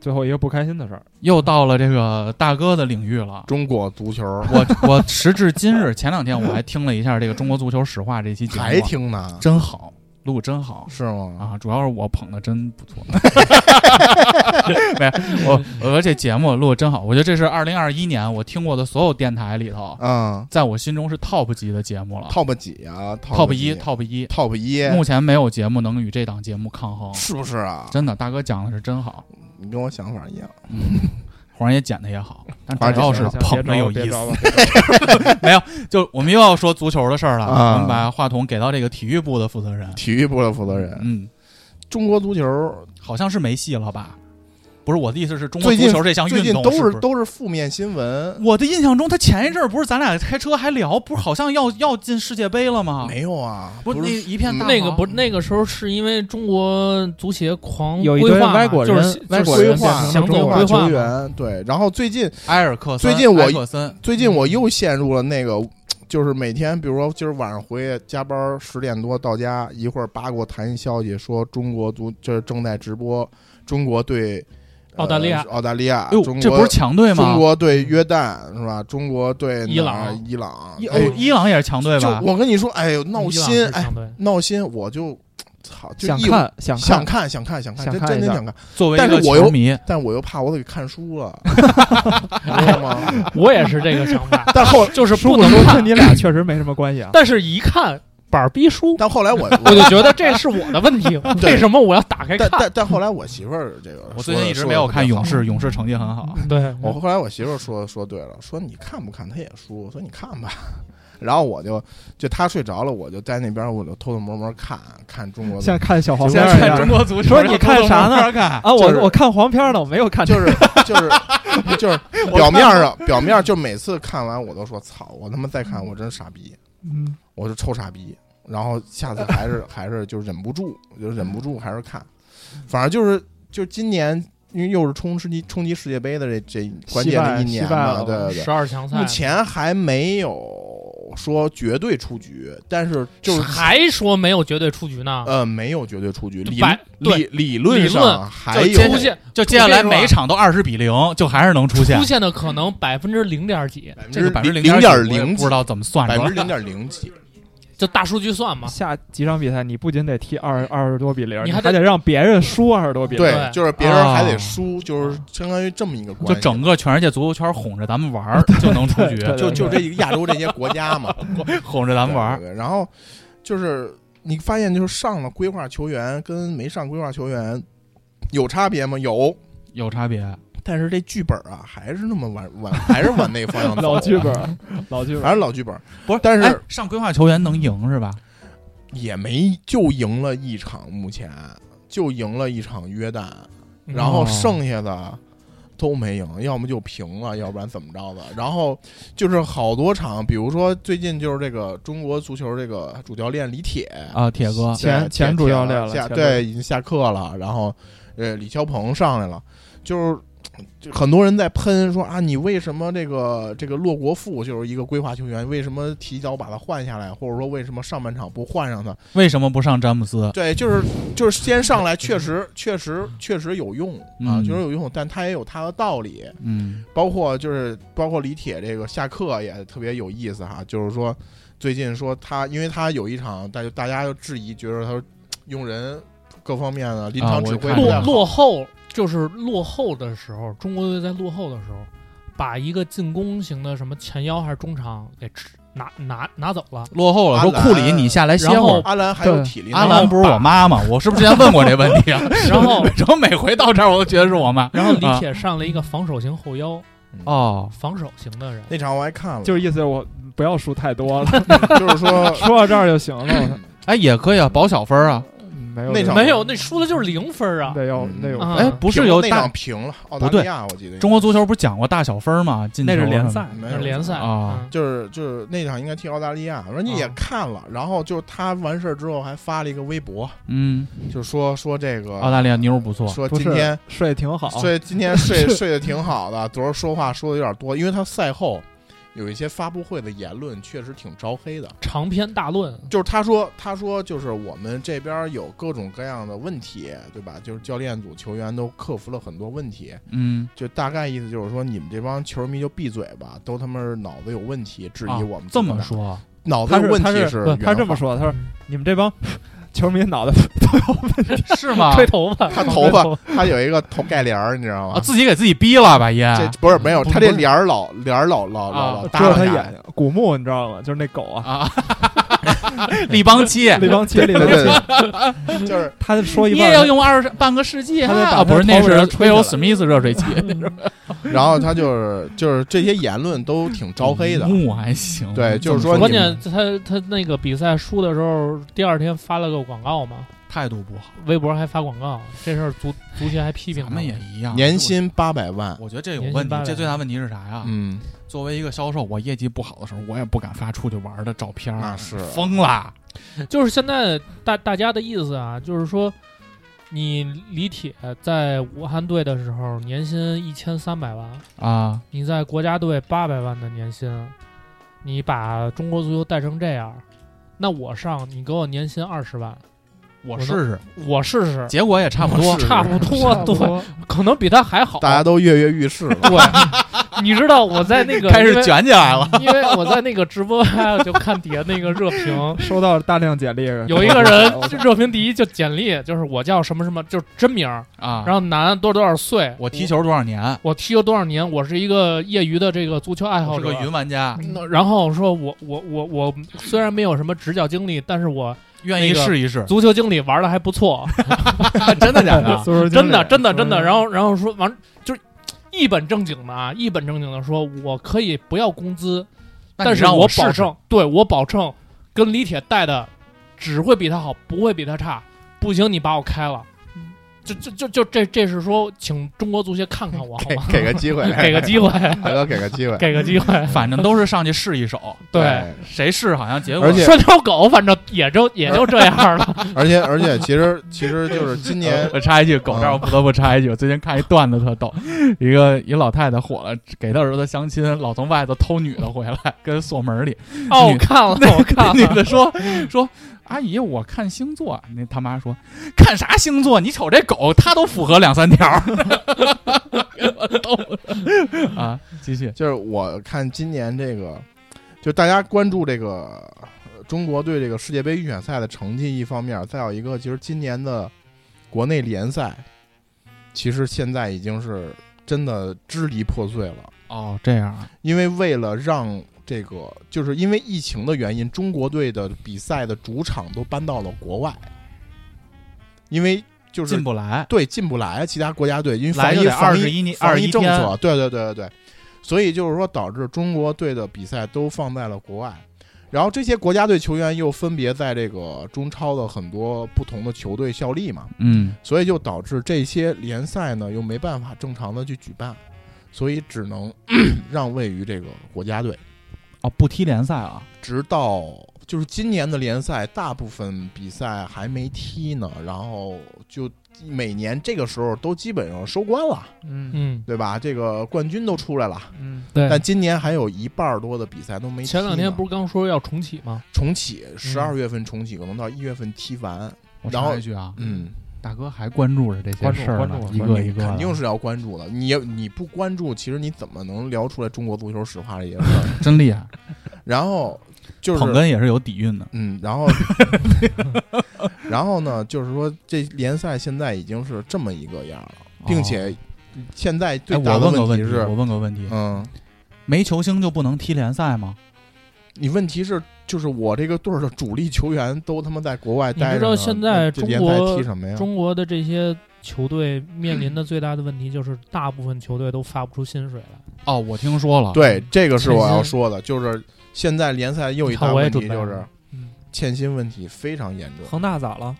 I: 最后一个不开心的事儿，
G: 又到了这个大哥的领域了。
D: 中国足球
G: 我我时至今日，前两天我还听了一下这个《中国足球史话》这期节目，
D: 还听呢？
G: 真好，录真好。
D: 是吗？
G: 啊，主要是我捧的真不错， 没有我我这节目录的真好，我觉得这是二零二一年我听过的所有电台里头，
D: 嗯
G: 在我心中是 top 级的节目了
D: ，top 几啊
G: ，top
D: 几
G: 一 top 一，
D: top 一，
G: 目前没有节目能与这档节目抗衡，
D: 是不是啊？
G: 真的，大哥讲的是真好，
D: 你跟我想法一样。
G: 黄儿也剪的也好，但
D: 黄儿
G: 主要是
D: 剪
I: 行
G: 捧的有
I: 别
G: 意
I: 找
G: 思。
I: 了别找了别找了
G: 就我们又要说足球的事儿了，
D: 啊
G: 我们把话筒给到这个体育部的负责人，
D: 体育部的负责人，
G: 嗯，
D: 中国足球
G: 好像是没戏了吧？不是我的意思是中国
D: 最
G: 足
D: 近
G: 球这项
D: 最
G: 啊运
D: 近
G: 动
D: 都
G: 是不是
D: 都是负面新闻，
G: 我的印象中，他前一阵儿不是咱俩开车还聊，不是好像要要进世界杯了吗？，
D: 没有啊？
G: 不是
D: 是
G: 那一片大
J: 那个
G: 好
J: 不，那个时候是因为中国足协狂
I: 有一
J: 规
I: 堆
J: 划嘛
I: 外国人
J: 就是
I: 外国
D: 规
I: 人
D: 划
J: 想
I: 变成
J: 走
I: 了
J: 规
D: 规球
J: 划嘛，
D: 员对，然后最近
G: 埃尔克森，
D: 最近我
G: 埃克森
D: 最近我又陷入了那个，就是每天，比如说今儿晚上回加班十点多到家，一会儿八给我弹一消息说中国足就是正在直播中国对
J: 澳大利亚
D: 呃澳大利亚，
G: 哎呦，
D: 中国
G: 这不是强队吗？
D: 中国对约旦是吧？中国对
J: 伊朗
D: 哪儿伊朗，
G: 伊、
D: 哎
G: 哦伊朗也是强队
D: 就
G: 吧？
D: 我跟你说，哎呦闹
J: 伊朗
D: 心
J: 是，
D: 哎
J: 强队
D: 闹心，我就操，就
I: 想
D: 一
I: 看想
D: 想
I: 看，
D: 看想看想看，
I: 想
D: 真
I: 看
D: 真
I: 一
D: 的
I: 下
D: 想看，
G: 作为
D: 但
G: 一
D: 是
G: 个
D: 我又
G: 球迷，
D: 但我又怕我得看书了，你知道吗？
J: 我也是这个想 法，
D: 但后
J: 就是
I: 书
J: 不
I: 我
J: 能
I: 说跟
J: 看
I: 你俩确实没什么关系啊。
J: 但是一看板儿逼书，
D: 但后来 我
J: 我就觉得这是我 的问题，为什么我要打开
D: 但
J: 看？
D: 但但后来我媳妇儿这个，
G: 我最近一直没有看勇。士，勇士成绩很 好。
J: 对，
D: 我后来我媳妇儿说说对了，说你看不看？她也说，我说你看吧。 然后我就就她睡着了，我就在那边我就偷偷摸摸看看中国
I: 现在
D: 的，
I: 看小黄
D: 现
I: 片
D: 在
I: 儿一
D: 看
I: 样
D: 中
G: 国足
I: 球说你看啥呢
G: 看
I: 啊，
D: 就是
I: 我我看黄片儿呢，我没有看这
D: 就
I: 个。
D: 是就是就是表面上表面就每次看完我都说操，我他妈再看我真傻逼，
I: 嗯，
D: 我就臭傻逼。然后下次还是还是就忍不住，就忍不住还是看，反正就是就今年。因为又是冲击冲击世界杯的这这关键的一
I: 惜败
D: 年
I: 惜败
D: 嘛，
I: 了
D: 对对对
J: 十，二强赛
D: 目前还没有说绝对出局，但是就是
J: 还说没有绝对出局呢，
D: 呃没有绝对出局，理
J: 百对
D: 理理论
J: 理论
D: 上还
J: 就
D: 有
J: 出现
G: 就接下来每一场都二十比零，就还是能出现
J: 出。现的可能百分之零点几，
G: 这个百分之
D: 零
G: 点
D: 点零
G: 不知道怎么算
D: 百
G: 出
D: 分
G: 来
D: 之零点零几，
J: 就大数据算嘛。
I: 下几场比赛你不仅得踢二二十多比零，
J: 你还
I: 还
J: 得
I: 得让别人输二十多比零。
D: 对，就是别人还得
G: 哦
D: 输，就是相当于这么一个
G: 就
D: 关系。
G: 整个全世界足球圈哄着咱们玩儿，就能出局，
I: 对
D: 就就这一个亚洲这些国家嘛，
G: 哄着咱们玩儿。
D: 对对对然后就是你发现，就是上了规划球员跟没上规划球员有差别吗？有，
G: 有差别。
D: 但是这剧本啊，还是那么往往，还是往那方向走。啊
I: 老剧本儿，老剧本
D: 还
I: 儿。
D: 是老剧本，
G: 不是，
D: 但是
G: 哎上规划球员能赢是吧？
D: 也没就赢了一场，目前就赢了一场约旦，
J: 嗯
D: 然
I: 哦
D: 后剩下的都没赢，要么就平了，要不然怎么着的。然后就是好多场，比如说最近就是这个中国足球这个主教练李铁
G: 啊，铁哥，
I: 前
D: 对
I: 前主教练了
D: 下
I: 前主
D: 对已经下课了，然后呃李霄鹏上来了，就是。就很多人在喷说啊，你为什么这个这个洛国富就是一个规划球员，为什么提早把他换下来，或者说为什么上半场不换上他？
G: 为什么不上詹姆斯？
D: 对，就是就是先上来，确实确实确实有用啊，
G: 嗯
D: 确实有用，但他也有他的道理。
G: 嗯，
D: 包括就是包括李铁这个下课也特别有意思哈，就是说最近说他，因为他有一场，大家大家就质疑，觉得他用人各方面的临场指挥
G: 啊
D: 不太
G: 我
J: 落
G: 看
D: 好。
J: 落后就是落后的时候，中国队在落后的时候，把一个进攻型的什么前腰还是中场给吃拿拿拿走了。
G: 落后了，说
D: 阿兰
G: 库里你下来歇
J: 然
G: 会
J: 后
G: 儿。
D: 阿兰还有
I: 对
D: 体力呢，
G: 阿兰不是我妈吗？我是不是之前问过这问题啊？
J: 然后
G: 然后每回到这儿我都觉得是我妈。
J: 然后李
G: 啊
J: 铁上了一个防守型后腰，
G: 哦，
J: 防守型的人。
D: 那场我还看了，
I: 就是意思我不要输太多了，
D: 就是 说
I: 说到这儿就 行了。
G: 哎，也可以啊，保小分儿啊。
I: 我没有
D: 那场
J: 没有，那输的就是零分啊！
I: 得有
D: 嗯
I: 那有
J: 啊
G: 哎，不
D: 不
G: 是有
D: 那
G: 大
D: 场平了，澳
G: 不
D: 大
G: 对
D: 利亚我记得
G: 中国足球不是讲过大小分儿吗？进球
I: 那是联
G: 什 么
I: 赛
G: 的，
D: 没
J: 那是
D: 有
J: 联赛
G: 啊，
J: 嗯
D: 就是就是那场应该踢澳大利亚，人家也
J: 啊
D: 看了，然后就他完事儿之后还发了一个微博，
G: 嗯，
D: 就说说这个
G: 澳大利亚妞儿不哦错，
D: 说
I: 不
D: 今
I: 是
D: 天
I: 睡挺好，
D: 睡今天 睡睡得挺好的，昨儿说话说的有点多，因为他赛后有一些发布会的言论确实挺招黑的，
J: 长篇大论，
D: 就是他说他说就是我们这边有各种各样的问题，对吧？就是教练组球员都克服了很多问题，
G: 嗯，
D: 就大概意思就是说你们这帮球迷就闭嘴吧，都他妈是脑子有问题，质疑
G: 啊
D: 我们、
G: 这么，说，
D: 脑子
I: 他
D: 有
I: 是
D: 问
I: 他
D: 题
I: 是
D: 是
I: 不他这么
D: 说。
I: 说，他说
J: 嗯
I: 你们这帮 球迷脑袋
G: 是 吗？
J: 吹头发，
D: 他头发，他有一个头盖帘儿，你知道
G: 啊，
D: 吗？
G: 自己给自己逼了吧也。
D: 这不是没有，
J: 不
D: 他这
J: 不是
D: 帘儿老帘儿老老
G: 啊
D: 老老
I: 只
D: 耷
I: 有
D: 拉
I: 他
D: 下
I: 眼
D: 去
I: 睛，古墓你知道吗？就是那狗啊，
G: 啊，立邦七，
I: 立邦切立
D: 对
I: 邦
D: 对
I: 切，
D: 对， 就是
I: 他说一
G: 你
I: 半
G: 也
I: 儿
G: 要用二十半个世纪
I: 他得把
G: 啊？不是，
I: 他
G: 那
I: 头发
G: 是
I: 给吹
G: 威尔
I: 起
G: 史密斯热水器，
D: 然后他就是就是这些言论都挺招黑的，
G: 嗯
I: 嗯
G: 木还行。
D: 对就是
G: 这
D: 说
G: 么说
J: 关
D: 你
J: 键他他那个比赛输的时候，第二天发了个广告嘛，
G: 态度不好，
J: 微博还发广告，这事儿足足协还批评
G: 咱
J: 他
G: 们也一 样。
D: 年薪八百万，
I: 啊
G: 我觉得这有
J: 年薪
G: 问题
J: 八，百
G: 这最大问题是啥呀？
D: 嗯，
G: 作为一个销售，我业绩不好的时候，我也不敢发出去玩的照
I: 啊
G: 片儿，
D: 那是
G: 疯了。
J: 就是现在大大家的意思啊，就是说，你李铁在武汉队的时候年薪一千三百万，
G: 啊，
J: 你在国家队八百万的年薪，你把中国足球带成这样，那我上你给我年薪二十万，
G: 我
J: 能
G: 试试，
J: 我试试，
G: 结果也差不多
D: 我试。试
J: 差不多，
I: 差不
J: 对，
I: 多，
J: 可能比他还好。
D: 大家都跃跃欲试了。
J: 对， 你知道我在那个
G: 开
J: 因
G: 始
J: 为
G: 卷起来了，
J: 因为我在那个直播啊，就看底下那个 热评
I: 收到大量简历，
J: 有一个人
I: 我操
J: 热评第一就简历，就是我叫什么什么，就是真名儿，
G: 啊！
J: 然后男多少多少岁，
G: 我踢，球多少年，
J: 我踢了多少年，我是一个业余的这个足球爱
G: 我
J: 好
G: 是
J: 者，
G: 个云玩家，
J: 那然后说我我我我虽然没有什么执教经历，但是我
G: 愿意
J: 那个
G: 试一试。
J: 足球经理玩的还不错，
G: 真的假 的？
I: 苏州经理
J: 真的真的真的。
I: 苏州经理
J: 然后然后说完就是一本正经的啊，一本正经的说我可以不要工资，
G: 那
J: 但
G: 你
J: 是
G: 让
J: 我
G: 试
J: 保
G: 试，
J: 证，对我保证跟李铁带的只会比他好，不会比他差。不行，你把我开了。
I: 嗯
J: 就就就就这这是说，请中国足协看看我好
D: 给
J: 吗？
D: 给个机会，
J: 给个机会，
D: 大哥给个机会。
J: 给个机会。
G: 反正都是上去试一手，
J: 对，
G: 谁试好像结果
D: 而且
J: 拴条狗，反正也就也就这样 了。
D: 而且而且，其实其实就是今年
G: 呃我插一句，狗这儿我不得不插一句， 我最近看一段子特逗，一个一老太太火了，给她儿子相亲，老从外头偷女的回来，跟锁门里。
J: 哦，我 看了，我看
G: 女
J: 了。
G: 的说说阿姨，我看星座。那他妈说看啥星座？你瞅这狗，它都符合两三条。给我逗的啊！继续，
D: 就是我看今年这个，就大家关注这个呃中国队这个世界杯预选赛的成绩一方面，再有一个其实今年的国内联赛，其实现在已经是真的支离破碎了，
G: 哦，这样啊，
D: 因为为了让这个，就是因为疫情的原因，中国队的比赛的主场都搬到了国外，因为就是
G: 进不来，
D: 对，进不来其他国家队，因为
G: 来
D: 防
G: 就
D: 疫
G: 得
D: 防疫
G: 21年
D: 防疫
G: 21
D: 政
G: 天
D: 策，对对对对对，所以就是说导致中国队的比赛都放在了国外，然后这些国家队球员又分别在这个中超的很多不同的球队效力嘛，
G: 嗯，
D: 所以就导致这些联赛呢又没办法正常的去举办，所以只能 让位于这个国家队，
G: 哦，不踢联赛啊，
D: 直到。就是今年的联赛，大部分比赛还没踢呢，然后就每年这个时候都基本上收官了。
I: 嗯
J: 嗯，
D: 对吧？这个冠军都出来了，
I: 嗯，
J: 对
D: 但。今年还有一半儿多的比赛都没踢呢。
J: 前两天不是嗯刚说要重启吗？
D: 重启，十二月份重启，可能到一月份踢完。
G: 我
D: 然后
G: 插一句啊，
D: 嗯，
G: 大哥还关注着这些
I: 关注
G: 事儿
I: 关
G: 呢
I: 注，
G: 一
I: 关
G: 个一个的，
D: 肯定是要关注的。你你不关注，其实你怎么能聊出来中国足球史话这些事儿？
G: 真厉害。
D: 然后就
G: 捧
D: 是
G: 哏也是有底蕴的，
D: 嗯，然 后然后呢，就是说这联赛现在已经是这么一个样儿了，并且现在
G: 哦哎，
D: 最大
G: 我
D: 的
G: 问个问
D: 题
G: 题，
D: 是
G: 我，问个问题，
D: 嗯，
G: 没球星就不能踢联赛吗？
D: 你问题是，就是我这个队儿的主力球员都他妈在国外
J: 你
D: 待着呢，
J: 知道现在
D: 这
J: 中
D: 联
J: 国
D: 赛踢什哎么呀？
J: 中国的这些球队面临的最大的问题就是，大部分球队都发不出薪水来。
G: 哦，我听说了，，
D: 对，这个是我要
J: 欠薪
D: 说的，就是现在联赛又一
J: 你
D: 大
J: 看我也
D: 问题
J: 准备
D: 就
J: 了
D: 是
I: 嗯
D: 欠薪问题非常严重。
I: 恒大咋了？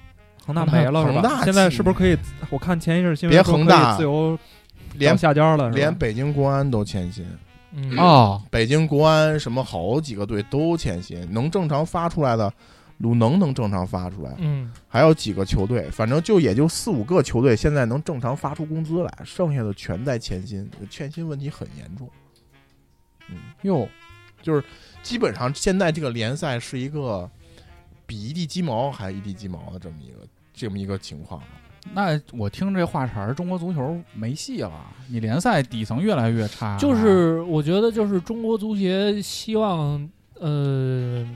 I: 恒大
J: 恒大
I: 没了是
D: 恒
I: 吧？
D: 大
I: 现在是不是可以？我看前一阵新闻
D: 别
I: 说
D: 恒
I: 可以
D: 大
I: 自由
D: 连
I: 到下家了，是吧
D: 连北京国安都欠薪，
J: 嗯，
G: 哦，
D: 北京国安什么好几个队都欠薪，能正常发出来的，鲁能能正常发出来，
J: 嗯，
D: 还有几个球队，反正就也就四五个球队现在能正常发出工资来，剩下的全在欠薪，欠薪问题很严重。嗯，
G: 哟，
D: 基本上现在这个联赛是一个比一地鸡毛还一地鸡毛的这么一个这么一个情况。啊
G: 那我听这话茬儿，中国足球没戏了，你联赛底层越来越差了，
D: 啊
J: 就是我觉得就是中国足协希望呃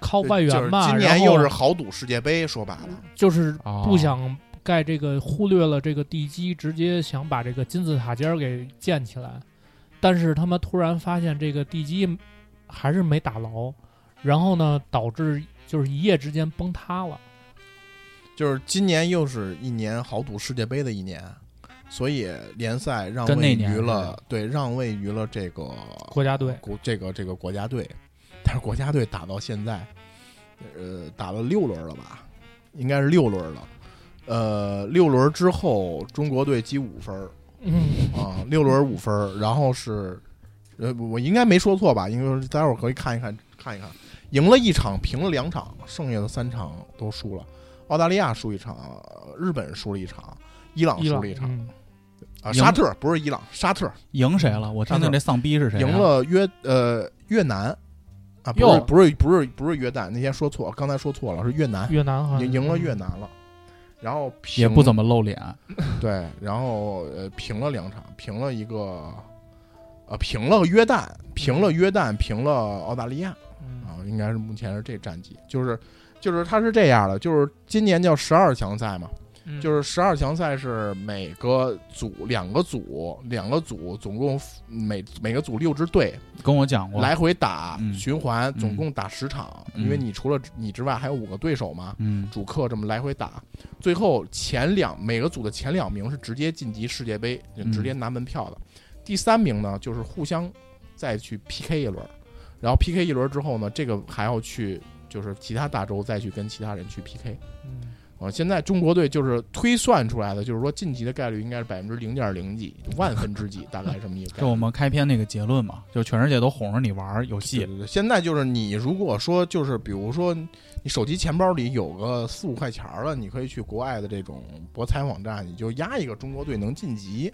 J: 靠外援吧，
D: 就是今年
J: 然后
D: 又是豪赌世界杯，说白了，
J: 就是
G: 哦
J: 不想盖这个，忽略了这个地基，直接想把这个金字塔尖儿给建起来。但是他们突然发现这个地基还是没打牢，然后呢，导致就是一夜之间崩塌了。
D: 就是今年又是一年豪赌世界杯的一年，所以联赛让
G: 跟那
D: 位
G: 年啊
D: 于
G: 似的
D: 了对让位于了这个
J: 国家队
D: 国这个这个国家队，但是国家队打到现在，呃，打了六轮了吧？应该是六轮了。呃，六轮之后，中国队积五分儿
J: 嗯，
D: 啊，六轮五分儿，然后是，呃，我应该没说错吧？因为待会儿可以看一看，看一看，赢了一场，平了两场，剩下的三场都输了。澳大利亚输一场，呃日本输了一场，伊朗
J: 伊
D: 输
J: 朗
D: 了一场
J: 嗯
D: 啊，
G: 赢
D: 沙特不是伊朗，沙特
G: 啊赢谁了？我听听这丧逼是谁、
D: 赢，了约呃越南啊，不是
G: 哟
D: 不是不是不是约旦，那天说错，刚才说错了，是越南，
J: 越南好像
D: 赢赢了越南了，然后平
G: 也不怎么露脸，
D: 对，然后呃平了两场，平了一个，呃平了约旦，平了约旦，平了澳大利亚
I: 嗯
D: 啊，应该是目前是这战绩，就是就是它是这样的，就是今年叫十二强赛嘛，
I: 嗯
D: 就是十二强赛是每个组两个组两个组总共每每个组六支队
G: 跟我讲过。
D: 来，回打
G: 嗯
D: 循环，总
G: 嗯
D: 共打十场，
G: 嗯
D: 因为你除了你之外还有五个对手嘛，
G: 嗯
D: 主客这么来回打，最后前两每个组的前两名是直接晋级世界杯，就
G: 嗯
D: 直接拿门票的。第三名呢，就是互相再去 PK 一轮，然后 PK 一轮之后呢，这个还要去就是其他大洲再去跟其他人去 PK。
I: 嗯
D: 啊，现在中国队就是推算出来的，就是说晋级的概率应该是百分之零点零几，万分之几，大概这么一个概率。
G: 就我们开篇那个结论嘛，就全世界都哄着你玩儿游戏
D: 对，对对，现在就是你如果说就是比如说你手机钱包里有个四五块钱儿了，你可以去国外的这种博彩网站，你就压一个中国队能晋 级。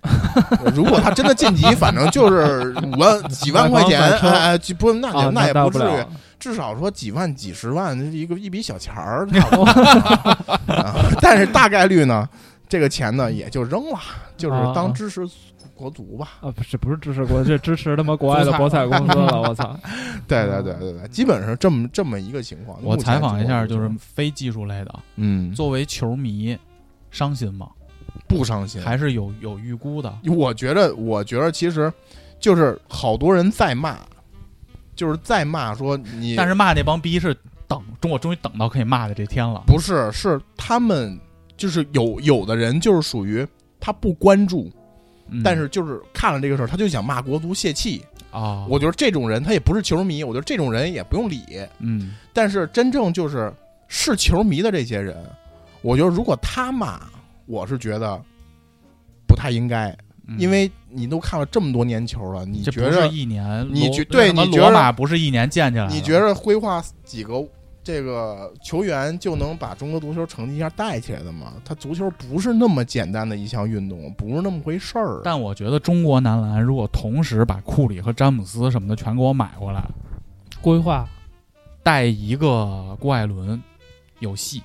D: 如果他真的晋级，反正就是五 万几万块钱，
I: 买房买车
D: 哎哎，就不那也、
I: 啊，
D: 那也
I: 大
D: 不
I: 不
D: 至
I: 了
D: 于，至少说几万几十万一个一笔小钱 儿，差不多啊但是大概率呢，这个钱呢也就扔了，就是
I: 啊
D: 当支持国足吧。
I: 啊，不是不是支持国，这支持他妈国 外的博彩公司了，我操！
D: 对对对对对，基本上这么这么一个情况。
G: 我采访一下，
D: 目前
G: 就
D: 中国
G: 是
D: 队
G: 非技术类的，
D: 嗯，
G: 作为球迷，伤心吗？
D: 不伤心。
G: 还是有有预估的？
D: 我觉得，我觉得其实就是好多人在骂，就是在骂说你，
G: 但是骂那帮逼是等中，我终于等到可以骂的这天了。
D: 不是是他们就是有有的人就是属于他不关注，
G: 嗯
D: 但是就是看了这个事儿，他就想骂国足泄气。
G: 啊，
D: 我觉得这种人他也不是球迷，我觉得这种人也不用理。
G: 嗯，
D: 但是真正就是是球迷的这些人，我觉得如果他骂，我是觉得不太应该，
G: 嗯
D: 因为你都看了这么多年球了，你
G: 这
D: 觉
G: 不
D: 着
G: 是一年，
D: 你
G: 罗
D: 觉对
G: 什么
D: 你觉
G: 罗
D: 得
G: 马不是一年建
J: 啊
G: 起来的，
D: 你觉着规划几个这个球员就能把中国足球成绩一下带起来的吗？他足球不是那么简单的一项运动，不是那么回事儿。
G: 但我觉得中国男篮如果同时把库里和詹姆斯什么的全给我买过来，
J: 规划
G: 带一个郭艾伦，有戏。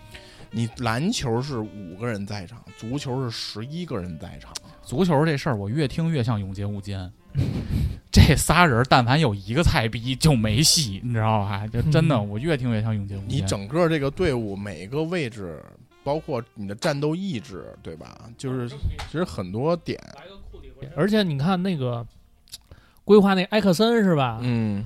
D: 你篮球是五个人在场，足球是十一个人在场。
G: 足球这事儿，我越听越像永劫 无间。这仨人，但凡有一个菜逼就没戏，你知道吧？就真的，
J: 嗯
G: 我越听越像永劫无间。哦
D: 你整个这个队伍每个位置，包括你的战斗意志，对吧？啊就是啊其实很多点，
J: 而且你看那个规划那埃克森是吧？
D: 嗯，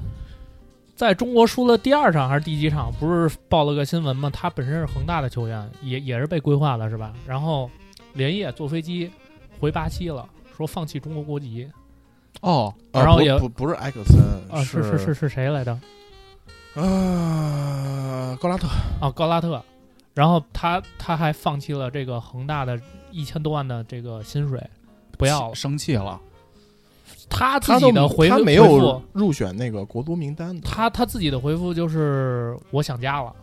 J: 在中国输了第二场还是第几场？不是报了个新闻吗？他本身是恒大的球员，也也是被规划了是吧？然后连夜坐飞机回巴西了，说放弃中国国籍。
G: 哦，
D: 啊
J: 然后
D: 不
J: 也
D: 不不是埃克森，
J: 啊，是是是是谁来着？
D: 啊，高拉特，
J: 啊，高拉特。然后他他还放弃了这个恒大的一千多万的这个薪水，不要了。
G: 生气了。
J: 他自
D: 他
J: 己
D: 都
J: 的回
D: 他没
J: 回
D: 有
J: 复，
D: 入选那个国足名单的。
J: 他他自己的回复就是我想家了。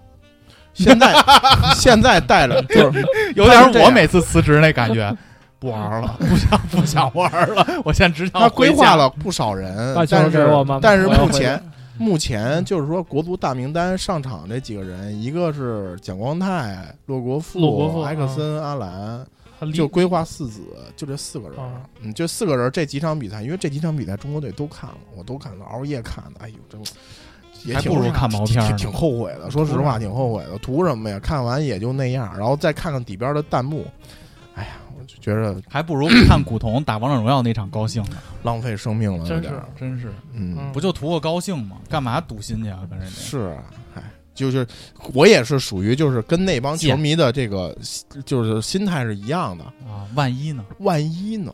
D: 现在 现在带了就是
G: 有
D: 点
G: 点我
D: 我
G: 每
D: 每
G: 次辞职那 感觉，不玩了，不想不想玩了，我现在只想
D: 他规划了不少人
I: 把，球
D: 但
I: 给
D: 是
I: 我妈妈
D: 但是
I: 我要
D: 目
I: 回
D: 前目前就是说国足大名单上场这几个人，一个是蒋光太、骆国富、
J: 骆国富
D: 埃克
I: 啊
D: 森、阿兰，
J: 他离
D: 就规划四子，就这四个人
J: 啊，
D: 嗯，就四个人这几场比赛，因为这几场比赛中国队都看了，我都看了，熬夜看的，哎呦，真也
G: 还
D: 挺
G: 不如看毛片儿呢
D: 挺挺后悔的。说实话，挺后悔的，图什么呀？看完也就那样，然后再看看底边的弹幕，哎呀，我就觉得
G: 还不如看古潼打王者荣耀那场高兴呢。
D: 浪费生命了，有
J: 真
D: 点
J: 是
D: 儿，
G: 真是，
D: 嗯，
G: 不就图个高兴吗？干嘛赌心去啊？跟人家
D: 是啊，哎。就是我也是属于就是跟那帮球迷的这个就是心态是一样的，
G: 啊，万一呢？
D: 万一呢，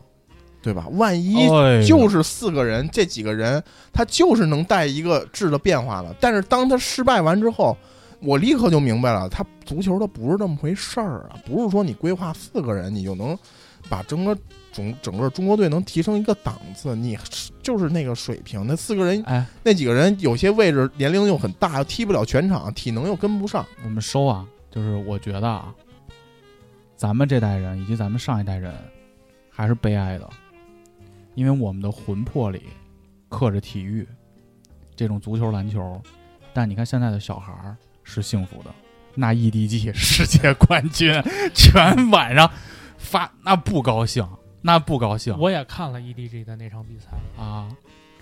D: 对吧？万一
J: 哦
G: 哎呦
D: 就是四个人，这几个人他就是能带一个质的变化了。但是当他失败完之后，我立刻就明白了，他足球它不是那么回事儿啊，不是说你规划四个人你就能把整个整整个中国队能提升一个档次，你是就是那个水平。那四个人，
G: 哎，
D: 那几个人有些位置年龄又很大，踢不了全场，体能又跟不上。
G: 我们收啊，就是我觉得啊，咱们这代人以及咱们上一代人还是悲哀的，因为我们的魂魄里刻着体育，这种足球、篮球，但你看现在的小孩儿是幸福的，那 EDG 世界冠军全晚上发，那不高兴，那不高兴
J: 我也看了 EDG 的那场比赛，
G: 啊！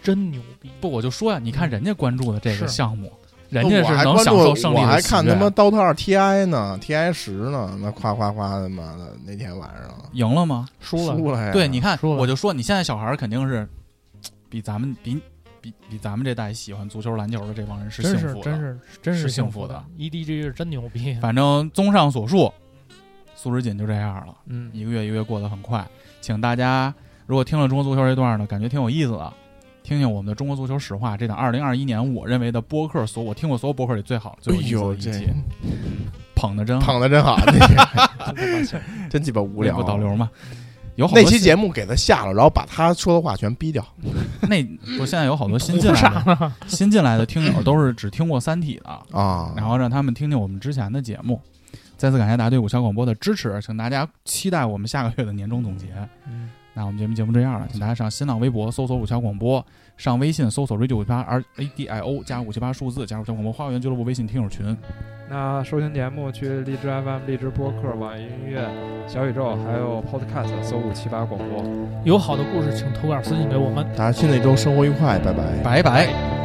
J: 真牛逼！
G: 不，我就说啊呀，你看人家关注的这个
J: 嗯是
G: 项目，人
D: 那
G: 家
D: 我还
G: 是能
D: 关
G: 享
D: 注
G: 受胜利
D: 我
G: 的
D: 还
G: 喜
D: 看
G: 悦
D: 他妈 DOTA 二 TI 呢，TI 十呢，那夸夸夸的妈的，那天晚上
G: 赢了吗？
J: 输了，
D: 哎输了呀！
G: 对，你看，
J: 说吧
G: 我就说你现在小孩儿肯定是比咱们比比比咱们这代喜欢足球、篮球的这帮人是幸
J: 真是
G: 福的。
J: 真是真
G: 是幸
J: 幸
G: 福的
J: 的。EDG 是真牛逼，
G: 反正综上所述，素食锦就这样了，
I: 嗯，
G: 一个月一个月过得很快。请大家如果听了中国足球这段呢，感觉挺有意思的，听听我们的《中国足球史话》这档二零二一年我认为的播客所我听过所有播客里最好最
D: 哎
G: 有意思
D: 呦，
G: 的一
D: 这
G: 期，捧的真好，
D: 捧的 真好，那天
I: 真他妈 欠
D: 真鸡巴无
G: 内
D: 聊
G: 部。导流嘛。有好
D: 那
G: 多
D: 期
G: 新
D: 节目给他下了，然后把他说的话全逼掉。
G: 那不现在有好多新进来 的新进来的听友都是只听过《三体》的，
D: 啊，
G: 然后让他们听听我们之前的节目。再次感谢大家对五桥广播的支持，请大家期待我们下个月的年终总结。
I: 嗯
G: 那我们节目节目这样了，请大家上新浪微博搜索五桥广播，上微信搜索 radio 五七八 r a d i o 加五七八数字加五桥广播花园俱乐部微信听友群。
I: 那收听节目去荔枝 FM、荔枝播客、网易音乐、小宇宙，还有 Podcast 搜五七八广播。
J: 有好的故事请投稿私信给我们。
D: 大家新的一周生活愉快，拜拜。
G: 拜拜。
J: 拜